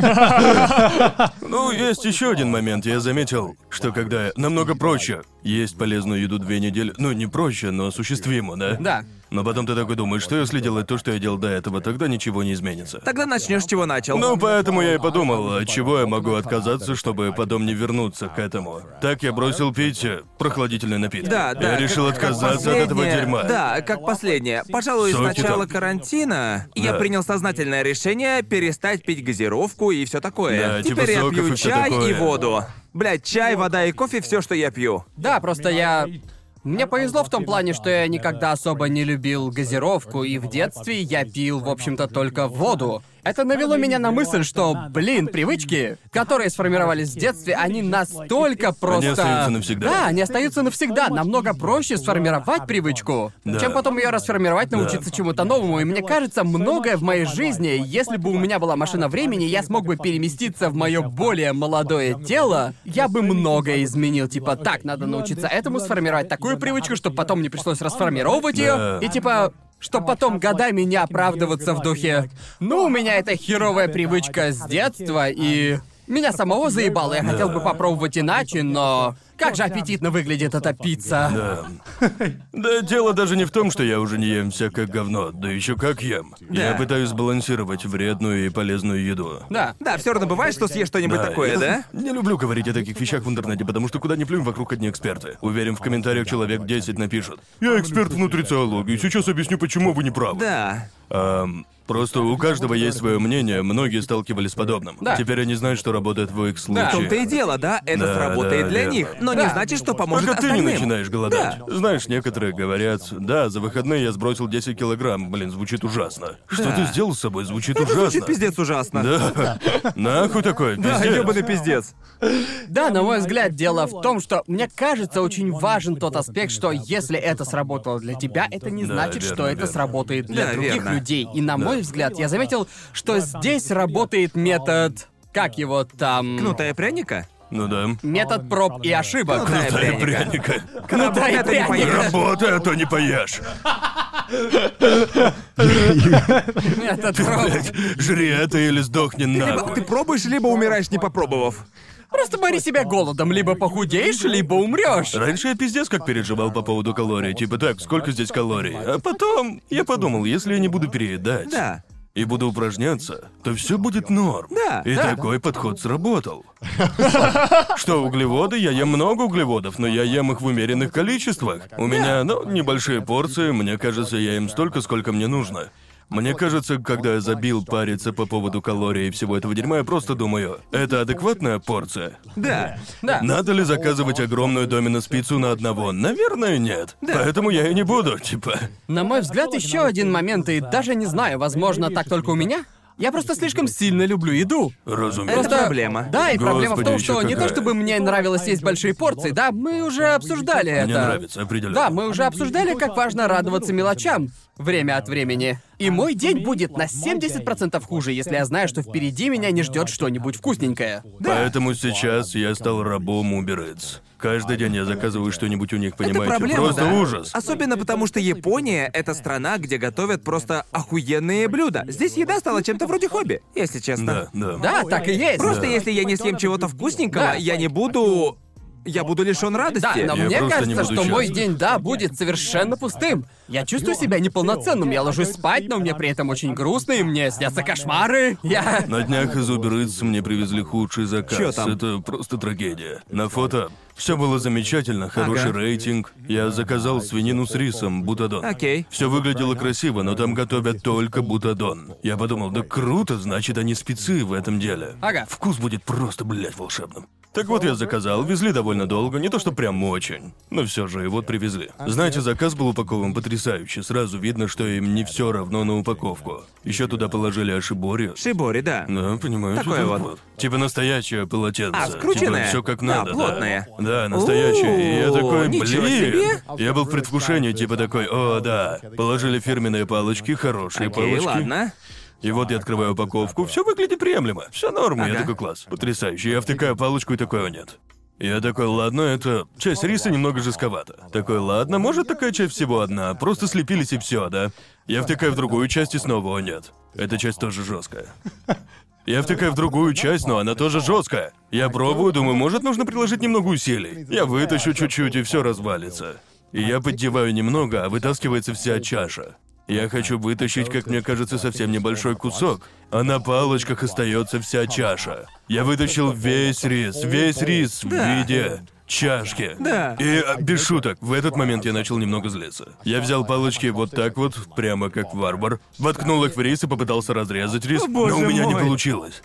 S1: Ну, есть еще один момент. Я заметил, что когда намного проще есть полезную еду две недели. Ну, не проще, но осуществимо, да?
S3: Да.
S1: Но потом ты такой думаешь, что если делать то, что я делал до этого, тогда ничего не изменится.
S2: Тогда начнешь, с чего начал.
S1: Ну, поэтому я и подумал, от чего я могу отказаться, чтобы потом не вернуться к этому. Так я бросил пить э, прохладительный напиток.
S2: Да, да.
S1: Я решил
S2: как- как
S1: отказаться от этого
S2: последнее-
S1: дерьма.
S2: Да, как последнее. Пожалуй, с
S1: Соки
S2: начала
S1: там.
S2: карантина я
S1: Да.
S2: принял сознательное решение перестать пить газировку и все такое.
S1: Да, типа
S2: Теперь я
S1: соков
S2: пью
S1: и всё
S2: чай и
S1: такое.
S2: воду. Блять, чай, вода и кофе все, что я пью.
S3: Да, просто я... Мне повезло в том плане, что я никогда особо не любил газировку, и в детстве я пил, в общем-то, только воду. Это навело меня на мысль, что, блин, привычки, которые сформировались в детстве, они настолько просто...
S1: остаются навсегда.
S3: Да, они остаются навсегда. Намного проще сформировать привычку,
S5: Да.
S3: чем потом ее расформировать, научиться чему-то новому. И мне кажется, многое в моей жизни, если бы у меня была машина времени, я смог бы переместиться в мое более молодое тело, я бы многое изменил. Типа, так, надо научиться этому, сформировать такую привычку, чтобы потом не пришлось расформировать ее.
S1: Да.
S3: И типа, что потом годами не оправдываться в духе. Ну, у меня эта херовая привычка с детства, и... Меня самого заебало, я хотел бы попробовать иначе, но... Как же аппетитно выглядит эта пицца.
S1: Да. Да, дело даже не в том, что я уже не ем всякое говно, да еще как ем. Я
S2: Да.
S1: пытаюсь сбалансировать вредную и полезную еду.
S3: Да.
S2: Да, все равно бывает, что съешь что-нибудь такое,
S1: А, я
S2: да?
S1: Не люблю говорить о таких вещах в интернете, потому что куда ни плюнь, вокруг одни эксперты. Уверен, в комментариях человек 10 напишет. Я эксперт в нутрициологии, сейчас объясню, почему вы не правы.
S2: Да.
S1: Эм, просто у каждого есть свое мнение, многие сталкивались с подобным.
S3: Да.
S1: Теперь они знают, что работает в их
S2: В
S1: случае.
S2: том-то и дело, да? Это
S1: Да,
S2: сработает
S1: да,
S2: для
S1: верно.
S2: них. Но не
S3: Да.
S2: значит, что поможет
S1: Пока ты не
S2: остальным.
S1: начинаешь голодать. Знаешь, некоторые говорят, да, за выходные я сбросил 10 килограмм. Блин, звучит ужасно. Что ты сделал с собой? Звучит
S2: Это
S1: ужасно.
S2: звучит пиздец ужасно.
S1: Да. Нахуй такое,
S2: Да,
S1: пиздец.
S2: ёбаный пиздец.
S3: Да, на мой взгляд, дело в том, что мне кажется очень важен тот аспект, что если это сработало для тебя, это не
S1: Да,
S3: значит,
S1: верно,
S3: что это
S1: верно.
S3: сработает для
S2: Да,
S3: других
S2: верно.
S3: людей. И на мой взгляд, я заметил, что здесь работает метод. Как его там?
S2: Кнутая пряника?
S1: Ну да.
S3: Метод проб и ошибок.
S2: Кнутая
S1: Дай
S2: пряника.
S1: пряника.
S3: Кнута и
S2: Работает, а не
S3: пряника.
S2: поешь.
S1: Работай, а то не поешь.
S3: Метод проб.
S1: Блядь, жри это или сдохни
S2: Либо ты
S1: нахуй.
S2: пробуешь, либо умираешь, не попробовав.
S3: Просто бори себя голодом, либо похудеешь, либо умрешь.
S1: Раньше я пиздец как переживал по поводу калорий. Типа так, сколько здесь калорий? А потом я подумал, если я не буду переедать
S2: Да.
S1: и буду упражняться, то все будет норм.
S2: Да,
S1: И
S2: да.
S1: такой подход сработал. Что углеводы? Я ем много углеводов, но я ем их в умеренных количествах. У меня, ну, небольшие порции, мне кажется, я ем столько, сколько мне нужно. Мне кажется, когда я забил париться по поводу калорий и всего этого дерьма, я просто думаю, это адекватная порция?
S2: Да.
S3: Да.
S1: Надо ли заказывать огромную доминос пиццу на одного? Наверное, нет. Поэтому я и не буду, типа.
S3: На мой взгляд, еще один момент, и даже не знаю, возможно, так только у меня. Я просто слишком сильно люблю еду.
S1: Разумеется.
S2: Это проблема.
S3: Да, и
S1: Господи,
S3: проблема в том,
S1: ещё
S3: что не то
S1: какая.
S3: чтобы мне нравилось есть большие порции, да, мы уже обсуждали это.
S1: Мне нравится, определенно.
S3: Да, мы уже обсуждали, как важно радоваться мелочам время от времени. И мой день будет на 70% хуже, если я знаю, что впереди меня не ждет что-нибудь вкусненькое.
S1: Поэтому сейчас я стал рабом Uber Eats. Каждый день я заказываю что-нибудь у них, понимаете?
S2: Это проблема,
S1: Просто
S2: да. А
S1: ужас.
S2: Особенно потому, что Япония — это страна, где готовят просто охуенные блюда. Здесь еда стала чем-то вроде хобби, если
S1: Да,
S2: честно.
S1: да.
S3: Да, так и есть.
S2: Просто
S1: Да.
S2: если я не съем чего-то вкусненького,
S3: Да.
S2: я не буду... Я буду лишён радости.
S3: Да, А, но
S1: Я
S3: мне
S1: просто не
S3: кажется,
S1: буду
S3: что мой
S1: счастлив.
S3: день, да, будет совершенно пустым. Я чувствую себя неполноценным, я ложусь спать, но мне при этом очень грустно, и мне снятся кошмары. Я...
S1: На днях из Uber Eats мне привезли худший заказ.
S2: Чё там?
S1: Это просто трагедия. На фото все было замечательно, хороший рейтинг. Я заказал свинину с рисом, бутадон.
S2: Окей.
S1: Все выглядело красиво, но там готовят только бутадон. Я подумал, да круто, значит, они спецы в этом деле.
S3: Ага.
S1: Вкус будет просто, блядь, волшебным. Так вот я заказал, везли довольно долго, не то что прям очень, но все же, и вот привезли. Знаете, заказ был упакован потрясающе, сразу видно, что им не все равно на упаковку. Еще туда положили ашибори.
S2: Шибори, да.
S1: Да, понимаешь,
S2: Такое
S1: это
S2: вот.
S1: Типа настоящее полотенце.
S2: А, скрученное?
S1: все как
S2: Да,
S1: надо.
S2: плотное.
S1: Да, настоящее. И я
S2: О,
S1: такой, блин.
S2: ничего себе.
S1: Я был в предвкушении, типа такой, о, да. Положили фирменные палочки, хорошие
S2: Окей,
S1: палочки.
S2: ладно.
S1: И вот я открываю упаковку, все выглядит приемлемо, все норма, я
S2: Ага.
S1: такой класс, потрясающе. Я втыкаю палочку и такой, о нет. Я такой, ладно, это часть риса немного жестковата. Такой, ладно, может такая часть всего одна, просто слепились и все, да? Я втыкаю в другую часть и снова, о нет. Эта часть тоже жесткая. Я втыкаю в другую часть, но она тоже жесткая. Я пробую, думаю, может, нужно приложить немного усилий. Я вытащу чуть-чуть, и все развалится. И я поддеваю немного, а вытаскивается вся чаша. Я хочу вытащить, как мне кажется, совсем небольшой кусок, а на палочках остается вся чаша. Я вытащил весь рис, весь рис в
S2: Да.
S1: виде чашки.
S2: Да.
S1: И э, без шуток, в этот момент я начал немного злиться. Я взял палочки вот так вот, прямо как варвар, воткнул их в рис и попытался разрезать рис,
S2: О, боже
S1: но у меня не
S2: мой.
S1: получилось.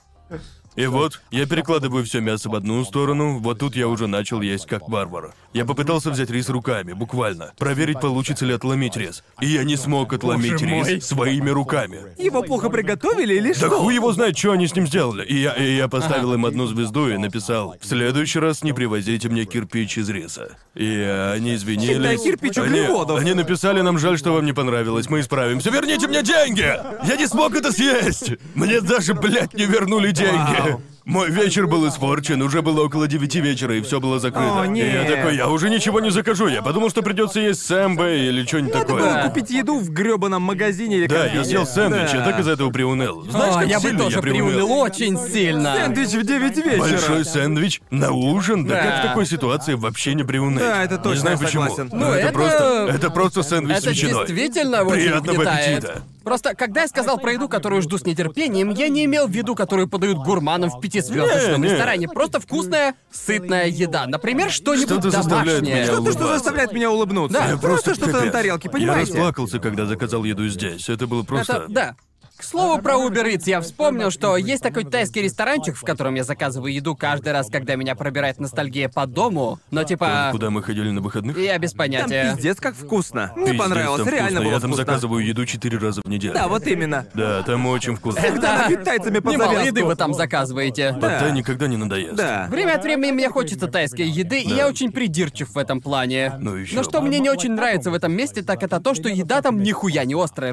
S1: И вот, я перекладываю все мясо в одну сторону, вот тут я уже начал есть как варвар. Я попытался взять рис руками, буквально, проверить, получится ли отломить рис. И я не смог отломить
S2: Боже
S1: рис
S2: мой.
S1: своими руками.
S2: Его плохо приготовили или
S1: Да
S2: что?
S1: хуй его знает, что они с ним сделали. И я, и я поставил им одну звезду и написал, в следующий раз не привозите мне кирпич из риса. И они
S2: Считай,
S1: извинились.
S2: кирпич
S1: они,
S2: углеводов.
S1: они написали нам, жаль, что вам не понравилось, мы исправимся. Верните мне деньги! Я не смог это съесть! Мне даже, блядь, не вернули деньги. Мой вечер был испорчен, уже было около девяти вечера, и все было закрыто.
S2: О,
S1: И я
S2: нет.
S1: такой, я уже ничего не закажу. Я подумал, что придется есть сэмбэ или что-нибудь
S2: Надо
S1: такое.
S2: было купить еду в грёбаном магазине или
S1: Да,
S2: как
S1: я съел сэндвич,
S2: Да.
S1: я так из-за этого приуныл. Знаешь,
S3: О,
S1: как
S3: я бы
S1: сильно
S3: тоже
S1: я
S3: приуныл очень сильно.
S2: Сэндвич в 9 вечера.
S1: Большой сэндвич на ужин? Да,
S2: Да.
S1: как в такой ситуации вообще не приуныть?
S2: Да, это точно,
S1: Не знаю
S2: я
S1: почему.
S2: согласен.
S1: Но
S2: Ну,
S1: это,
S3: это-
S1: просто... Это просто сэндвич с
S3: Это
S1: ветчиной.
S3: действительно очень
S1: Приятного
S3: угнетает.
S1: аппетита.
S3: Просто, когда я сказал про еду, которую жду с нетерпением, я не имел в виду, которую подают гурманам в пятизвездочном
S1: Не, не.
S3: ресторане. Просто вкусная, сытная еда. Например, что-нибудь
S1: Что-то заставляет
S3: домашнее.
S1: меня
S2: Что-то, что
S1: улыбаться.
S2: заставляет меня улыбнуться.
S3: Да.
S1: Я
S2: просто что-то на
S1: капец.
S2: тарелке,
S1: Я
S2: понимаете?
S1: расплакался, когда заказал еду здесь. Это было просто...
S3: Это, да. К слову про Uber Eats, я вспомнил, что есть такой тайский ресторанчик, в котором я заказываю еду каждый раз, когда меня пробирает ностальгия по дому. Но
S1: Там,
S3: типа,
S1: Куда мы ходили на выходных?
S3: я без
S2: Там
S3: понятия.
S2: пиздец как вкусно. Мне
S1: Пиздец,
S2: понравилось,
S1: там
S2: реально
S1: вкусно.
S2: было
S1: Я там
S2: вкусно.
S1: заказываю еду четыре раза в неделю.
S2: Да, вот именно.
S1: Да, там очень вкусно.
S2: Когда она китайцами по
S3: Немало
S2: завязку.
S3: еды вы там заказываете.
S2: Да.
S1: Да, никогда не надоест.
S2: Да.
S3: Время от времени мне хочется тайской еды, и я очень придирчив в этом плане.
S1: Ну ещё
S3: Но что
S1: бы.
S3: мне не очень нравится в этом месте, так это то, что еда там нихуя не острая,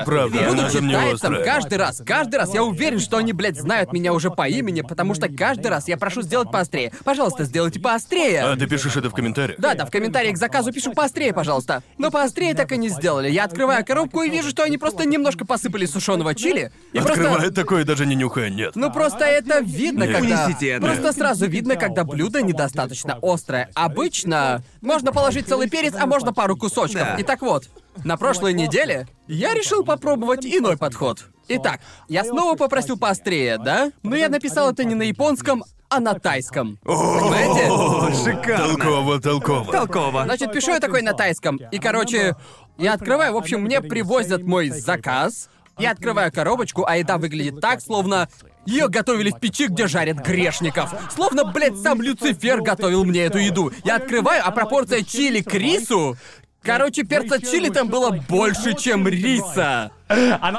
S1: Это правда, она
S3: Будучи
S1: там не
S3: тайцем,
S1: острая.
S3: каждый раз, каждый раз я уверен, что они, блядь, знают меня уже по имени, потому что каждый раз я прошу сделать поострее. Пожалуйста, сделайте поострее.
S1: А ты пишешь это в комментариях?
S3: Да, да, в комментариях к заказу пишу поострее, пожалуйста. Но поострее так и не сделали. Я открываю коробку и вижу, что они просто немножко посыпали сушеного чили. И
S1: Открывает
S3: просто...
S1: такое, даже не нюхая, нет.
S3: Ну просто это видно,
S1: Нет.
S3: когда...
S2: Унесите это.
S3: Просто сразу видно, когда блюдо недостаточно острое. Обычно можно положить целый перец, а можно пару кусочков.
S2: Да.
S3: И так вот, на прошлой неделе я решил попробовать иной подход. Итак, я снова попросил поострее, да? Но я написал это не на японском, а на тайском. Понимаете?
S2: Шикарно.
S1: Толково, толково.
S2: Толково.
S3: Значит, пишу я такой на тайском. И, короче, я открываю, в общем, мне привозят мой заказ. Я открываю коробочку, а еда выглядит так, словно ее готовили в печи, где жарят грешников. Словно, блядь, сам Люцифер готовил мне эту еду. Я открываю, а пропорция чили к рису... Короче, перца чили там было больше, чем риса.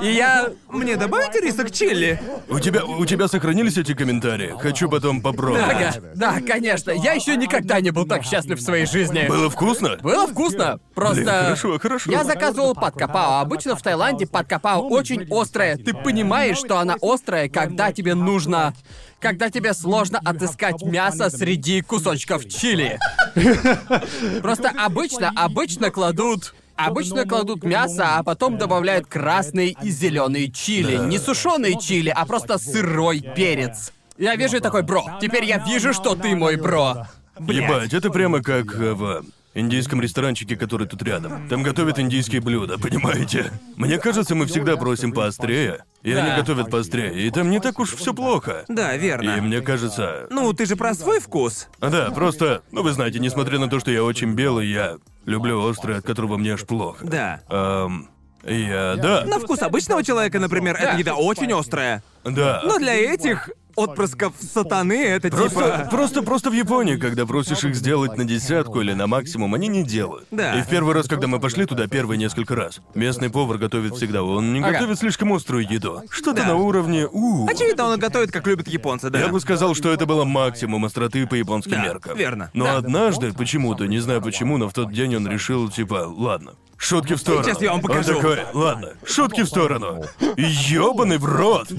S3: И я...
S2: Мне добавить риса к чили?
S1: У тебя, у тебя сохранились эти комментарии? Хочу потом попробовать.
S3: Ага, да, конечно. Я еще никогда не был так счастлив в своей жизни.
S1: Было вкусно?
S3: Было вкусно. Просто...
S1: Блин, хорошо, хорошо.
S3: Я закатывал под капао. Обычно в Таиланде под капао очень острая. Ты понимаешь, что она острая, когда тебе нужно... Когда тебе сложно отыскать мясо среди кусочков чили. Просто обычно, обычно кладут... Обычно кладут мясо, а потом добавляют красные и зеленые чили. Не сушеные чили, а просто сырой перец. Я вижу и такой, бро, теперь я вижу, что ты мой бро.
S1: Ебать, это прямо как э, в индийском ресторанчике, который тут рядом. Там готовят индийские блюда, понимаете? Мне кажется, мы всегда просим поострее, и
S3: Да.
S1: они готовят поострее, и там не так уж все плохо.
S2: Да,
S1: И
S2: верно.
S1: мне кажется...
S2: Ну, ты же про свой вкус.
S1: А, Да, просто, ну вы знаете, несмотря на то, что я очень белый, я люблю острое, от которого мне аж плохо.
S2: Да.
S1: Эм, я, да,
S2: На вкус обычного человека, например, эта еда очень острая.
S1: да.
S2: Но для этих отпрысков сатаны, это
S1: Просто,
S2: типа...
S1: просто, просто в Японии, когда просишь их сделать на десятку или на максимум, они не делают.
S2: Да.
S1: И в первый раз, когда мы пошли туда, первые несколько раз, местный повар готовит всегда, он не
S2: Ага.
S1: готовит слишком острую еду. Что-то
S2: Да. А
S1: на уровне у.
S2: Очевидно, он готовит, как любят японцы, да.
S1: Я бы сказал, что это было максимум остроты по японским
S2: Да,
S1: меркам.
S2: верно.
S1: Но
S2: Да.
S1: однажды, почему-то, не знаю почему, но в тот день он решил, типа, ладно, шутки в сторону.
S2: Сейчас я вам покажу.
S1: Он такой, ладно, шутки в сторону. Ёбаный в рот.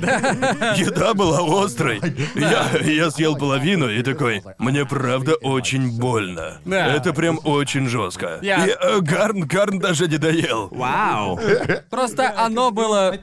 S1: Еда была острой. Я, я съел половину и такой, мне правда очень больно.
S3: Да.
S1: Это прям очень жестко.
S3: Я-
S1: И э, Гарн, Гарн даже не доел.
S2: Вау.
S3: Просто оно было...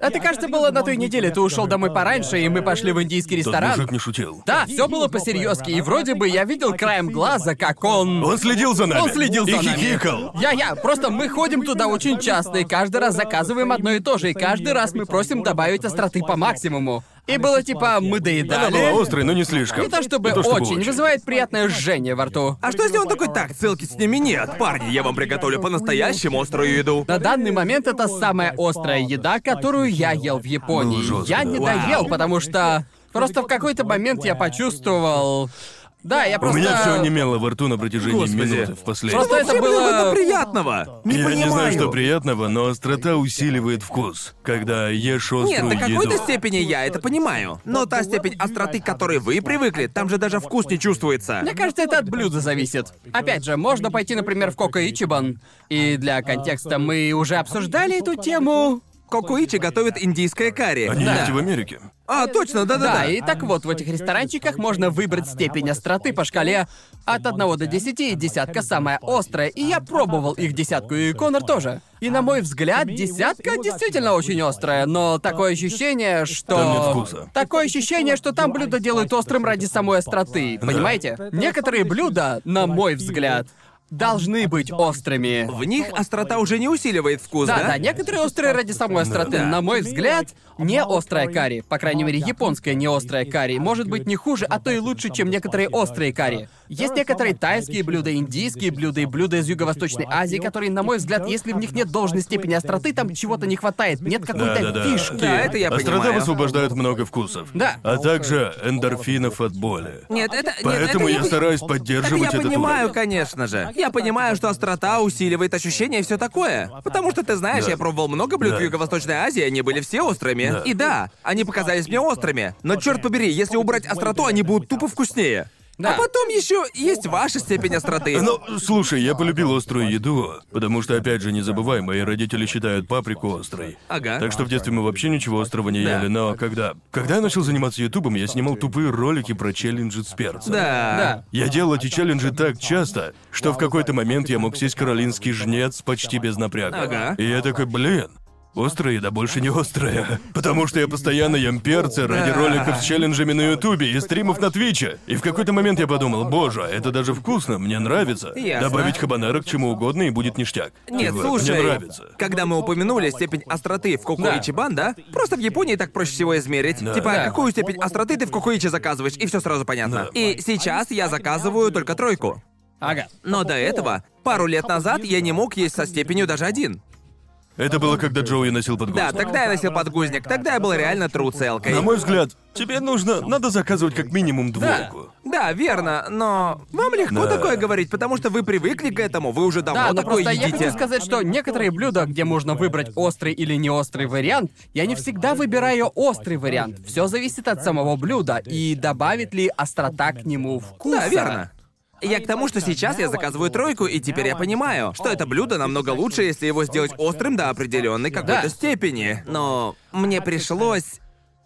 S3: Это, кажется, было на той неделе. Ты ушел домой пораньше, и мы пошли в индийский
S1: Тот
S3: ресторан.
S1: мужик не шутил.
S3: Да, все было по-серьезки, и вроде бы я видел краем глаза, как он...
S1: Он следил за нами.
S3: Он следил за
S1: и
S3: нами.
S1: хихикал.
S3: Я-я, просто мы ходим туда очень часто, и каждый раз заказываем одно и то же, и каждый раз мы просим добавить остроты по максимуму. И было типа,
S1: Она
S3: мы
S1: была
S3: доедали.
S1: острой, но не слишком.
S3: Не то чтобы
S1: Не то чтобы
S3: очень, вызывает приятное жжение во рту.
S2: А что если он такой, так, ссылки с ними нет? Парни, я вам приготовлю по-настоящему острую еду.
S3: На данный момент это самая острая еда, которую я ел в Японии.
S1: Ну, жёстко,
S3: я
S1: да.
S3: не
S2: Вау.
S3: доел, потому что просто в какой-то момент я почувствовал. Да, я
S1: У
S3: просто.
S1: меня все немело во рту на протяжении
S2: Господи.
S1: минуты в последней.
S3: Просто это
S2: Вообще, блин,
S3: было-
S2: это приятного. Не
S1: Я
S2: понимаю.
S1: не знаю, что приятного, но острота усиливает вкус, когда ешь
S2: Нет,
S1: острую
S2: до какой-то
S1: еду.
S2: степени я это понимаю. Но та степень остроты, к которой вы привыкли, там же даже вкус не чувствуется.
S3: Мне кажется, это от блюда зависит. Опять же, можно пойти, например, в Коко Ичибан. И для контекста мы уже обсуждали эту тему.
S2: Кокуичи готовят индийское карри.
S1: Они
S2: Да.
S1: есть в Америке.
S2: А, точно,
S3: Да,
S2: да-да-да.
S3: и так вот, в этих ресторанчиках можно выбрать степень остроты по шкале от 1 до 10, и десятка самая острая. И я пробовал их десятку, и Конор тоже. И на мой взгляд, десятка действительно очень острая, но такое ощущение, что...
S1: Там нет вкуса.
S3: Такое ощущение, что там блюдо делают острым ради самой остроты, понимаете? Некоторые блюда, на мой взгляд, должны быть острыми.
S2: В них острота уже не усиливает вкус,
S3: Да,
S2: да?
S3: да, некоторые острые ради самой остроты.
S2: Да.
S3: На мой взгляд, не острая карри, по крайней мере, японская не острая карри, может быть не хуже, а то и лучше, чем некоторые острые карри. Есть некоторые тайские блюда, индийские блюда и блюда из Юго-Восточной Азии, которые, на мой взгляд, если в них нет должной степени остроты, там чего-то не хватает, нет какой-то
S1: Да-да-да.
S3: фишки.
S2: Да, это я
S1: Острота
S2: понимаю.
S1: высвобождает много вкусов.
S3: Да.
S1: А также эндорфинов от боли.
S2: Нет, это... нет,
S1: Поэтому
S2: это
S1: я
S2: не-
S1: стараюсь
S2: Это
S1: поддерживать
S2: я
S1: этот
S2: понимаю,
S1: уровень.
S2: конечно же. Я понимаю, что острота усиливает ощущения и все такое. Потому что ты знаешь,
S1: Да.
S2: я пробовал много блюд
S1: Да.
S2: в Юго-Восточной Азии, они были все острыми.
S1: Да.
S2: И да, они показались мне острыми. Но черт побери, если убрать остроту, они будут тупо вкуснее.
S3: Да.
S2: А потом еще есть ваша степень остроты.
S1: Ну, слушай, я полюбил острую еду, потому что, опять же, не забывай, мои родители считают паприку острой.
S2: Ага.
S1: Так что в детстве мы вообще ничего острого не
S2: Да.
S1: ели, но когда... Когда я начал заниматься ютубом, я снимал тупые ролики про челленджи с перцем.
S2: Да.
S1: Я делал эти челленджи так часто, что в какой-то момент я мог сесть каролинский жнец почти без напряга.
S2: Ага.
S1: И я такой, блин, острая еда больше не острая. Потому что я постоянно ем перцы ради
S2: Да.
S1: роликов с челленджами на Ютубе и стримов на Твиче. И в какой-то момент я подумал, боже, это даже вкусно, мне нравится.
S2: Ясно.
S1: Добавить хабанера к чему угодно и будет ништяк.
S2: Нет,
S1: Типа,
S2: слушай.
S1: Мне нравится.
S2: Когда мы упомянули степень остроты в кокоичибан, да? Просто в Японии так проще всего измерить. Типа,
S3: Да.
S2: какую степень остроты ты в кокоичи заказываешь, и все сразу понятно.
S1: Да.
S2: И сейчас я заказываю только тройку.
S3: Ага.
S2: Но до этого, пару лет назад, я не мог есть со степенью даже один.
S1: Это было, когда Джоуи носил под
S2: Да,
S1: глаз.
S2: тогда я носил подгузник, тогда я был реально true целкой.
S1: На мой взгляд, тебе нужно... Надо заказывать как минимум двойку.
S2: Да, верно, но вам легко
S1: Да.
S2: такое говорить, потому что вы привыкли к этому, вы уже давно
S3: Да, но
S2: такое
S3: просто я
S2: едите.
S3: хочу сказать, что некоторые блюда, где можно выбрать острый или не острый вариант, я не всегда выбираю острый вариант. Все зависит от самого блюда и добавит ли острота к нему вкуса.
S2: Да, верно. Я к тому, что сейчас я заказываю тройку, и теперь я понимаю, что это блюдо намного лучше, если его сделать острым до определенной какой-то
S3: Да.
S2: степени. Но мне пришлось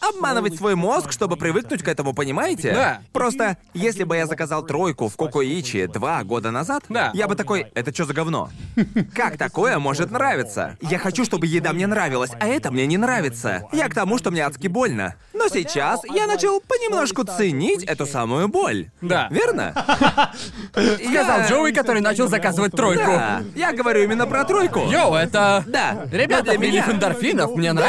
S2: обманывать свой мозг, чтобы привыкнуть к этому, понимаете?
S3: Да.
S2: Просто, если бы я заказал тройку в Кокоичи два года назад,
S3: Да.
S2: я бы такой, это что за говно? Как такое может нравиться? Я хочу, чтобы еда мне нравилась, а это мне не нравится. Я к тому, что мне адски больно. Но сейчас я начал понемножку ценить эту самую боль.
S3: Да.
S2: Верно?
S3: Сказал
S2: Я-
S3: Джоуи, который начал заказывать тройку.
S2: Да, я говорю именно про тройку.
S3: Йоу, это...
S2: Да.
S3: Ребята,
S2: для меня-
S3: прилив эндорфинов, мне
S2: Да.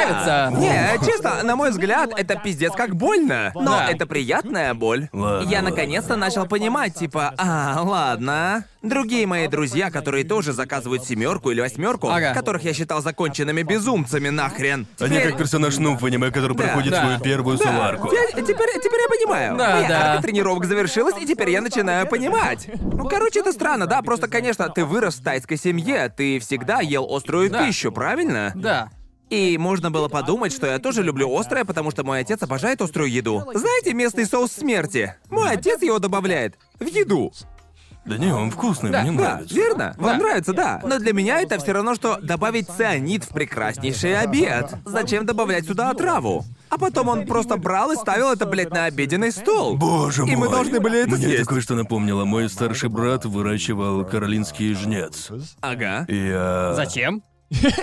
S3: нравится.
S2: Не, честно, на мой взгляд, это пиздец как больно. Но
S5: Да.
S2: это приятная боль.
S1: Ладно,
S2: Я
S1: ладно.
S2: наконец-то начал понимать, типа, а, ладно. Другие мои друзья, которые тоже заказывают семерку или восьмерку,
S3: Ага.
S2: которых я считал законченными безумцами, нахрен.
S1: Они
S2: Теперь-
S1: а как персонаж Нуб в аниме, который
S2: Да,
S1: проходит
S3: да.
S1: свою первую
S2: Да,
S1: соларку.
S2: те- Теперь, теперь я понимаю.
S3: Да,
S2: Моя
S3: да.
S2: арка тренировок завершилась, и теперь я начинаю понимать. Ну, короче, это странно, да? Просто, конечно, ты вырос в тайской семье, ты всегда ел острую
S3: Да.
S2: пищу, правильно?
S3: Да.
S2: И можно было подумать, что я тоже люблю острое, потому что мой отец обожает острую еду. Знаете, местный соус смерти? Мой отец его добавляет в еду.
S1: Да не, он вкусный, мне
S2: Да,
S1: нравится.
S2: верно. Вам
S3: Да.
S2: нравится, да. Но для меня это все равно, что добавить цианид в прекраснейший обед. Зачем добавлять сюда отраву? А потом он просто брал и ставил это, блядь, на обеденный стол.
S1: Боже мой.
S2: И мы должны были это
S1: Мне
S2: съесть.
S1: такое, что напомнило. Мой старший брат выращивал каролинский жнец.
S2: Ага.
S1: И я...
S3: Зачем?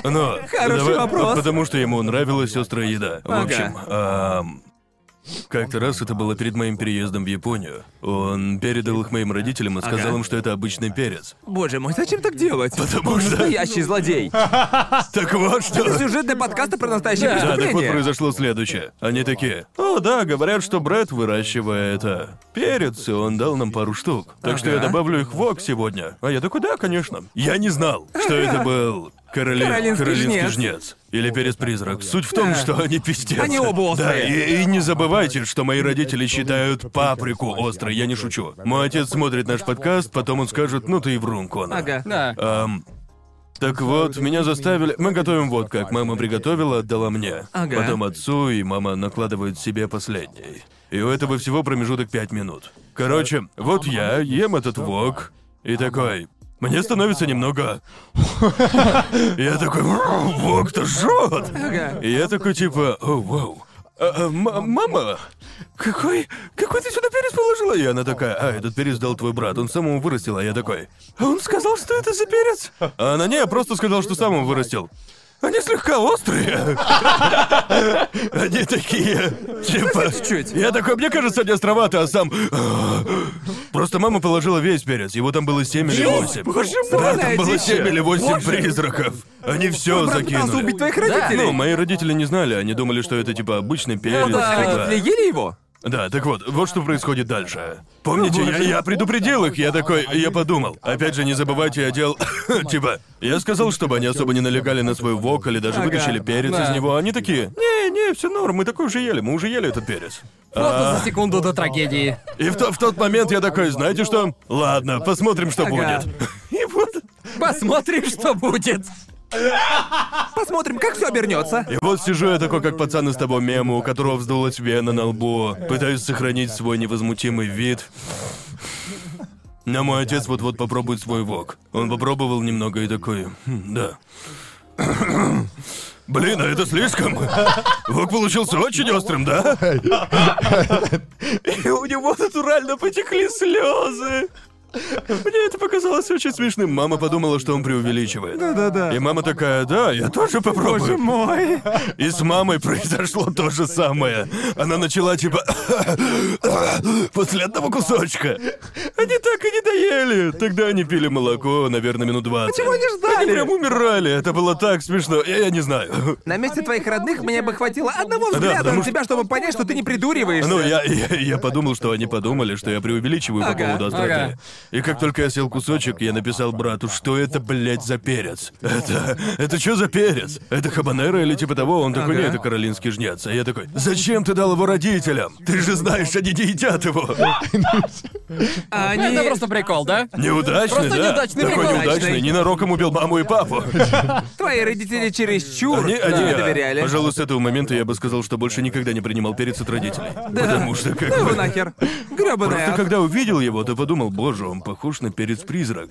S1: Ну,
S2: Хороший вопрос.
S1: Потому что ему нравилась острая еда.
S2: Ага.
S1: В общем, ам, как-то раз это было перед моим переездом в Японию. Он передал их моим родителям и сказал
S2: Ага.
S1: им, что это обычный перец.
S2: Боже мой, зачем так делать?
S1: Потому что...
S2: Настоящий злодей.
S1: Так вот
S2: Это
S1: что...
S2: сюжет для подкаста про настоящее
S1: Да, так вот
S2: преступление.
S1: произошло следующее. Они такие, о да, говорят, что Брэд выращивает это перец, и он дал нам пару штук. Так что я
S2: Ага.
S1: добавлю их в ок сегодня. А я такой, да, конечно. Я не знал, что это был короли...
S2: Каролинский жнец.
S1: жнец. Или перец-призрак. Суть в том, что они пиздец.
S2: Они оба острые.
S1: Да, и, и не забывайте, что мои родители считают паприку острой, я не шучу. Мой отец смотрит наш подкаст, потом он скажет, ну ты и врун, Конор.
S2: Ага.
S3: Да.
S1: Ам, Эм, так вот, меня заставили... Мы готовим вот как. Мама приготовила, отдала мне.
S2: Ага.
S1: Потом отцу, и мама накладывает себе последний. И у этого всего промежуток пять минут. Короче, вот я ем этот вок, и такой... Мне становится немного... Я такой, «Ру, вок-то жжет!
S2: Ага.
S1: И я такой типа, о, вау. А, а, м- мама, какой, какой ты сюда перец положила? И она такая, а, этот перец дал твой брат, он сам его вырастил, а я такой, а он сказал, что это за перец? А она, не, я просто сказал, что сам его вырастил. Они слегка острые. Они такие, типа...
S2: чуть-чуть.
S1: Я такой, мне кажется, они островаты, а сам... «А». Просто мама положила весь перец, его там было 7 или 8.
S2: боже мой,
S1: Да, там было
S2: дичь.
S1: 7 или 8
S2: Боже.
S1: призраков. Они все
S2: брат пытался
S1: закинули.
S2: убить твоих родителей.
S1: Ну, мои родители не знали, они думали, что это типа обычный перец.
S2: Ну да,
S1: типа.
S2: родители ели его?
S1: Да, так вот, вот что происходит дальше. Помните,
S2: Ну,
S1: я, я предупредил их, я такой, я подумал. Опять же, не забывайте, я делал... типа, я сказал, чтобы они особо не налегали на свой вок или даже
S2: Ага,
S1: вытащили перец
S3: да.
S1: из него. Они такие, не-не, все норм, мы такой уже ели, мы уже ели этот перец.
S3: Просто за секунду до трагедии.
S1: И в, то- в тот момент я такой, знаете что? Ладно, посмотрим, что
S2: Ага.
S1: будет. И вот...
S3: Посмотрим, что будет.
S2: Посмотрим, как все обернется.
S1: И вот сижу я такой, как пацан из того мема, у которого вздулась вена на лбу. Пытаюсь сохранить свой невозмутимый вид. Но мой отец вот-вот попробует свой вок. Он попробовал немного и такой, «Хм, да. Блин, а это слишком. Вок получился очень острым, да? И у него натурально потекли слезы. Мне это показалось очень смешным. Мама подумала, что он преувеличивает. Да-да-да. И мама такая, да, я тоже попробую.
S2: Боже мой.
S1: И с мамой произошло то же самое. Она начала типа после одного кусочка. Они так и не доели. Тогда они пили молоко, наверное, минут 20. Почему
S2: они ждали?
S1: Они прям умирали. Это было так смешно. Я, я не знаю.
S2: На месте твоих родных мне бы хватило одного
S1: Да,
S2: взгляда
S1: потому
S2: на
S1: что-
S2: тебя, чтобы понять, что ты не придуриваешься.
S1: Ну, я, я, я подумал, что они подумали, что я преувеличиваю по
S2: Ага,
S1: поводу остроты.
S3: ага.
S1: И как только я съел кусочек, я написал брату, что это, блядь, за перец. Это... Это что за перец? Это хабанера или типа того? Он такой,
S2: Ага.
S1: нет, это каролинский жнец. А я такой, зачем ты дал его родителям? Ты же знаешь, они не едят его.
S2: А они...
S3: Это просто прикол, да?
S1: Неудачный,
S3: Просто
S1: да?
S3: неудачный
S1: Такой
S3: прикол.
S1: неудачный. Ненароком убил маму и папу.
S2: Твои родители чересчур
S1: Они,
S2: тебе
S1: они, а,
S2: доверяли.
S1: Пожалуй, с этого момента я бы сказал, что больше никогда не принимал перец от родителей. Потому что как
S2: Ну его
S1: бы...
S2: нахер. Грёбаная.
S1: Просто
S2: ад.
S1: когда увидел его, то подумал, боже, он похож на перец-призрак.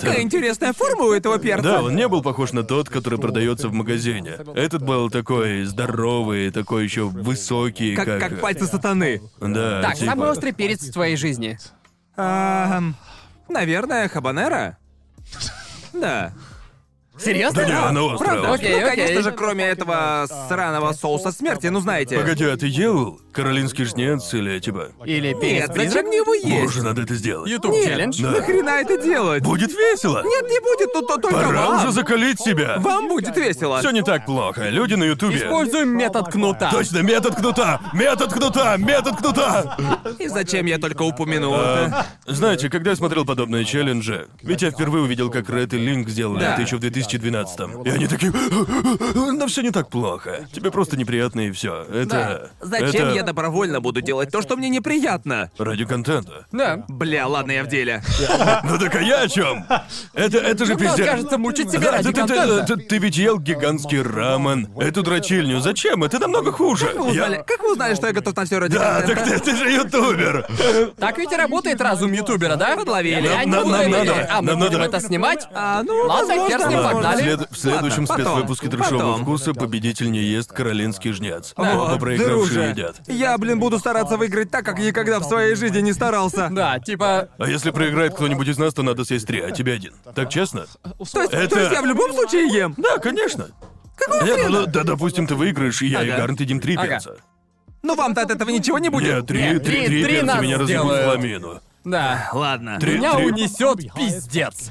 S2: Какая интересная форма у этого перца.
S1: Да, он не был похож на тот, который продается в магазине. Этот был такой здоровый, такой еще высокий,
S2: как,
S1: как...
S2: как пальцы сатаны.
S1: Да,
S3: Так,
S1: типа.
S3: самый острый перец в твоей жизни.
S2: Ам, наверное, хабанера. Да.
S3: Серьезно?
S1: Да не, оно острое,
S3: Правда?
S1: острое.
S3: Окей,
S2: ну,
S3: окей.
S2: конечно же, кроме этого сраного соуса смерти, ну знаете.
S1: Погоди, а ты ел каролинский шнец или типа...
S3: Или перец
S2: Нет, зачем
S3: призрак?
S2: мне его есть?
S1: Боже, надо это сделать.
S3: Ютуб
S2: Нет. ну,
S3: челлендж.
S1: Да.
S2: Нахрена это делать?
S1: Будет весело.
S2: Нет, не будет, тут то только
S1: Пора
S2: вам.
S1: уже закалить себя.
S2: Вам будет весело.
S1: Все не так плохо. Люди на Ютубе.
S3: Используем метод кнута.
S1: Точно, метод кнута! Метод кнута! Метод кнута!
S2: И зачем я только упомянул
S1: Э,
S2: это?
S1: Знаете, когда я смотрел подобные челленджи, ведь я впервые увидел, как Ред и Линк сделали
S2: Да.
S1: это еще в 2012-м. И они такие, но все не так плохо. Тебе просто неприятно и все. Это...
S2: Зачем
S1: это
S2: я добровольно буду делать то, что мне неприятно?
S1: Ради контента.
S3: Да.
S2: Бля, ладно, я в деле.
S1: Ну так а я о чем? Это, это
S2: Ну,
S1: же
S3: Говно,
S1: пиздец.
S3: Ну, кажется, мучить себя
S1: Да,
S3: ради
S1: ты- ты- ты-
S3: контента.
S1: ты- ты ведь ел гигантский рамен, эту дрочильню. Зачем? Это намного хуже.
S2: Вы
S1: Я-
S2: узнали- Как вы узнали, что я готов на все ради
S1: Да,
S2: контента?
S1: так ты, ты же ютубер.
S3: Так ведь и работает разум ютубера, да?
S2: Подловили.
S3: Я не
S1: Нам- нам
S3: уверен.
S1: надо,
S3: А мы
S1: нам
S3: будем
S1: надо.
S3: это снимать?
S2: А, ну,
S3: Ладно,
S2: возможно,
S3: хер с ним,
S2: возможно.
S1: В,
S3: погнали.
S1: след- в следующем
S2: Ладно, потом.
S1: спецвыпуске трешового
S2: Потом.
S1: вкуса победитель не ест каролинский жнец.
S2: О,
S1: Оба проигравшие
S2: друже,
S1: едят.
S2: Я, блин, буду стараться выиграть так, как никогда в своей жизни не старался.
S3: Да, типа...
S1: А если проиграет кто-нибудь из нас, то надо съесть три, а тебе один. Так честно?
S2: То есть,
S1: Это-
S2: то есть я в любом случае ем.
S1: Да, конечно. Нет, ну, да, допустим, ты выиграешь, и я и
S3: Ага.
S1: Гарнт едим три
S3: Ага.
S1: перца.
S2: Но Ну, вам-то от этого ничего не будет.
S1: Нет, три,
S3: Нет,
S1: три,
S3: три-
S1: три
S3: три
S1: перца
S3: нас
S1: меня разъебут в
S3: сделают.
S1: ламину.
S3: Да.
S2: Ладно.
S1: Три,
S3: Меня
S1: три-
S3: унесет пиздец.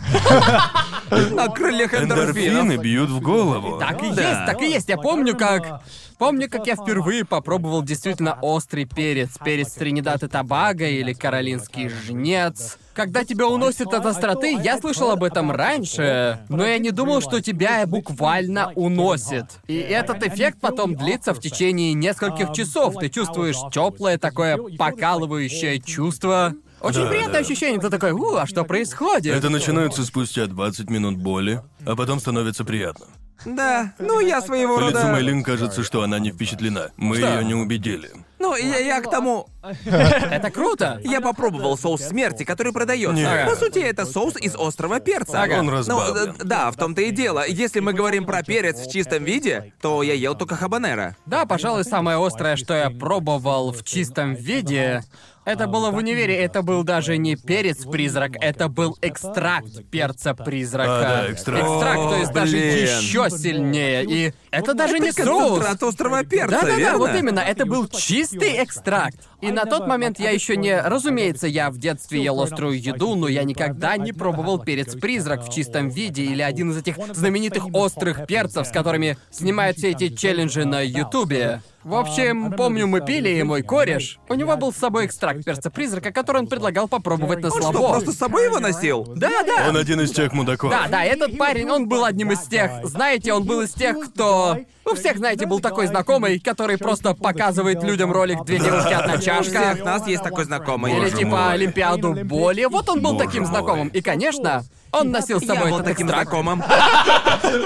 S2: На крыльях эндорфинов.
S1: Эндорфины бьют в голову.
S3: Так и
S2: Да.
S3: есть, так и есть. Я помню, как... Помню, как я впервые попробовал действительно острый перец. Перец Тринидад и Тобаго или каролинский жнец. Когда тебя уносит от остроты, я слышал об этом раньше, но я не думал, что тебя буквально уносит. И этот эффект потом длится в течение нескольких часов. Ты чувствуешь теплое такое покалывающее чувство. Очень
S1: Да,
S3: приятное
S1: да.
S3: ощущение. Ты такой, у, а что происходит?
S1: Это начинается спустя 20 минут боли, а потом становится приятно.
S2: Да, ну я своего
S1: По лицу
S2: рода...
S1: Мэйлин кажется, что она не впечатлена. Мы ее не убедили.
S2: Ну, я, я к тому...
S3: Это круто.
S2: Я попробовал соус смерти, который
S1: Нет.
S2: продается. По сути, это соус из острого перца.
S1: Ага. Он
S2: Ну,
S1: разбавлен.
S2: д- да, в том-то и дело. Если мы говорим про перец в чистом виде, то я ел только хабанера.
S3: Да, пожалуй, самое острое, что я пробовал в чистом виде, это было в универе, это был даже не перец-призрак, это был экстракт перца-призрака.
S1: А, да, экстракт.
S3: Экстракт, то есть
S2: О,
S3: даже
S2: блин.
S3: еще сильнее. И это даже не соус.
S2: Концентрат острого перца,
S3: Да-да-да,
S2: верно?
S3: вот именно, это был чистый экстракт. И на тот момент я еще не... Разумеется, я в детстве ел острую еду, но я никогда не пробовал перец-призрак в чистом виде или один из этих знаменитых острых перцев, с которыми снимают все эти челленджи на Ютубе. В общем, помню, мы пили, и мой кореш... У него был с собой экстракт перца-призрака, который он предлагал попробовать на
S2: Он
S3: слабо.
S2: что, просто с собой его носил?
S3: Да, да.
S1: Он один из тех мудаков.
S3: Да, да, этот парень, он был одним из тех, знаете, он был из тех, кто... У всех, знаете, был такой знакомый, который просто показывает людям ролик «Две девушки, одна чашка».
S2: всех нас есть такой знакомый.
S3: Или
S1: Боже
S3: типа
S1: мой.
S3: Олимпиаду боли. Вот он был
S1: Боже
S3: таким
S1: мой.
S3: знакомым. И, конечно, он носил с
S2: Я
S3: собой
S2: был
S3: этот
S2: таким
S3: экстракт.
S2: знакомым.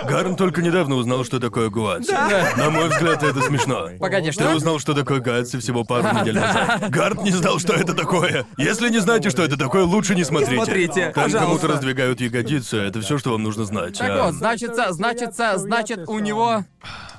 S1: Гарн только недавно узнал, что такое гуац.
S3: Да.
S1: На мой взгляд, это смешно.
S3: Погоди,
S1: Ты
S3: что?
S1: узнал, что такое гуац всего пару недель назад. Гарн не знал, что это такое. Если не знаете, что это такое, лучше не смотрите.
S2: смотрите,
S1: Там
S2: пожалуйста.
S1: кому-то раздвигают ягодицы, это все, что вам нужно знать.
S3: Так
S1: а-
S3: вот, значится, значится, значит, у него...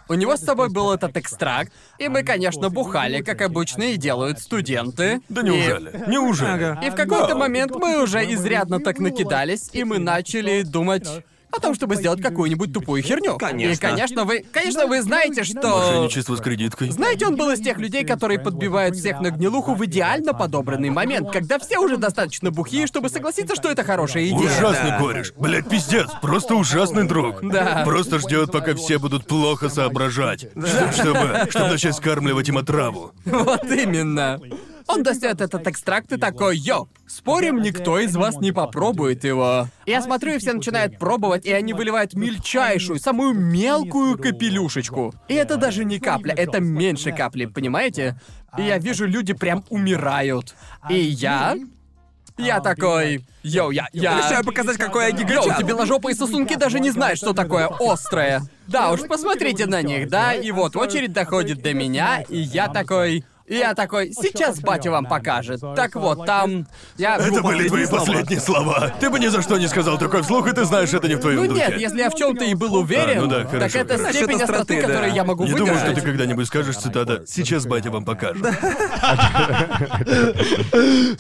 S3: У него с собой был этот экстракт, и мы, конечно, бухали, как обычно и делают студенты.
S1: Да
S3: И-
S1: неужели?
S3: Э,
S1: Неужели?
S2: Ага.
S3: И в какой-то момент мы уже изрядно так накидались, и мы начали думать о том, чтобы сделать какую-нибудь тупую херню.
S2: Конечно.
S3: И, конечно, вы... Конечно, вы знаете, что...
S1: Мошенничество с кредиткой.
S3: Знаете, он был из тех людей, которые подбивают всех на гнилуху в идеально подобранный момент, когда все уже достаточно бухие, чтобы согласиться, что это хорошая идея.
S1: Ужасный
S2: да.
S1: кореш. Блять, пиздец. Просто ужасный друг.
S3: Да.
S1: Просто ждет, пока все будут плохо соображать. Чтоб- Чтобы, чтобы начать скармливать им отраву.
S3: Вот именно. Он достает этот экстракт и такой, йо, спорим, никто из вас не попробует его. Я смотрю, и все начинают пробовать, и они выливают мельчайшую, самую мелкую капелюшечку. И это даже не капля, это меньше капли, понимаете? И я вижу, люди прям умирают. И я... Я такой... Йоу, я... я...
S2: Решаю показать, какой я
S3: Йоу,
S2: гигачат.
S3: тебе ложопые сосунки даже не знают, что такое острое. Да уж, посмотрите на них, да? И вот очередь доходит до меня, и я такой... И я такой, сейчас батя вам покажет. Так вот, там... Я...
S1: Это были твои последние слова. Ты бы ни за что не сказал такой вслух, и ты знаешь, это не в твоем
S3: Ну
S1: духе.
S3: нет, если я в чем-то и был уверен,
S1: А, ну да,
S3: так
S1: хорошо,
S3: это
S1: хорошо.
S3: степень
S2: Насчёт
S3: остроты,
S2: остроты, да.
S3: которую я могу
S1: Не
S3: выдержать.
S1: думаю, что ты когда-нибудь скажешь цитата «Сейчас батя вам покажет».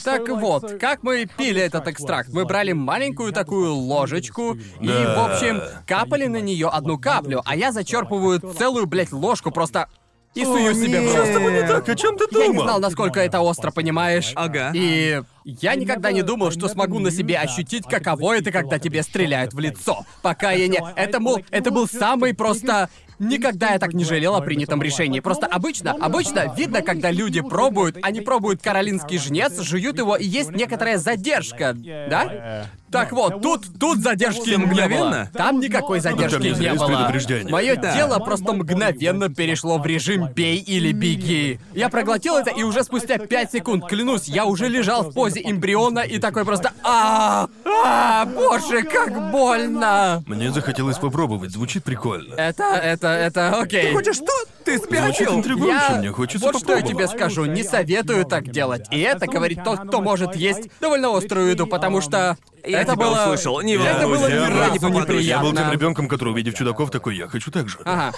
S3: Так вот, как мы пили этот экстракт? Мы брали маленькую такую ложечку и,
S1: Да.
S3: в общем, капали на нее одну каплю, а я зачерпываю целую, блядь, ложку просто и сую себе в рот.
S2: нет.
S1: Чтобы не так, о чем ты
S3: Я не знал,
S1: думал?
S3: насколько это остро, понимаешь?
S2: Ага.
S3: И я никогда не думал, что смогу на себе ощутить, каково это, когда тебе стреляют в лицо. Пока я не... Это, мол, это был самый просто... Никогда я так не жалел о принятом решении. Просто обычно, обычно видно, когда люди пробуют, они пробуют каролинский жнец, жуют его, и есть некоторая задержка, да? Так вот, тут, тут задержки
S2: Всё
S3: мгновенно.
S2: мгновенно?
S3: Там никакой задержки
S1: не
S3: не
S1: без
S3: было.
S1: предупреждения.
S3: Мое
S2: Да.
S3: тело просто мгновенно перешло в режим «бей или беги». Я проглотил это, и уже спустя 5 секунд, клянусь, я уже лежал в позе эмбриона и такой просто а а боже, как больно!»
S1: Мне захотелось попробовать, звучит прикольно.
S3: Это, это, это, окей.
S2: Хочешь что? Ты
S1: Звучит
S2: спятил?
S1: интригующе, мне хочется
S3: вот что я тебе
S1: попробовать.
S3: скажу, не советую так делать. И это говорит тот, кто может есть довольно острую еду, потому что
S2: Я
S3: это
S2: тебя
S3: было...
S2: услышал, не
S3: это было
S2: волнуйся,
S1: я
S3: ни
S1: был-
S3: разу
S2: я был тем
S1: Я был тем
S3: неприятно.
S1: ребенком, который, увидев чудаков, такой «Я хочу так же».
S3: Ага.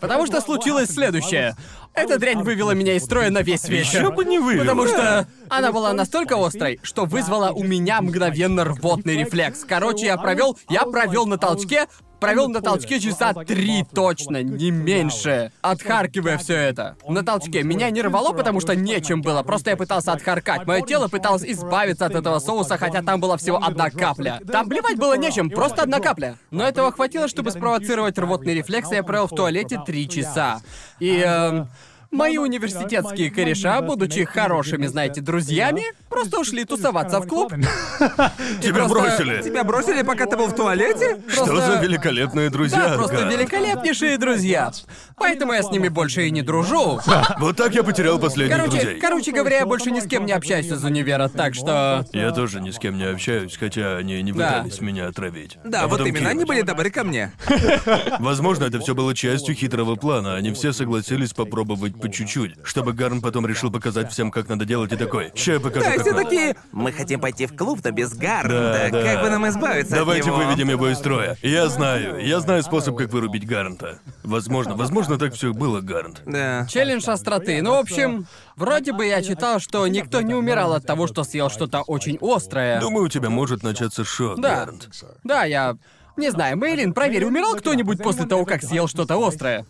S3: Потому что случилось следующее. Эта дрянь вывела меня из строя на весь вечер.
S1: Ещё бы не вывела.
S3: Потому что она была настолько острой, что вызвала у меня мгновенно рвотный рефлекс. Короче, я провел, я провел на толчке, провел на толчке часа три точно, не меньше, отхаркивая все это. На толчке меня не рвало, потому что нечем было, просто я пытался отхаркать. Мое тело пыталось избавиться от этого соуса, хотя там была всего одна капля. Там блевать было нечем, просто одна капля. Но этого хватило, чтобы спровоцировать рвотный рефлекс, и я провел в туалете три часа. И... эм, Мои университетские кореша, будучи хорошими, знаете, друзьями, просто ушли тусоваться в клуб.
S1: Тебя
S3: просто-
S1: бросили!
S2: Тебя бросили, пока ты был в туалете?
S1: Что
S3: Просто-
S1: за великолепные друзья,
S3: Да, просто
S1: Гарн.
S3: великолепнейшие друзья. Поэтому я с ними больше и не дружу.
S1: Вот так я потерял последних
S3: Короче,
S1: друзей.
S3: короче говоря, я больше ни с кем не общаюсь из универа, так что...
S1: Я тоже ни с кем не общаюсь, хотя они не
S3: Да.
S1: пытались меня отравить.
S2: Да,
S1: А
S2: вот
S1: потом
S2: именно, они
S1: кинуть.
S2: были добры ко мне.
S1: Возможно, это все было частью хитрого плана. Они все согласились попробовать по чуть-чуть, чтобы Гарн потом решил показать всем, как надо делать, и такой. Ща я покажу,
S2: Да,
S1: как
S2: все
S1: надо».
S2: такие... Мы хотим пойти в клуб, но без
S1: Да,
S2: Гарнта.
S1: да.
S2: Как бы нам избавиться
S1: Давайте
S2: от него?
S1: выведем его из строя. Я знаю, я знаю способ, как вырубить Гарнта. Возможно, возможно, так все было, Гарнт.
S2: Да.
S3: Челлендж остроты. Ну, в общем, вроде бы я читал, что никто не умирал от того, что съел что-то очень острое.
S1: Думаю, у тебя может начаться шок,
S3: Да.
S1: Гарнт.
S3: Да, я... Не знаю, Мейлин, проверь, умирал кто-нибудь после того, как съел что-то острое?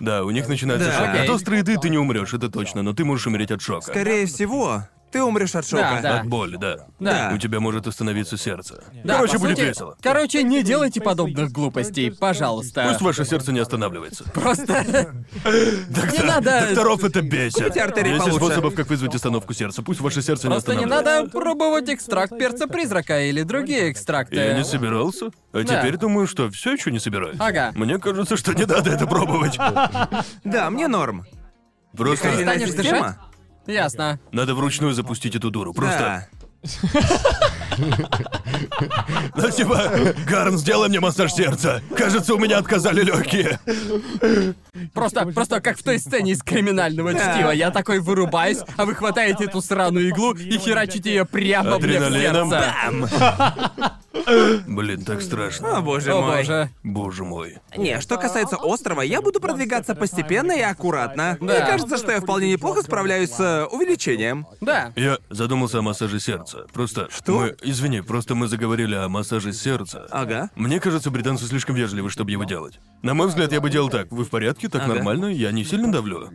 S1: Да, у них начинается
S2: Да.
S1: шок. От
S3: Окей.
S1: острой еды ты не умрешь, это точно, но ты можешь умереть от шока.
S2: Скорее всего, ты умрешь от шока.
S3: да.
S1: От боли, да.
S3: Да.
S1: У тебя может остановиться сердце.
S3: Да,
S1: Короче,
S3: по
S1: будет
S3: сути-
S1: весело.
S3: Короче, не делайте подобных глупостей, пожалуйста.
S1: Пусть ваше сердце не останавливается.
S3: Просто... Не надо...
S1: Докторов это бесит.
S2: Купите артерии
S1: Есть и
S2: получше.
S1: способов, как вызвать остановку сердца. Пусть ваше сердце не
S3: Просто не
S1: останавливается.
S3: надо пробовать экстракт перца призрака или другие экстракты.
S1: Я не собирался. А
S3: Да.
S1: теперь думаю, что все еще не собираюсь.
S3: Ага.
S1: Мне кажется, что не надо это пробовать.
S2: Да, мне норм.
S1: Просто
S2: Переносная
S3: станешь
S2: система?
S3: дышать? Ясно.
S1: надо вручную запустить эту дуру. Просто.
S2: Да.
S1: Ну, типа, Гарн, сделай мне массаж сердца. Кажется, у меня отказали легкие.
S3: Просто, просто как в той сцене из криминального чтива. Я такой вырубаюсь, а вы хватаете эту сраную иглу и херачите ее прямо мне в
S1: Адреналином.
S3: сердце.
S2: Ам.
S1: Блин, так страшно.
S2: О, боже
S3: О
S2: мой.
S3: боже.
S1: Боже мой.
S2: Не, что касается острова, я буду продвигаться постепенно и аккуратно.
S3: Да.
S2: Мне кажется, что я вполне неплохо справляюсь с э, увеличением.
S3: Да.
S1: Я задумался о массаже сердца. Просто... Что? Мы... Извини, просто мы заговорили о массаже сердца.
S2: Ага.
S1: Мне кажется, британцы слишком вежливы, чтобы его делать. На мой взгляд, я бы делал так. Вы в порядке? Так
S2: Ага.
S1: нормально? Я не сильно давлю.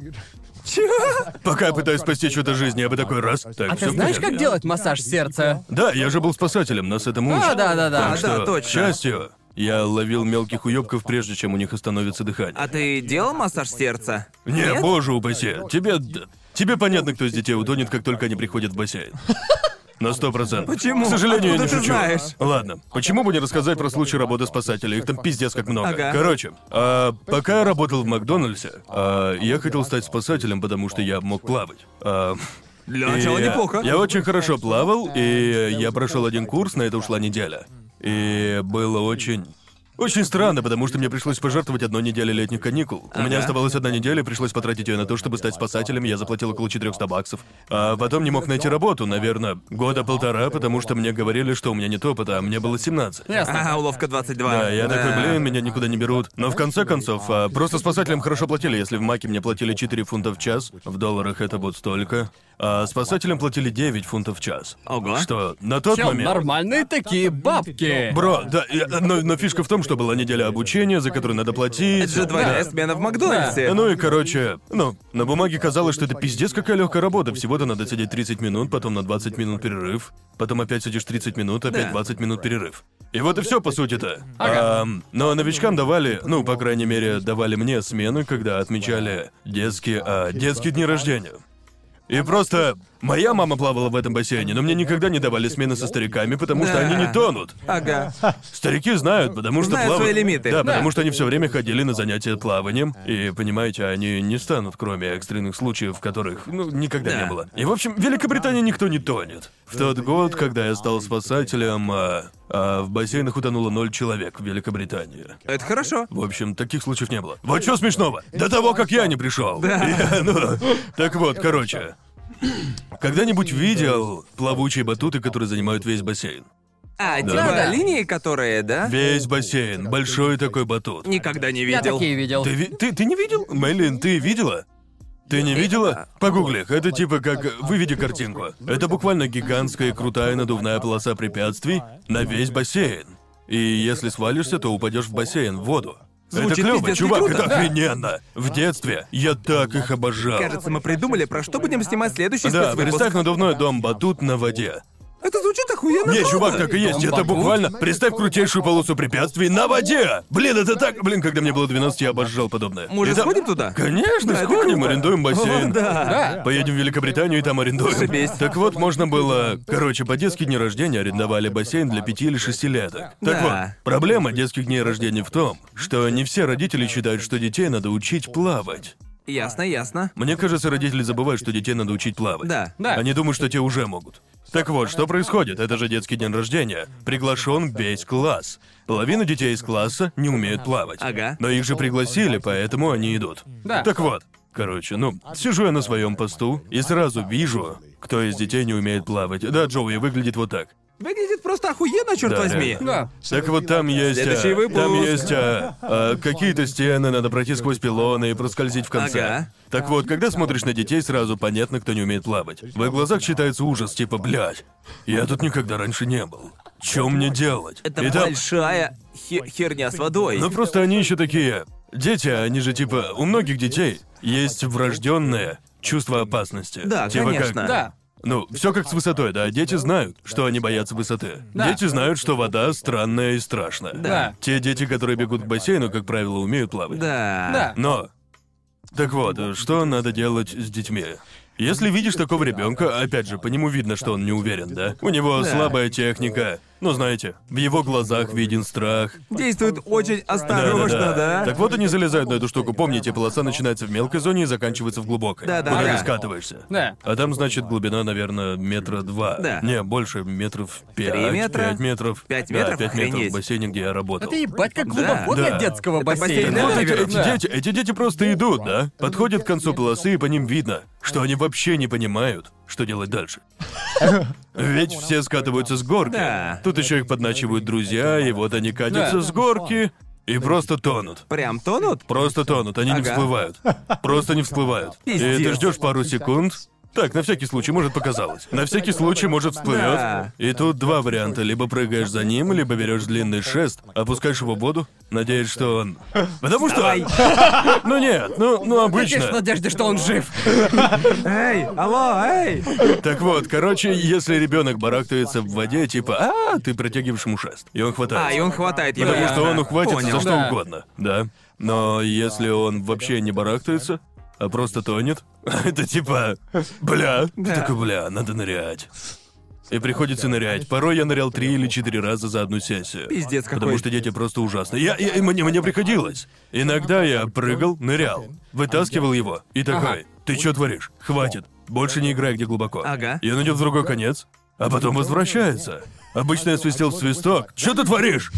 S2: Чего?
S1: Пока я пытаюсь спасти чью-то жизнь, я бы такой раз. Так,
S3: А
S1: все
S3: ты знаешь, как делать массаж сердца?
S1: Да, я же был спасателем, нас это учат.
S3: А, да-да-да.
S1: Так
S2: А,
S1: что,
S2: да, точно.
S1: К счастью, я ловил мелких уёбков, прежде чем у них остановится дыхание.
S2: А ты делал массаж сердца?
S1: Не, боже упаси, тебе... д- Тебе понятно, кто из детей утонет, как только они приходят в бассейн. На сто процентов.
S2: Почему?
S1: К сожалению, я
S2: Откуда
S1: не
S2: ты
S1: шучу.
S2: знаешь?
S1: Ладно. Почему бы не рассказать про случай работы спасателей? Их там пиздец как много.
S2: Ага.
S1: Короче, а, пока я работал в Макдональдсе, а, я хотел стать спасателем, потому что я мог плавать. А,
S2: Для
S1: и
S2: начала
S1: я-
S2: неплохо.
S1: Я очень хорошо плавал, и я прошел один курс, на это ушла неделя. И было очень Очень странно, потому что мне пришлось пожертвовать одной неделей летних каникул. У меня оставалась одна неделя, пришлось потратить ее на то, чтобы стать спасателем. Я заплатил около 400 баксов. А потом не мог найти работу, наверное, года полтора, потому что мне говорили, что у меня нет опыта, а мне было 17.
S3: Ясно.
S2: Ага, уловка 22.
S1: Да, А, я такой,
S2: Да.
S1: блин, меня никуда не берут. Но в конце концов, а, просто спасателям хорошо платили. Если в Маке мне платили 4 фунта в час, в долларах это будет столько. А спасателям платили 9 фунтов в час.
S2: Ого.
S1: Что, на тот
S3: Чел,
S1: момент...
S3: нормальные такие бабки.
S1: Бро, да, я- но, но фишка в том, что была неделя обучения, за которую надо платить.
S2: Это же двойная смена в Макдональдсе.
S1: Ну и короче, ну, на бумаге казалось, что это пиздец, какая легкая работа. Всего-то надо сидеть 30 минут, потом на 20 минут перерыв, потом опять сидишь 30 минут, опять
S2: Да.
S1: 20 минут перерыв. И вот и все, по сути-то.
S3: Ага.
S1: Ам, но новичкам давали, ну, по крайней мере, давали мне смены, когда отмечали детские, а, детские дни рождения. И просто моя мама плавала в этом бассейне, но мне никогда не давали смены со стариками, потому что
S2: Да.
S1: они не тонут.
S2: Ага.
S1: Старики знают, потому что
S2: Знают
S1: плавают-
S2: свои лимиты.
S1: Да,
S2: Да.
S1: потому что они все время ходили на занятия плаванием. И понимаете, они не станут, кроме экстренных случаев, которых ну, никогда
S2: Да.
S1: не было. И в общем, в Великобритании никто не тонет. В тот год, когда я стал спасателем, а, а, в бассейнах утонуло ноль человек в Великобритании.
S2: Это хорошо.
S1: В общем, таких случаев не было. Вот что смешного? До того, как я не пришел. Я, ну, так вот, короче. Когда-нибудь видел плавучие батуты, которые занимают весь бассейн?
S2: А, типа
S3: Да.
S2: линии, которые, да?
S1: Весь бассейн, большой такой батут.
S2: Никогда не
S3: Я
S2: видел.
S3: такие видел.
S1: Ты, ви- ты, ты не видел? Мэйлин, ты видела? Ты не видела? Погугли их. Это типа как... э, Выведи картинку. Это буквально гигантская крутая надувная полоса препятствий на весь бассейн. И если свалишься, то упадешь в бассейн, в воду. это
S2: Звучит
S1: клево,
S2: пиздец
S1: чувак,
S2: круто,
S1: это
S2: да.
S1: охрененно. В детстве я так их обожал.
S2: Кажется, мы придумали, про что будем снимать следующий
S1: да,
S2: спецвыпуск.
S1: представь надувной дом батут на воде.
S2: Это звучит охуенно.
S1: Не,
S2: круто.
S1: чувак, так и есть. Это
S3: Бамбук?
S1: буквально. Представь крутейшую полосу препятствий на воде. Блин, это так. Блин, когда мне было 12, я обожал подобное.
S2: Может,
S1: И там-
S2: сходим туда?
S1: Конечно,
S2: Да, это
S1: сходим,
S2: круто.
S1: арендуем бассейн.
S2: О, да.
S1: Поедем в Великобританию и там арендуем.
S2: Зашибись.
S1: Так вот, можно было... Короче, по детские дни рождения арендовали бассейн для пяти или шестилеток. Так
S2: Да.
S1: вот, проблема детских дней рождения в том, что не все родители считают, что детей надо учить плавать.
S2: Ясно, ясно.
S1: Мне кажется, родители забывают, что детей надо учить плавать.
S2: Да, да.
S1: Они думают, что те уже могут. Так вот, что происходит? Это же детский день рождения. Приглашен весь класс. Половина детей из класса не умеют плавать.
S2: Ага.
S1: Но их же пригласили, поэтому они идут.
S3: Да.
S1: Так вот, короче, ну, сижу я на своем посту и сразу вижу, кто из детей не умеет плавать. Да, Джоуи выглядит вот так.
S2: Выглядит просто охуенно, черт
S1: Да,
S2: возьми.
S1: реально.
S3: Да.
S1: Так вот там есть. а,
S2: Следующий выпуск.
S1: Там есть а, а, какие-то стены, надо пройти сквозь пилоны и проскользить в конце.
S2: Ага.
S1: Так вот, когда смотришь на детей, сразу понятно, кто не умеет плавать. В их глазах читается ужас, типа, блядь, я тут никогда раньше не был. Чем мне делать?
S2: Это
S1: И там-
S2: большая хе- херня с водой.
S1: Ну просто они еще такие. Дети, они же типа, у многих детей есть врожденное чувство опасности.
S2: Да,
S1: Типа как-
S2: конечно.
S3: Да.
S1: ну, все как с высотой, да. Дети знают, что они боятся высоты.
S3: Да.
S1: Дети знают, что вода странная и страшная.
S3: Да.
S1: Те дети, которые бегут к бассейну, как правило, умеют плавать.
S2: Да.
S3: Да.
S1: Но. Так вот, э, что надо делать с детьми? Если видишь такого ребенка, опять же, по нему видно, что он не уверен, да? У него
S2: Да.
S1: слабая техника. Ну, знаете, в его глазах виден страх.
S2: Действует очень осторожно,
S1: Да-да-да.
S2: да?
S1: Так вот они залезают на эту штуку. Помните, полоса начинается в мелкой зоне и заканчивается в глубокой.
S2: Да-да.
S1: Куда
S2: Да.
S1: ты скатываешься.
S3: Да.
S1: А там, значит, глубина, наверное, метра два.
S2: Да.
S1: Не, больше метров пять.
S2: Три метра?
S1: Пять метров.
S2: Пять
S1: Да,
S2: метров?
S1: пять метров
S2: Охренеть.
S1: в бассейне, где я работал.
S3: Это ебать как
S2: Да.
S3: глубоко для
S1: Да. Ну,
S3: детского
S2: Это
S1: Так
S2: бассейн
S3: бассейна.
S1: вот
S2: для
S1: эти,
S2: игр.
S1: эти
S3: Да.
S1: дети, эти дети просто идут, да? Подходят к концу полосы, и по ним видно, что они вообще не понимают, что делать дальше. Ведь все скатываются с горки.
S2: Да.
S1: Тут еще их подначивают друзья, и вот они катятся
S3: Да.
S1: с горки и просто тонут.
S2: Прям тонут?
S1: Просто тонут, они не
S2: Ага.
S1: всплывают. Просто не всплывают. И
S2: Пиздец.
S1: ты ждешь пару секунд. Так, на всякий случай, может, показалось. На всякий случай, может, всплывет.
S2: Да.
S1: И тут два варианта. Либо прыгаешь за ним, либо берешь длинный шест, опускаешь его в воду, надеясь, что он. Потому что.
S2: Давай.
S1: Ну нет, ну, ну
S3: Конечно, в
S1: обычно.
S3: надежде, что он жив.
S2: Эй, алло, эй!
S1: Так вот, короче, если ребенок барахтается в воде, типа, а, ты протягиваешь ему шест. И он хватает.
S2: А, и он хватает его.
S1: Потому что он ухватится
S2: Понял.
S1: за что
S3: Да.
S1: угодно, да. Но если он вообще не барахтается, а просто тонет, это типа, бля, ты
S2: Да.
S1: такой, бля, надо нырять. И приходится нырять. Порой я нырял три или четыре раза за одну сессию.
S2: Пиздец какой.
S1: Потому что дети просто ужасные. Я, я- и мне, мне приходилось. Иногда я прыгал, нырял, вытаскивал его и такой, ты что творишь? Хватит. Больше не играй, где глубоко.
S2: Ага.
S1: И он идет в другой конец, а потом возвращается. Обычно я свистел в свисток. Что ты творишь?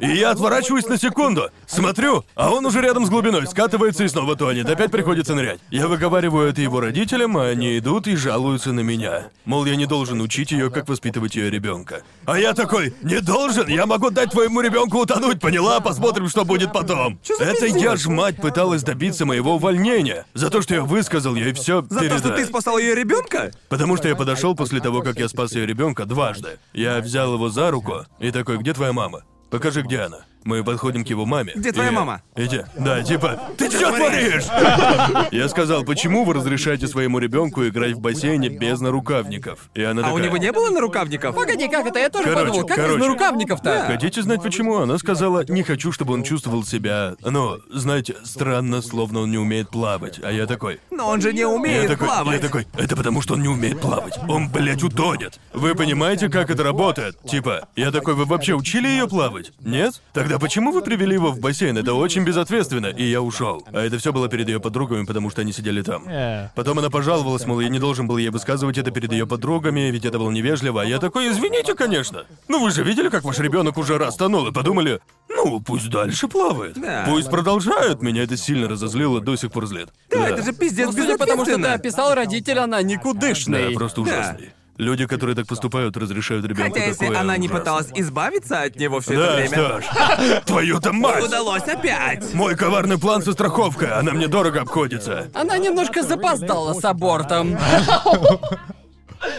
S1: И я отворачиваюсь на секунду. Смотрю, а он уже рядом с глубиной, скатывается и снова тонет. Опять приходится нырять. Я выговариваю это его родителям, а они идут и жалуются на меня. Мол, я не должен учить ее, как воспитывать ее ребенка. А я такой, не должен, я могу дать твоему ребенку утонуть, поняла? Посмотрим, что будет потом. Это я ж мать пыталась добиться моего увольнения. За то, что я высказал ей все
S2: За то, что ты спасал ее ребенка?
S1: Потому что я подошел после того, как я спас ее ребенка дважды. Я взял его за руку и такой, где твоя мама? Покажи, где она. Мы подходим к его маме.
S2: Где твоя
S1: и-
S2: мама?
S1: Иди. Да, типа, ты что творишь? Я сказал, почему вы разрешаете своему ребенку играть в бассейне без нарукавников? И она
S2: А у
S1: такая,
S2: него не было нарукавников?
S3: Погоди, как это? Я тоже
S1: Короче,
S3: подумал, как
S1: короче.
S3: без нарукавников-то?
S1: Хотите знать почему? Она сказала, не хочу, чтобы он чувствовал себя, ну, знаете, странно, словно он не умеет плавать. А я такой,
S2: Но он же не умеет
S1: я такой,
S2: плавать.
S1: Я такой, это потому что он не умеет плавать. Он, блядь, утонет. Вы понимаете, как это работает? Типа, я такой, вы вообще учили ее плавать? Нет? Тогда почему вы привели его в бассейн? Это очень безответственно. И я ушел. А это все было перед ее подругами, потому что они сидели там. Потом она пожаловалась, мол, я не должен был ей высказывать это перед ее подругами, ведь это было невежливо. А я такой, извините, конечно. Ну вы же видели, как ваш ребенок уже раз тонул и подумали, ну пусть дальше плавает.
S2: Да.
S1: Пусть продолжают. Меня это сильно разозлило, до сих пор злит.
S2: Да, это же пиздец
S3: Ну, Судя по тому, что ты
S2: безответственно.
S3: описал, родитель, она
S1: Да,
S3: никудышный.
S1: просто
S2: Да.
S1: ужасный. Люди, которые так поступают, разрешают ребенку
S2: Хотя если
S1: такое,
S2: она не
S1: ужасно.
S2: пыталась избавиться от него все это
S1: Да,
S2: время,
S1: что ж. Твою-то мать!
S2: удалось опять.
S1: Мой коварный план со страховкой, она мне дорого обходится.
S3: Она немножко запоздала с абортом.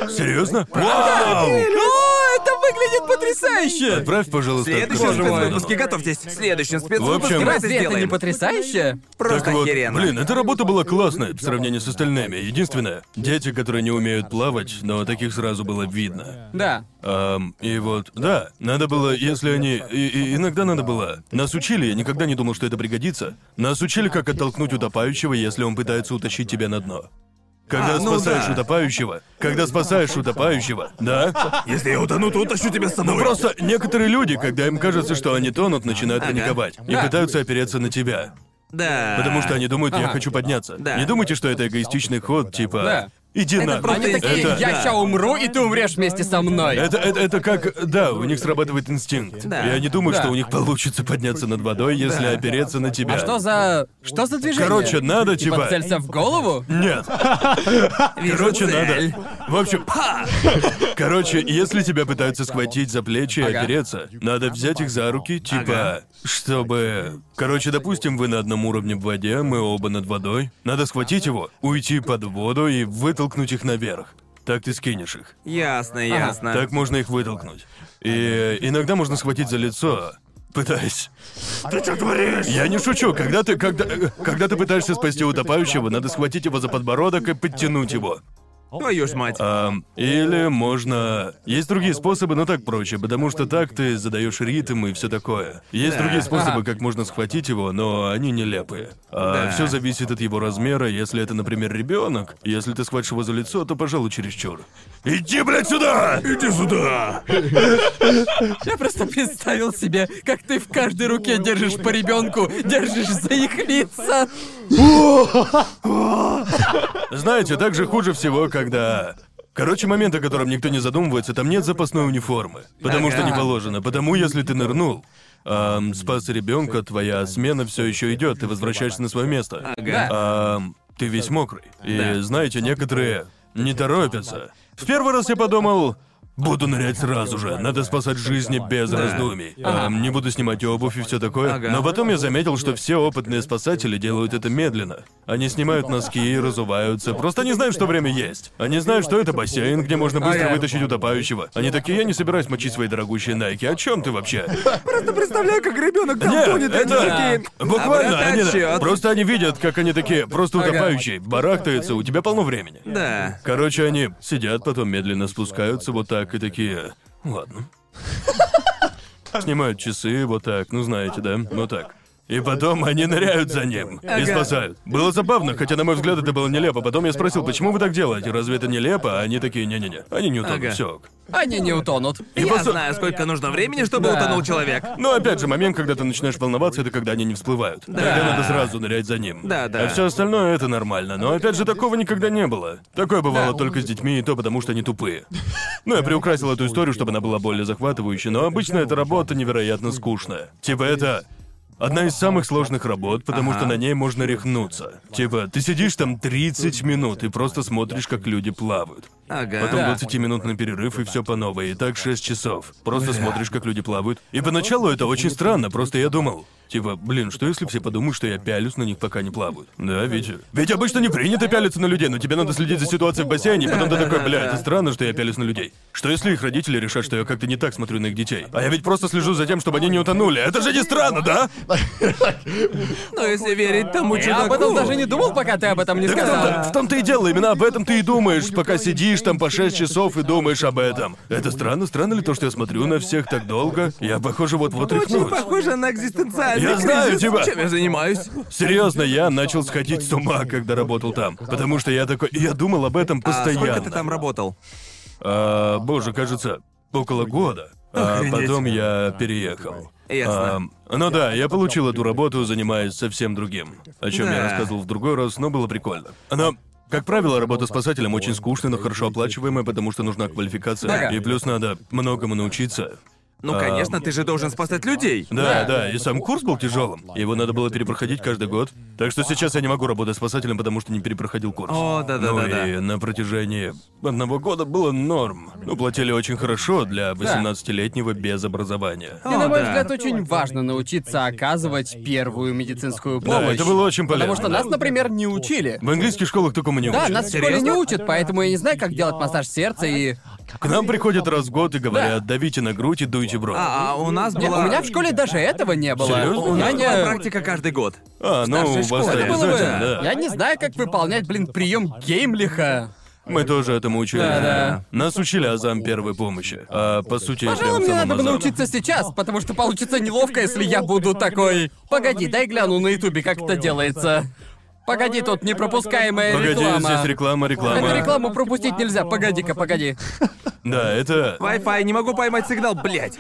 S1: Серьезно? Вау!
S3: О, это выглядит потрясающе!
S1: Отправь, пожалуйста,
S2: Ну, В следующем
S1: открытую
S2: спецвыпуске
S1: замену.
S2: готовьтесь. В следующем
S1: В общем-
S2: спецвыпуске мы это
S3: Разве это не
S2: сделаем.
S3: потрясающе?
S1: Так
S2: Просто
S1: вот,
S2: охеренно.
S1: блин, эта работа была классная в сравнении с остальными. Единственное, дети, которые не умеют плавать, но таких сразу было видно.
S3: Да.
S1: Эм, и вот, да, надо было, если они... и- и иногда надо было. Нас учили, я никогда не думал, что это пригодится. Нас учили, как оттолкнуть утопающего, если он пытается утащить тебя на дно. Когда
S2: А, ну
S1: спасаешь
S2: да.
S1: утопающего, когда спасаешь утопающего, да?
S2: Если я утону, то утащу тебя с
S1: Ну
S2: собой.
S1: просто некоторые люди, когда им кажется, что они тонут, начинают
S2: Ага.
S1: паниковать и
S3: Да.
S1: пытаются опереться на тебя.
S2: Да.
S1: Потому что они думают, я
S3: Ага.
S1: хочу подняться.
S2: Да.
S1: Не думайте, что это эгоистичный ход, типа.
S3: Да.
S1: Иди
S3: Это
S1: на.
S3: просто Они
S2: Это-
S3: такие,
S1: это,
S3: я
S2: да.
S3: ща умру, и ты умрешь вместе со мной.
S1: Это, это, это как, да, у них срабатывает инстинкт.
S2: Да.
S1: Я не думаю,
S3: Да.
S1: что у них получится подняться над водой, если опереться на тебя.
S3: А что за... Что за движение?
S1: Короче, надо,
S3: Типа
S1: типа...
S3: целься в голову?
S1: Нет,
S2: Вижу
S1: короче,
S2: цель.
S1: надо. В общем, короче, если тебя пытаются схватить за плечи и
S3: Ага.
S1: опереться, надо взять их за руки, типа,
S2: Ага.
S1: чтобы... Короче, допустим, вы на одном уровне в воде, мы оба над водой. Надо схватить его, уйти под воду и вытолкнуть их наверх. Так ты скинешь их.
S2: Ясно, ясно.
S1: Так можно их вытолкнуть. И иногда можно схватить за лицо, пытаясь. А Ты что творишь? Я не шучу. Когда ты, когда, э, когда ты пытаешься спасти утопающего, надо схватить его за подбородок и подтянуть его.
S2: Твою ж мать.
S1: Ам, или можно... Есть другие способы, но так проще, потому что так ты задаешь ритм и все такое. Есть
S2: Да. А.
S1: другие способы,
S3: Ага.
S1: как можно схватить его, но они нелепые.
S2: Да.
S1: Все зависит от его размера. Если это, например, ребенок, если ты схватишь его за лицо, то, пожалуй, чересчур. Иди, блядь, сюда! Иди сюда!
S3: Я просто представил себе, как ты в каждой руке держишь по ребенку, держишь за их лица.
S1: Знаете, так же хуже всего, когда... Короче, момент, о котором никто не задумывается, там нет запасной униформы. Потому что
S2: Ага.
S1: не положено. Потому если ты нырнул, ам, спас ребенка, твоя смена все еще идет, ты возвращаешься на свое место.
S2: Ага.
S1: Ам, ты весь мокрый. И знаете, некоторые не торопятся. В первый раз я подумал, буду нырять сразу же, надо спасать жизни без раздумий. Ам, не буду снимать обувь и все такое.
S2: Ага.
S1: Но потом я заметил, что все опытные спасатели делают это медленно. Они снимают носки, разуваются, просто не знают, что время есть. Они знают, что это бассейн, где можно быстро
S3: Ага.
S1: вытащить утопающего. Они такие, я не собираюсь мочить свои дорогущие найки. О чем ты вообще?
S2: Просто представляю, как ребенок там
S1: Нет,
S2: ходит, и они
S1: это
S2: такие,
S1: буквально
S2: «Обратно
S1: они
S2: отсчет».
S1: просто они видят, как они такие просто утопающие, барахтаются, у тебя полно времени.
S2: Да.
S1: Короче, они сидят, потом медленно спускаются вот так и такие. Ладно. Снимают часы вот так, ну знаете, да, ну так. И потом они ныряют за ним и
S3: Ага.
S1: спасают. Было забавно, хотя, на мой взгляд, это было нелепо. Потом я спросил, почему вы так делаете? Разве это нелепо? А они такие, не-не-не. Они не утонут,
S2: Ага.
S1: все.
S3: Они не утонут.
S2: Я
S1: просто-
S2: знаю, А сколько нужно времени, чтобы
S3: Да.
S2: утонул человек.
S1: Но опять же, момент, когда ты начинаешь волноваться, это когда они не всплывают. Тогда надо сразу нырять за ним.
S2: Да, да.
S1: А все остальное это нормально. Но опять же, такого никогда не было. Такое бывало только с детьми, и то потому что они тупые. Ну, я приукрасил эту историю, чтобы она была более захватывающей, но обычно эта работа невероятно скучная. Типа это. Одна из самых сложных работ, потому что на ней можно рехнуться. Типа, ты сидишь там 30 минут и просто смотришь, как люди плавают.
S2: Ага.
S1: Потом
S3: Да.
S1: 20-минутный перерыв и все по новой. И так 6 часов. Просто смотришь, как люди плавают. И поначалу это очень странно, просто я думал. Типа, блин, что если все подумают, что я пялюсь на них, пока не плавают? Да, Витя. Ведь обычно не принято пялиться на людей, но тебе надо следить за ситуацией в бассейне, и потом ты такой, бля, это странно, что я пялюсь на людей. Что если их родители решат, что я как-то не так смотрю на их детей? А я ведь просто слежу за тем, чтобы они не утонули. Это же не странно, да?
S2: Но если верить тому
S3: Я
S2: чудаку...
S3: об этом даже не думал, пока ты об этом не
S1: Так в том-то,
S3: сказал.
S1: в том-то и дело, именно об этом ты и думаешь, пока сидишь там по 6 часов и думаешь об этом. Это странно, странно ли то, что я смотрю на всех так долго? Я, похоже, вот-вот
S2: Очень
S1: рехнусь.
S2: Ну, похоже на экзистенциальный
S1: Я знаю
S2: кризис.
S1: тебя.
S2: Чем я занимаюсь?
S1: Серьезно, я начал сходить с ума, когда работал там. Потому что я такой... Я думал об этом
S2: А сколько ты
S1: постоянно.
S2: там работал?
S1: А, боже, кажется, около года. А потом я переехал.
S2: Ясно.
S1: Ам, ну да, я получил эту работу, занимаясь совсем другим. О чем я
S2: Да.
S1: рассказывал в другой раз, но было прикольно. Но, как правило, работа спасателем очень скучная, но хорошо оплачиваемая, потому что нужна квалификация.
S3: Ага.
S1: И плюс надо многому научиться. А.
S2: Ну, конечно, ты же должен спасать людей.
S1: Да, да, и сам курс был тяжелым. Его надо было перепроходить каждый год. Так что сейчас я не могу работать спасателем, потому что не перепроходил курс.
S2: О, да-да-да-да.
S1: Ну и на протяжении одного года было норм. Ну, платили очень хорошо для 18-летнего без образования.
S3: И, на мой
S2: О, да.
S3: взгляд, очень важно научиться оказывать первую медицинскую помощь.
S1: Да, это было очень полезно.
S3: Потому что нас, например, не учили.
S1: В английских школах такому не
S3: Да,
S1: учат.
S3: нас в школе не
S2: Серьезно?
S3: учат, поэтому я не знаю, как делать массаж сердца и...
S1: К нам приходят раз в год и говорят, давите на грудь и дуйте бровь.
S2: А, а у нас
S3: Не,
S2: была...
S3: у меня в школе даже этого не было.
S1: Серьезно?
S3: У меня
S1: Да,
S3: не-
S2: была практика каждый год.
S1: А, ну, у
S2: старшей
S1: вас
S2: школе.
S1: это
S3: Это было бы...
S1: обязательно, да.
S3: Я не знаю, как выполнять, блин, прием Геймлиха.
S1: Мы тоже этому учили.
S3: Да-да.
S1: Нас учили азам первой помощи. А, по сути,
S3: Пожалуй,
S1: прям
S3: мне
S1: самым
S3: надо бы
S1: азам.
S3: научиться сейчас, потому что получится неловко, если я буду такой... Погоди, дай гляну на ютубе, как это делается. Погоди, тут непропускаемая
S1: Погоди,
S3: реклама.
S1: здесь реклама, реклама.
S3: Эту рекламу пропустить нельзя, погоди-ка, погоди.
S1: Да, это...
S2: Wi-Fi, не могу поймать сигнал, блядь.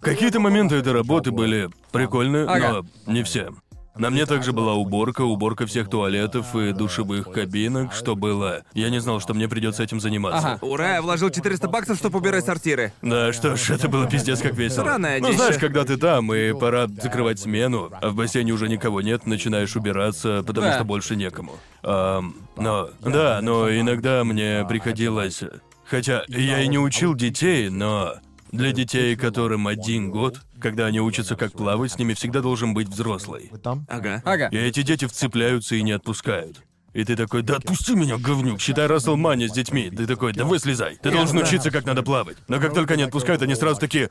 S1: Какие-то моменты этой работы были прикольные,
S3: Ага.
S1: но не все. На мне также была уборка, уборка всех туалетов и душевых кабинок, что было. Я не знал, что мне придется этим заниматься.
S3: Ага.
S2: Ура, я вложил 400 баксов, чтобы убирать сортиры.
S1: Да, что ж, это было пиздец как весело.
S2: Сраная
S1: ну,
S2: дичь.
S1: знаешь, когда ты там, и пора закрывать смену, а в бассейне уже никого нет, начинаешь убираться, потому
S3: Да.
S1: что больше некому. Ам, но... Да, но иногда мне приходилось... Хотя я и не учил детей, но... Для детей, которым один год, когда они учатся как плавать, с ними всегда должен быть взрослый.
S2: Ага.
S3: Ага.
S1: И эти дети вцепляются и не отпускают. И ты такой, да отпусти меня, говнюк, считай Расселмания с детьми. Ты такой, давай слезай. Ты должен учиться, как надо плавать. Но как только они отпускают, они сразу такие...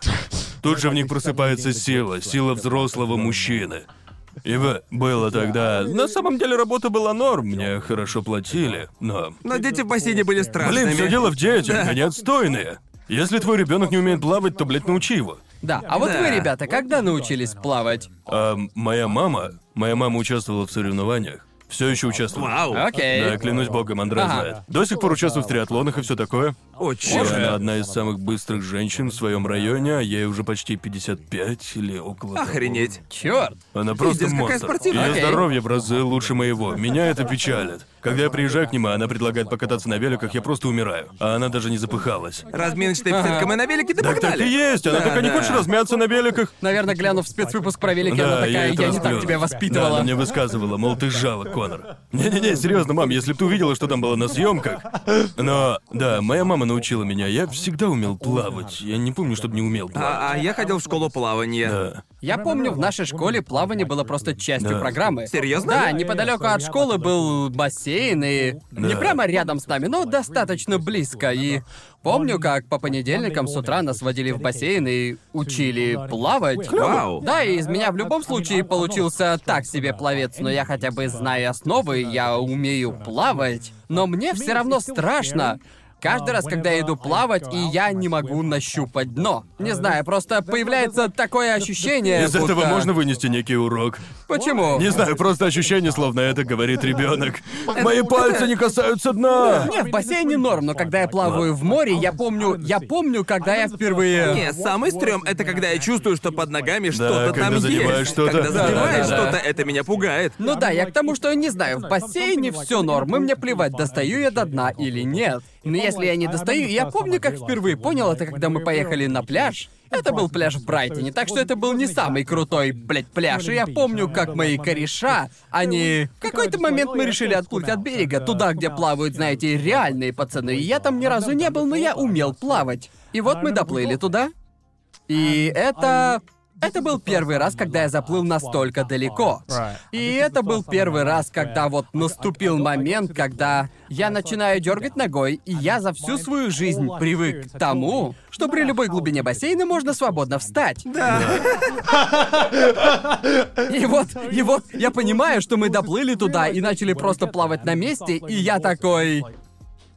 S1: Тут же в них просыпается сила, сила взрослого мужчины. И вы- было тогда... На самом деле работа была норм, мне хорошо платили, но...
S2: Но дети в бассейне были страшными.
S1: Блин, все дело в детях, они отстойные. Если твой ребенок не умеет плавать, то, блядь, научи его.
S3: Да, а вот
S2: Да.
S3: вы, ребята, когда научились плавать?
S1: А моя мама... Моя мама участвовала в соревнованиях. Все еще участвует.
S2: Вау.
S3: Окей.
S1: Да, клянусь богом, Андре
S3: Ага.
S1: знает. До сих пор участвую в триатлонах и все такое.
S2: О,
S1: И
S2: чёрт.
S1: Она одна из самых быстрых женщин в своем районе, а ей уже почти 55 или около того.
S2: Охренеть.
S3: Черт.
S1: Она просто
S2: Пиздец, какая
S1: монстр.
S2: спортивная.
S1: Её
S3: Окей.
S1: здоровье в разы лучше моего. Меня это печалит. Когда я приезжаю к ним, а она предлагает покататься на великах, я просто умираю. А она даже не запыхалась.
S2: Разминочные петелька мы на велике, да
S1: Так так и
S2: погнали.
S1: есть. Она такая, не хочешь размяться на великах?
S3: Наверное, глянув спецвыпуск про велики, она
S1: Да,
S3: такая,
S1: ей это
S3: я не так
S1: расплюнуть.
S3: тебя
S1: Да,
S3: воспитывала.
S1: она мне высказывала, мол, ты жала, Конор. Не-не-не, серьезно, мам, если бы ты увидела, что там было на съемках. Но, да, моя мама научила меня. Я всегда умел плавать. Я не помню, чтобы не умел плавать.
S2: А, а я ходил в школу плавания.
S1: Да.
S3: Я помню, в нашей школе плавание было просто частью
S1: Да.
S3: программы.
S2: Серьезно?
S3: Да, неподалеку от школы был бассейн, и не прямо рядом с нами, но достаточно близко. И помню, как по понедельникам с утра нас водили в бассейн и учили плавать.
S2: Вау.
S3: Да, и из меня в любом случае получился так себе пловец, но я хотя бы знаю основы, я умею плавать. Но мне все равно страшно. Каждый раз, когда я иду плавать, и я не могу нащупать дно. Не знаю, просто появляется такое ощущение,
S1: Из этого
S3: будто-
S1: можно вынести некий урок.
S3: Почему?
S1: Не знаю, просто ощущение, словно это говорит ребенок. Мои пальцы не касаются дна.
S3: Не, в бассейне норм, но когда я плаваю в море, я помню, я помню, когда я впервые...
S2: Не, самый стрём — это когда я чувствую, что под ногами что-то
S1: когда
S2: там
S1: задеваешь
S2: есть.
S1: что-то.
S2: Когда
S1: Да,
S2: задеваешь
S1: да, да.
S2: что-то, это меня пугает.
S3: Ну да, я к тому, что не знаю, в бассейне все норм, и мне плевать, достаю я до дна или нет. Но если я не достаю, я помню, как впервые понял это, когда мы поехали на пляж. Это был пляж в Брайтоне, так что это был не самый крутой, блядь, пляж. И я помню, как мои кореша, они... В какой-то момент мы решили отплыть от берега, туда, где плавают, знаете, реальные пацаны. И я там ни разу не был, но я умел плавать. И вот мы доплыли туда, и это... Это был первый раз, когда я заплыл настолько далеко.
S5: Right.
S3: И это был первый раз, когда вот наступил момент, когда я начинаю дергать ногой, и я за всю свою жизнь привык к тому, что при любой глубине бассейна можно свободно встать. ну, Да. И вот, Ну, и вот я понимаю, что мы доплыли туда и начали просто плавать на месте, и я такой...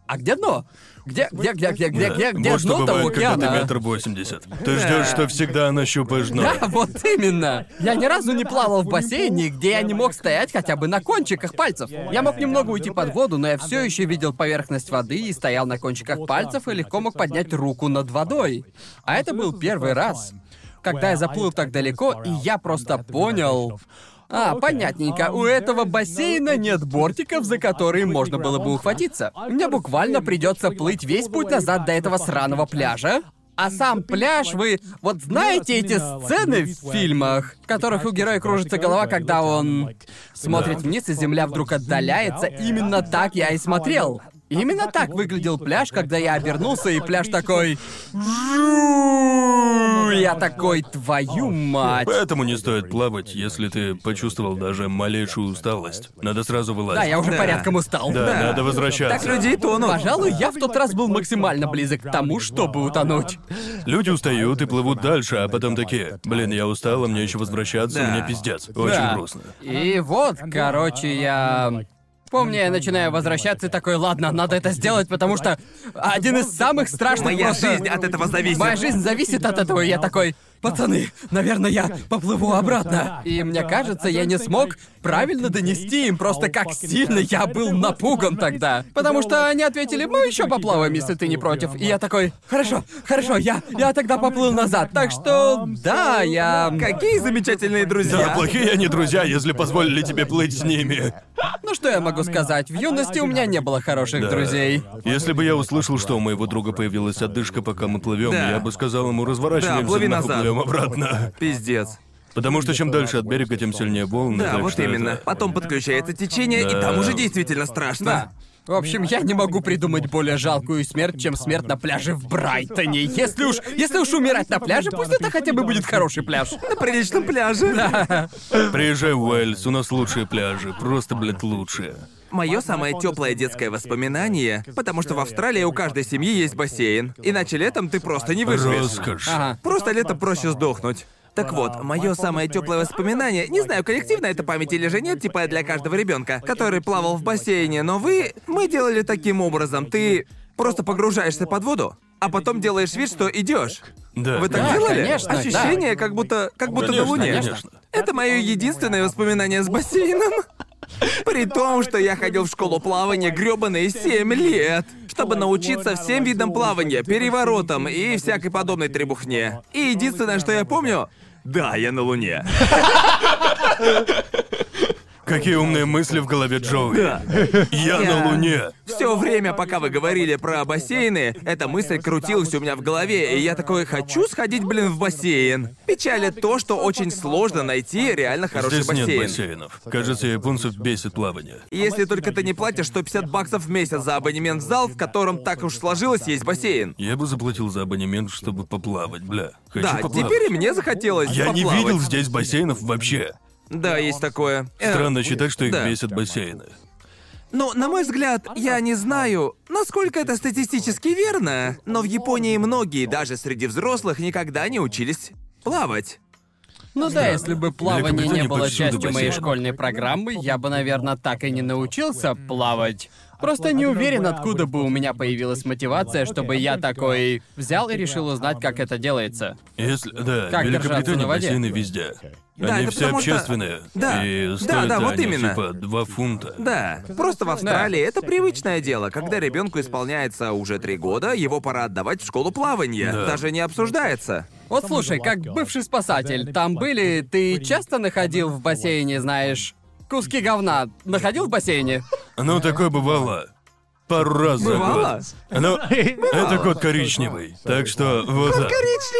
S3: А где дно? Где, где, где, где, где, где, где
S1: Вот что
S3: дно-то у
S1: бывает, когда ты
S3: океана?»
S1: метр восемьдесят. Ты ждешь, что всегда нащупаешь дно.
S3: Да, вот именно. Я ни разу не плавал в бассейне, где я не мог стоять хотя бы на кончиках пальцев. Я мог немного уйти под воду, но я все еще видел поверхность воды и стоял на кончиках пальцев и легко мог поднять руку над водой. А это был первый раз, когда я заплыл так далеко, и я просто понял... А, понятненько. У этого бассейна нет бортиков, за которые можно было бы ухватиться. Мне буквально придется плыть весь путь назад до этого сраного пляжа, а сам пляж, вы вот знаете эти сцены в фильмах, в которых у героя кружится голова, когда он смотрит вниз, и земля вдруг отдаляется? Именно так я и смотрел. Именно так выглядел пляж, когда я обернулся, и пляж такой... «Жу!» Я такой, твою мать.
S1: Поэтому не стоит плавать, если ты почувствовал даже малейшую усталость. Надо сразу вылазить.
S3: Да, я уже
S2: Да.
S3: порядком устал.
S1: Да, надо
S2: Так
S1: возвращаться.
S2: людей тонут.
S3: Пожалуй, я в тот раз был максимально близок к тому, чтобы утонуть.
S1: Люди устают и плывут дальше, а потом такие, блин, я устал, а мне еще возвращаться,
S2: Да.
S1: мне пиздец. Очень
S3: Да.
S1: грустно.
S3: И вот, короче, я... Помню, я начинаю возвращаться и такой, ладно, надо это сделать, потому что один из самых страшных
S2: Моя
S3: просто-
S2: жизнь от этого зависит.
S3: Моя жизнь зависит от этого, и я такой, пацаны, наверное, я поплыву обратно. И мне кажется, я не смог правильно донести им просто, как сильно я был напуган тогда. Потому что они ответили, мы еще поплаваем, если ты не против. И я такой, хорошо, хорошо, я, я тогда поплыл назад. Так что, да, я...
S2: Какие замечательные друзья.
S1: Да, плохие они друзья, если позволили тебе плыть с ними.
S3: Ну что я могу сказать? В юности у меня не было хороших
S1: Да.
S3: друзей.
S1: Если бы я услышал, что у моего друга появилась отдышка, пока мы плывем,
S2: Да.
S1: я бы сказал ему
S2: Да,
S1: разворачиваемся,
S2: плыви
S1: нахуй
S2: назад».
S1: плывем обратно.
S2: Пиздец.
S1: Потому что чем дальше от берега, тем сильнее волны.
S2: Да,
S1: Ну, так
S2: вот
S1: что
S2: именно.
S1: это-
S2: Потом подключается течение, и
S1: Да.
S2: там уже действительно страшно.
S3: Да. В общем, я не могу придумать более жалкую смерть, чем смерть на пляже в Брайтоне. Если уж, если уж умирать на пляже, пусть это хотя бы будет хороший пляж.
S2: На приличном пляже.
S1: Приезжай в Уэльс, у нас лучшие пляжи, просто, блядь, лучшие.
S2: Мое самое теплое детское воспоминание, потому что в Австралии у каждой семьи есть бассейн. Иначе летом ты просто не выживешь.
S1: Роскошь.
S3: Ага.
S2: Просто лето проще сдохнуть. Так вот, мое самое теплое воспоминание, не знаю, коллективно это память или же нет, типа для каждого ребенка, который плавал в бассейне, но вы, мы делали таким образом, ты просто погружаешься под воду, а потом делаешь вид, что идешь.
S1: Да.
S2: Вы так
S3: Да,
S2: делали?
S3: конечно,
S2: Ощущение, как будто, как будто
S1: Конечно,
S2: на Луне.
S1: конечно.
S2: Это мое единственное воспоминание с бассейном. При том, что я ходил в школу плавания грёбаные 7 лет, чтобы научиться всем видам плавания, переворотам и всякой подобной требухне. И единственное, что я помню, да, я на Луне.
S1: Какие умные мысли в голове Джоуи.
S2: Да.
S1: Я на Луне.
S2: Все время, пока вы говорили про бассейны, эта мысль крутилась у меня в голове, и я такой хочу сходить, блин, в бассейн. Печалит то, что очень сложно найти реально хороший
S1: Здесь нет бассейнов. Кажется, японцев бесит плавание.
S2: Если только ты не платишь 150 баксов в месяц за абонемент в зал, в котором так уж сложилось есть бассейн.
S1: Я бы заплатил за абонемент, чтобы поплавать, бля. Хочу
S2: Да,
S1: поплавать.
S2: теперь и мне захотелось
S1: Я не
S2: поплавать.
S1: видел здесь бассейнов вообще.
S2: Да, есть такое. Э,
S1: Странно считать, что их
S2: да.
S1: бесят бассейны.
S2: Ну, на мой взгляд, я не знаю, насколько это статистически верно, но в Японии многие, даже среди взрослых, никогда не учились плавать.
S3: Ну да, если бы плавание не
S1: Великобритания
S3: было
S1: повсюду
S3: частью моей
S1: бассейн.
S3: школьной программы, я бы, наверное, так и не научился плавать. Просто не уверен, откуда бы у меня появилась мотивация, чтобы я такой взял и решил узнать, как это делается.
S1: Если, да,
S3: Как держаться
S1: Великобритания
S3: на воде?
S1: бассейны везде.
S2: Да,
S1: они
S2: это
S1: все
S2: потому что-
S1: общественные.
S2: Да.
S1: И
S2: Да,
S1: стоят
S2: да, вот
S1: они,
S2: именно.
S1: типа 2 фунта.
S2: Да, просто в Австралии это привычное дело. Когда ребенку исполняется уже три года, его пора отдавать в школу плавания.
S1: Да.
S2: Даже не обсуждается.
S3: Вот слушай, как бывший спасатель, там были, ты часто находил в бассейне, знаешь, куски говна? Находил в бассейне?
S1: Ну, такое бывало. Пару раз за
S2: Бывало?
S1: год. Ну, это кот коричневый. Так что вот так.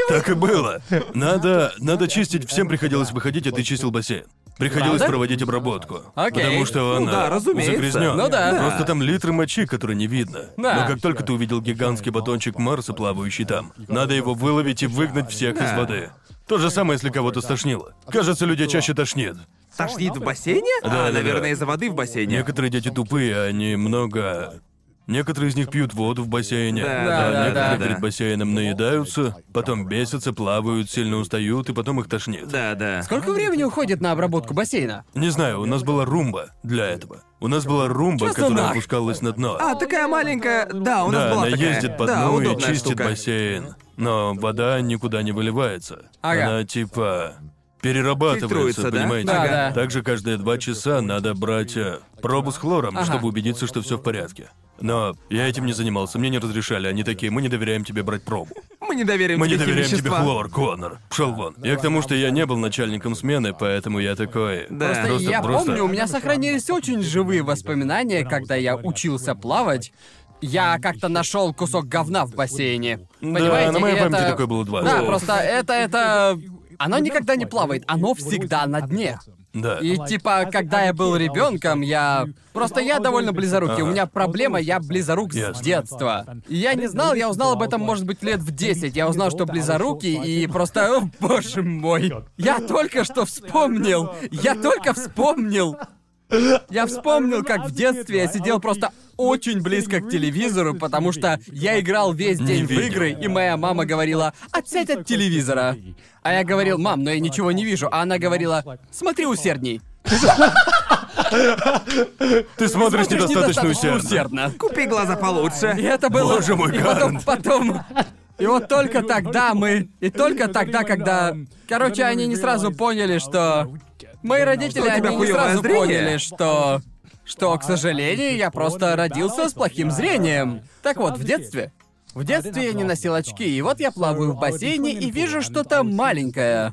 S1: Так и было. Надо, надо чистить. Всем приходилось выходить, а ты чистил бассейн. Приходилось
S3: Правда?
S1: проводить обработку.
S3: Окей.
S1: Потому что
S2: Ну
S1: она
S2: да, разумеется.
S1: загрязнён.
S3: Ну да.
S1: Просто там литры мочи, которые не видно.
S3: Да.
S1: Но как только ты увидел гигантский батончик Марса, плавающий там, надо его выловить и выгнать всех из воды. То же самое, если кого-то стошнило. Кажется, людей чаще тошнит.
S2: Тошнит в бассейне?
S1: Да,
S2: а,
S1: да,
S2: наверное,
S1: да.
S2: из-за воды в бассейне.
S1: Некоторые дети тупые, они много... Некоторые из них пьют воду в бассейне,
S2: Да,
S3: да, да,
S1: некоторые
S3: да.
S1: перед бассейном наедаются, потом бесятся, плавают, сильно устают, и потом их тошнит.
S2: Да, да.
S3: Сколько времени уходит на обработку бассейна?
S1: Не знаю, у нас была румба для этого. У нас была румба,
S3: Честно,
S1: которая
S3: нах.
S1: опускалась на дно.
S2: А, такая маленькая. Да, у нас
S1: да,
S2: была
S1: она
S2: такая.
S1: ездит по
S2: да,
S1: дну и
S2: удобная
S1: чистит
S2: штука.
S1: бассейн. Но вода никуда не выливается.
S3: Ага.
S1: Она типа перерабатывается,
S2: Фильтруется, да?
S1: понимаете?
S3: Да, да.
S1: Также каждые два часа надо брать э, пробу с хлором,
S3: Ага.
S1: чтобы убедиться, что все в порядке. Но я этим не занимался, мне не разрешали. Они такие, мы не доверяем тебе брать пробу.
S2: Мы не доверим
S1: Мы не
S2: тебе
S1: доверяем тебе
S2: химвещества.
S1: хлор, Конор. Пшел вон. Я к тому, что я не был начальником смены, поэтому я такой.
S2: Да.
S3: Просто
S1: Просто-
S3: я
S1: просто-
S3: помню, у меня сохранились очень живые воспоминания, когда я учился плавать. Я как-то нашел кусок говна в бассейне. Понимаете,
S1: да, на моей
S3: и
S1: памяти
S3: это-
S1: такое было два.
S3: Да,
S1: О,
S3: просто это, это... Оно никогда не плавает, оно всегда на дне.
S1: Да.
S3: И типа, когда я был ребенком, я. Просто я довольно близорукий. У меня проблема, я близорук с
S1: Ясно.
S3: детства. И я не знал, я узнал об этом, может быть, лет в 10. Я узнал, что близорукий, и просто. О, боже мой! Я только что вспомнил! Я только вспомнил! Я вспомнил, как в детстве я сидел просто очень близко к телевизору, потому что я играл весь
S1: Не
S3: день в
S1: видел.
S3: игры, и моя мама говорила «Отсядь от телевизора». А я говорил «Мам, но я ничего не вижу», а она говорила «Смотри усердней».
S1: Ты смотришь
S3: Смотришь
S1: недостаточно
S3: недостаточно
S1: усердно.
S3: усердно.
S2: Купи глаза
S3: И
S2: получше.
S3: это было...
S1: Боже мой,
S3: и потом,
S1: Гарнт.
S3: потом... И вот только тогда мы... И только тогда, когда... Короче, они не сразу поняли, что... Мои
S2: Что
S3: родители,
S2: у тебя
S3: они не
S2: хуёвое
S3: сразу
S2: зрение?
S3: поняли, что... Что, к сожалению, я просто родился с плохим зрением. Так вот, в детстве. В детстве я не носил очки, и вот я плаваю в бассейне и вижу что-то маленькое.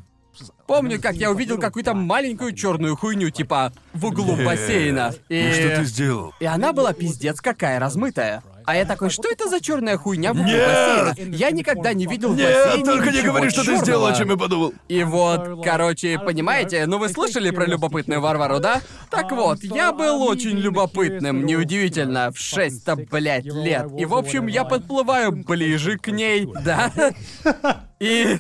S3: Помню, как я увидел какую-то маленькую черную хуйню, типа в углу бассейна. И...
S1: Э, Ну что ты сделал?
S3: И она была пиздец какая размытая. А я такой, что это за черная хуйня в углу
S1: Нет!
S3: бассейна? Я никогда не видел в бассейне
S1: Нет, только не
S3: ничего
S1: говори, что ты
S3: чёрного».
S1: сделал, о чем я подумал.
S3: И вот, короче, понимаете, ну вы слышали про любопытную Варвару, да? Так вот, я был очень любопытным, неудивительно, в 6-то, блядь, лет. И, в общем, я подплываю ближе к ней, да? И...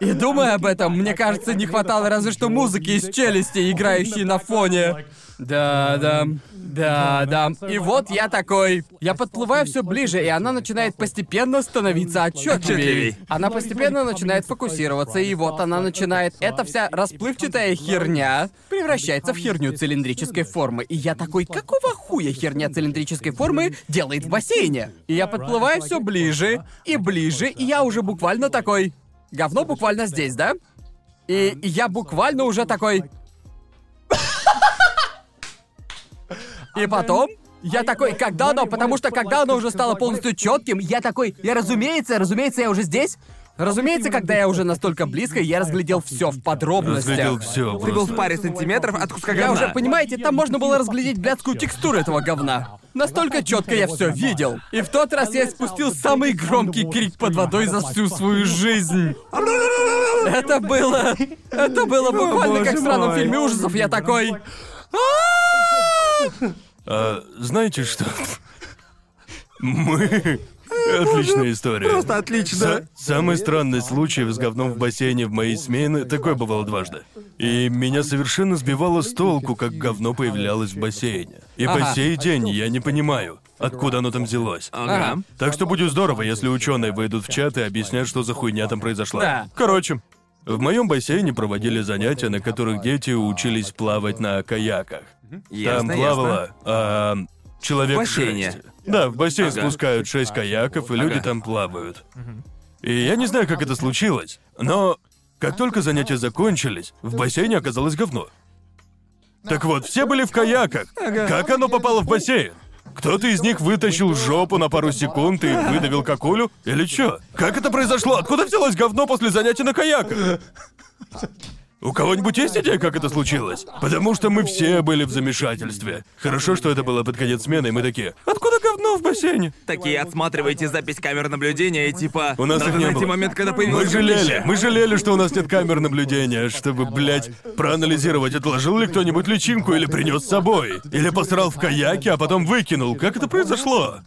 S3: И думая об этом, мне кажется, не хватало разве что музыки из челюсти, играющей на фоне. Да, да, Эм, да, да. И вот я такой. Я подплываю все ближе, и она начинает постепенно становиться отчетливей.
S2: Отчётливей.
S3: Она постепенно начинает фокусироваться, и вот она начинает. Эта вся расплывчатая херня превращается в херню цилиндрической формы. И я такой, какого хуя херня цилиндрической формы делает в бассейне? И я подплываю все ближе и ближе, и я уже буквально такой. Говно буквально здесь, да? И я буквально уже такой. И потом я такой, когда оно, потому что когда оно уже стало полностью четким, я такой, я разумеется, разумеется, я уже здесь. Разумеется, когда я уже настолько близко, я разглядел все в подробностях.
S1: Разглядел все.
S2: Ты был в паре сантиметров от куска
S3: Я
S2: говна.
S3: уже, понимаете, там можно было разглядеть блядскую текстуру этого говна. Настолько четко я все видел. И в тот раз я спустил самый громкий крик под водой за всю свою жизнь. Это было... Это было буквально как в странном
S1: мой.
S3: фильме ужасов. Я такой...
S1: а, знаете что? Мы... Отличная история.
S2: Просто отлично.
S1: Са- самый странный случай с говном в бассейне в моей смене, такое бывало дважды. И меня совершенно сбивало с толку, как говно появлялось в бассейне. И
S3: Ага.
S1: по сей день я не понимаю, откуда оно там взялось.
S2: Ага.
S1: Так что будет здорово, если ученые выйдут в чат и объяснят, что за хуйня там произошла.
S3: Да.
S1: Короче, в моем бассейне проводили занятия, на которых дети учились плавать на каяках.
S2: Ясно,
S1: там
S2: ясно.
S1: плавала а, человек
S2: В бассейне.
S1: шесть. Да, в бассейн
S2: Ага.
S1: спускают шесть каяков, и люди
S2: Ага.
S1: там плавают. И я не знаю, как это случилось, но как только занятия закончились, в бассейне оказалось говно. Так вот, все были в каяках. Как оно попало в бассейн? Кто-то из них вытащил жопу на пару секунд и выдавил кокулю? Или чё? Как это произошло? Откуда взялось говно после занятий на каяках? У кого-нибудь есть идея, как это случилось? Потому что мы все были в замешательстве. Хорошо, что это было под конец смены, и мы такие, откуда говно в бассейне?
S2: Такие отсматриваете запись камер наблюдения и типа...
S1: У нас
S2: надо
S1: их не
S2: найти
S1: было.
S2: момент, когда появилось
S1: Мы жалели,
S2: говнище».
S1: мы жалели, что у нас нет камер наблюдения, чтобы, блядь, проанализировать, отложил ли кто-нибудь личинку или принес с собой. Или посрал в каяке, а потом выкинул. Как это произошло?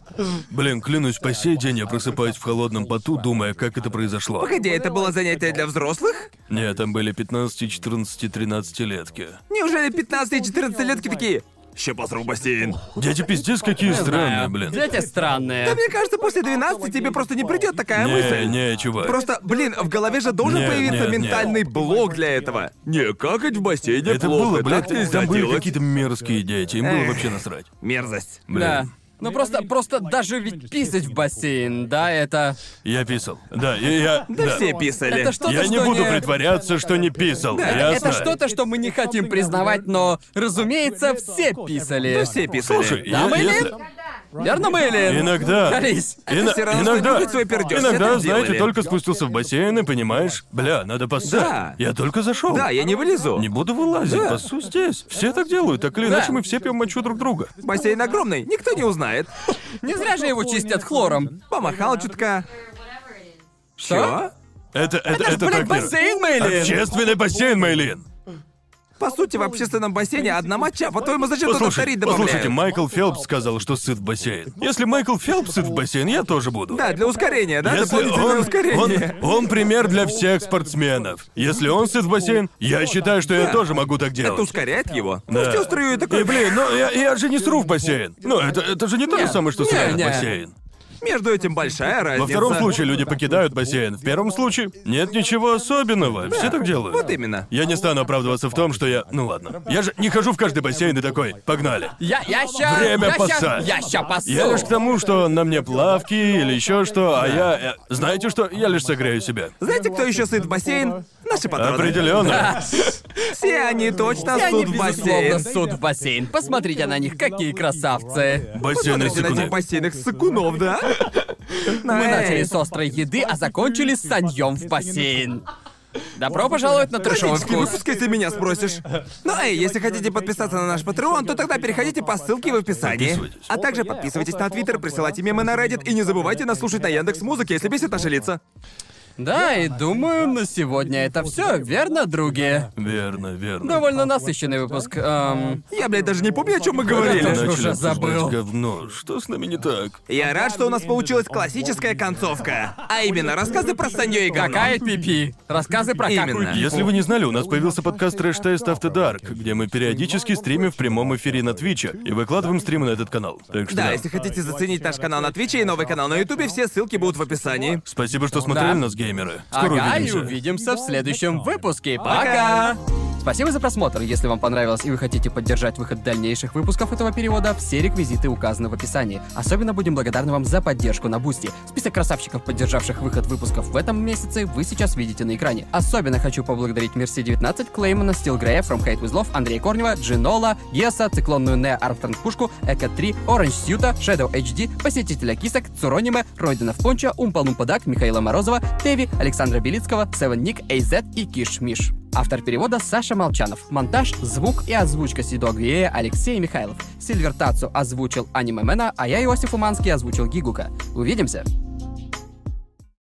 S1: Блин, клянусь, по сей день я просыпаюсь в холодном поту, думая, как это произошло.
S2: Погоди, это было занятие для взрослых?
S1: Не, там были 15, 14, 13 летки.
S2: Неужели 15-14-летки такие? Ща посру в бассейн.
S1: Дети пиздец какие странные, блин.
S3: Дети странные.
S2: Да мне кажется, после 12 тебе просто не придет такая
S1: Не,
S2: мысль.
S1: не, чувак.
S2: Просто, блин, в голове же должен
S1: Не,
S2: появиться
S1: не, не.
S2: ментальный блок для этого. Не, какать в бассейне
S1: Это было, блядь, там были какие-то мерзкие дети, им было
S2: Эх.
S1: вообще насрать.
S2: Мерзость.
S3: Да.
S1: Блин.
S3: Ну просто, просто даже ведь писать в бассейн, да, это...
S1: Я писал. Да, я... я
S2: Да, все писали.
S3: Это что-то,
S1: Я не
S3: что
S1: буду
S3: не-
S1: притворяться, что не писал.
S3: Это-
S1: ясно?
S3: Это что-то, что мы не хотим признавать, но, разумеется, все писали.
S2: Да Ну, все писали.
S1: Слушай,
S3: Да,
S1: я-
S3: мы
S1: если-
S3: ли?
S4: Когда?
S3: Верно мы или?
S1: Иногда.
S3: Колись.
S1: Ино-
S2: всё равно, что
S1: иногда,
S2: нюхать свой пердёж, это
S1: иногда,
S2: делали.
S1: знаете, только спустился в бассейн и понимаешь, бля, надо поссать.
S2: Да.
S1: Я только зашел.
S2: Да, я не вылезу.
S1: Не буду вылазить,
S2: Да.
S1: пасу здесь. Все так делают, так или
S3: Да.
S1: иначе мы все пьем мочу друг друга.
S2: Бассейн огромный, никто не узнает.
S3: Не зря же его чистят хлором.
S2: Помахал чутка.
S4: Or whatever it is.
S2: Что?
S1: Это, это, это,
S3: Это ж, блядь,
S1: так А мир.
S3: бассейн, Мэйлин!
S1: Общественный бассейн, Мейлин.
S2: По сути, в общественном бассейне одна моча. По-твоему, зачем тут
S1: Послушайте,
S2: повторить добавляют?
S1: послушайте, Майкл Фелпс сказал, что сыт в бассейн. Если Майкл Фелпс сыт в бассейн, я тоже буду.
S2: Да, для ускорения, да?
S1: Если
S2: Дополнительное
S1: он,
S2: ускорение.
S1: он- он пример для всех спортсменов. Если он сыт в бассейн, я считаю, что я
S2: Да.
S1: тоже могу так
S2: Это
S1: делать.
S2: ускоряет его.
S1: Да.
S2: Ну, что устрою я такой...
S1: И, блин, ну я, я же не сру в бассейн. Ну, это, это же не то же самое, что
S3: не,
S1: срать в
S3: не.
S1: бассейн.
S2: Между этим большая разница.
S1: Во втором случае люди покидают бассейн. В первом случае нет ничего особенного. Все так делают.
S2: Вот именно.
S1: Я не стану оправдываться в том, что я... Ну ладно. Я же не хожу в каждый бассейн и такой, погнали.
S3: Я, я ща...
S1: Время
S3: я ща-
S1: поссать.
S3: Я ща пасу.
S1: Я лишь к тому, что на мне плавки или еще что, а я... э, Знаете что? Я лишь согрею себя.
S2: Знаете, кто еще сыт в бассейн? Наши патроны.
S1: Определенно.
S2: Все они точно
S3: Я не
S2: суд в
S3: безусловно
S2: бассейн.
S3: суд в бассейн. Посмотрите на них, какие красавцы.
S1: Бассейны
S2: Смотрите на этих
S1: секунды.
S2: бассейнах сыкунов, да?
S3: Мы начали с острой еды, а закончили с саньем в бассейн. Добро пожаловать на трешовый
S2: Классический
S3: вкус.
S2: выпуск, если меня спросишь. Ну, эй, если хотите подписаться на наш Patreon, то тогда переходите по ссылке в описании.
S1: Подписывайтесь.
S2: А также подписывайтесь на Твиттер, присылайте мемы на Reddit и не забывайте нас слушать на Яндекс Музыке, если бесит наши лица.
S3: Да, и думаю, на сегодня это все, верно, други?
S1: Верно, верно.
S3: Довольно насыщенный выпуск. Эм,
S2: Я, блядь, даже не помню, о чем мы
S1: Мы
S3: Я
S2: говорили.
S3: тоже
S1: начали
S3: уже
S1: обсуждать
S3: забыл.
S1: говно. Что с нами не так?
S2: Я рад, что у нас получилась классическая концовка. А именно, рассказы про Санью и говно.
S3: какая пипи? Рассказы про
S2: Именно.
S3: какую пипи?
S1: Если вы не знали, у нас появился подкаст Trash Taste After Dark, где мы периодически стримим в прямом эфире на Твиче и выкладываем стримы на этот канал. Так что
S2: Да,
S1: да.
S2: если хотите заценить наш канал на Твиче и новый канал на Ютубе, все ссылки будут в описании.
S1: Спасибо, что смотрели
S3: Да.
S1: нас, геймеры. Скоро
S3: Ага, и
S1: увидимся.
S3: увидимся в следующем выпуске.
S2: Пока!
S3: Пока! Спасибо за просмотр. Если вам понравилось и вы хотите поддержать выход дальнейших выпусков этого перевода, все реквизиты указаны в описании. Особенно будем благодарны вам за поддержку на Бусти. Список красавчиков, поддержавших выход выпусков в этом месяце, вы сейчас видите на экране. Особенно хочу поблагодарить Мерси19, Клеймана, Стилгрея, From Hate With Love, Андрея Корнева, Джинола, Еса, Циклонную Не, Армстронг Пушку, Эко 3, Оранж Сьюта, Shadow HD, Посетителя Кисок, Цурониме, Родинов Понча, Умпалумпадак, Михаила Морозова, Теви, Александра Белицкого, Севен Ник, Эйзет и Киш Миш. Автор перевода Саша Молчанов. Монтаж, звук и озвучка Сидо Гвея Алексей Михайлов. Сильвер Тацу озвучил Аниме Мэна, а я, Иосиф Уманский, озвучил Гигука. Увидимся!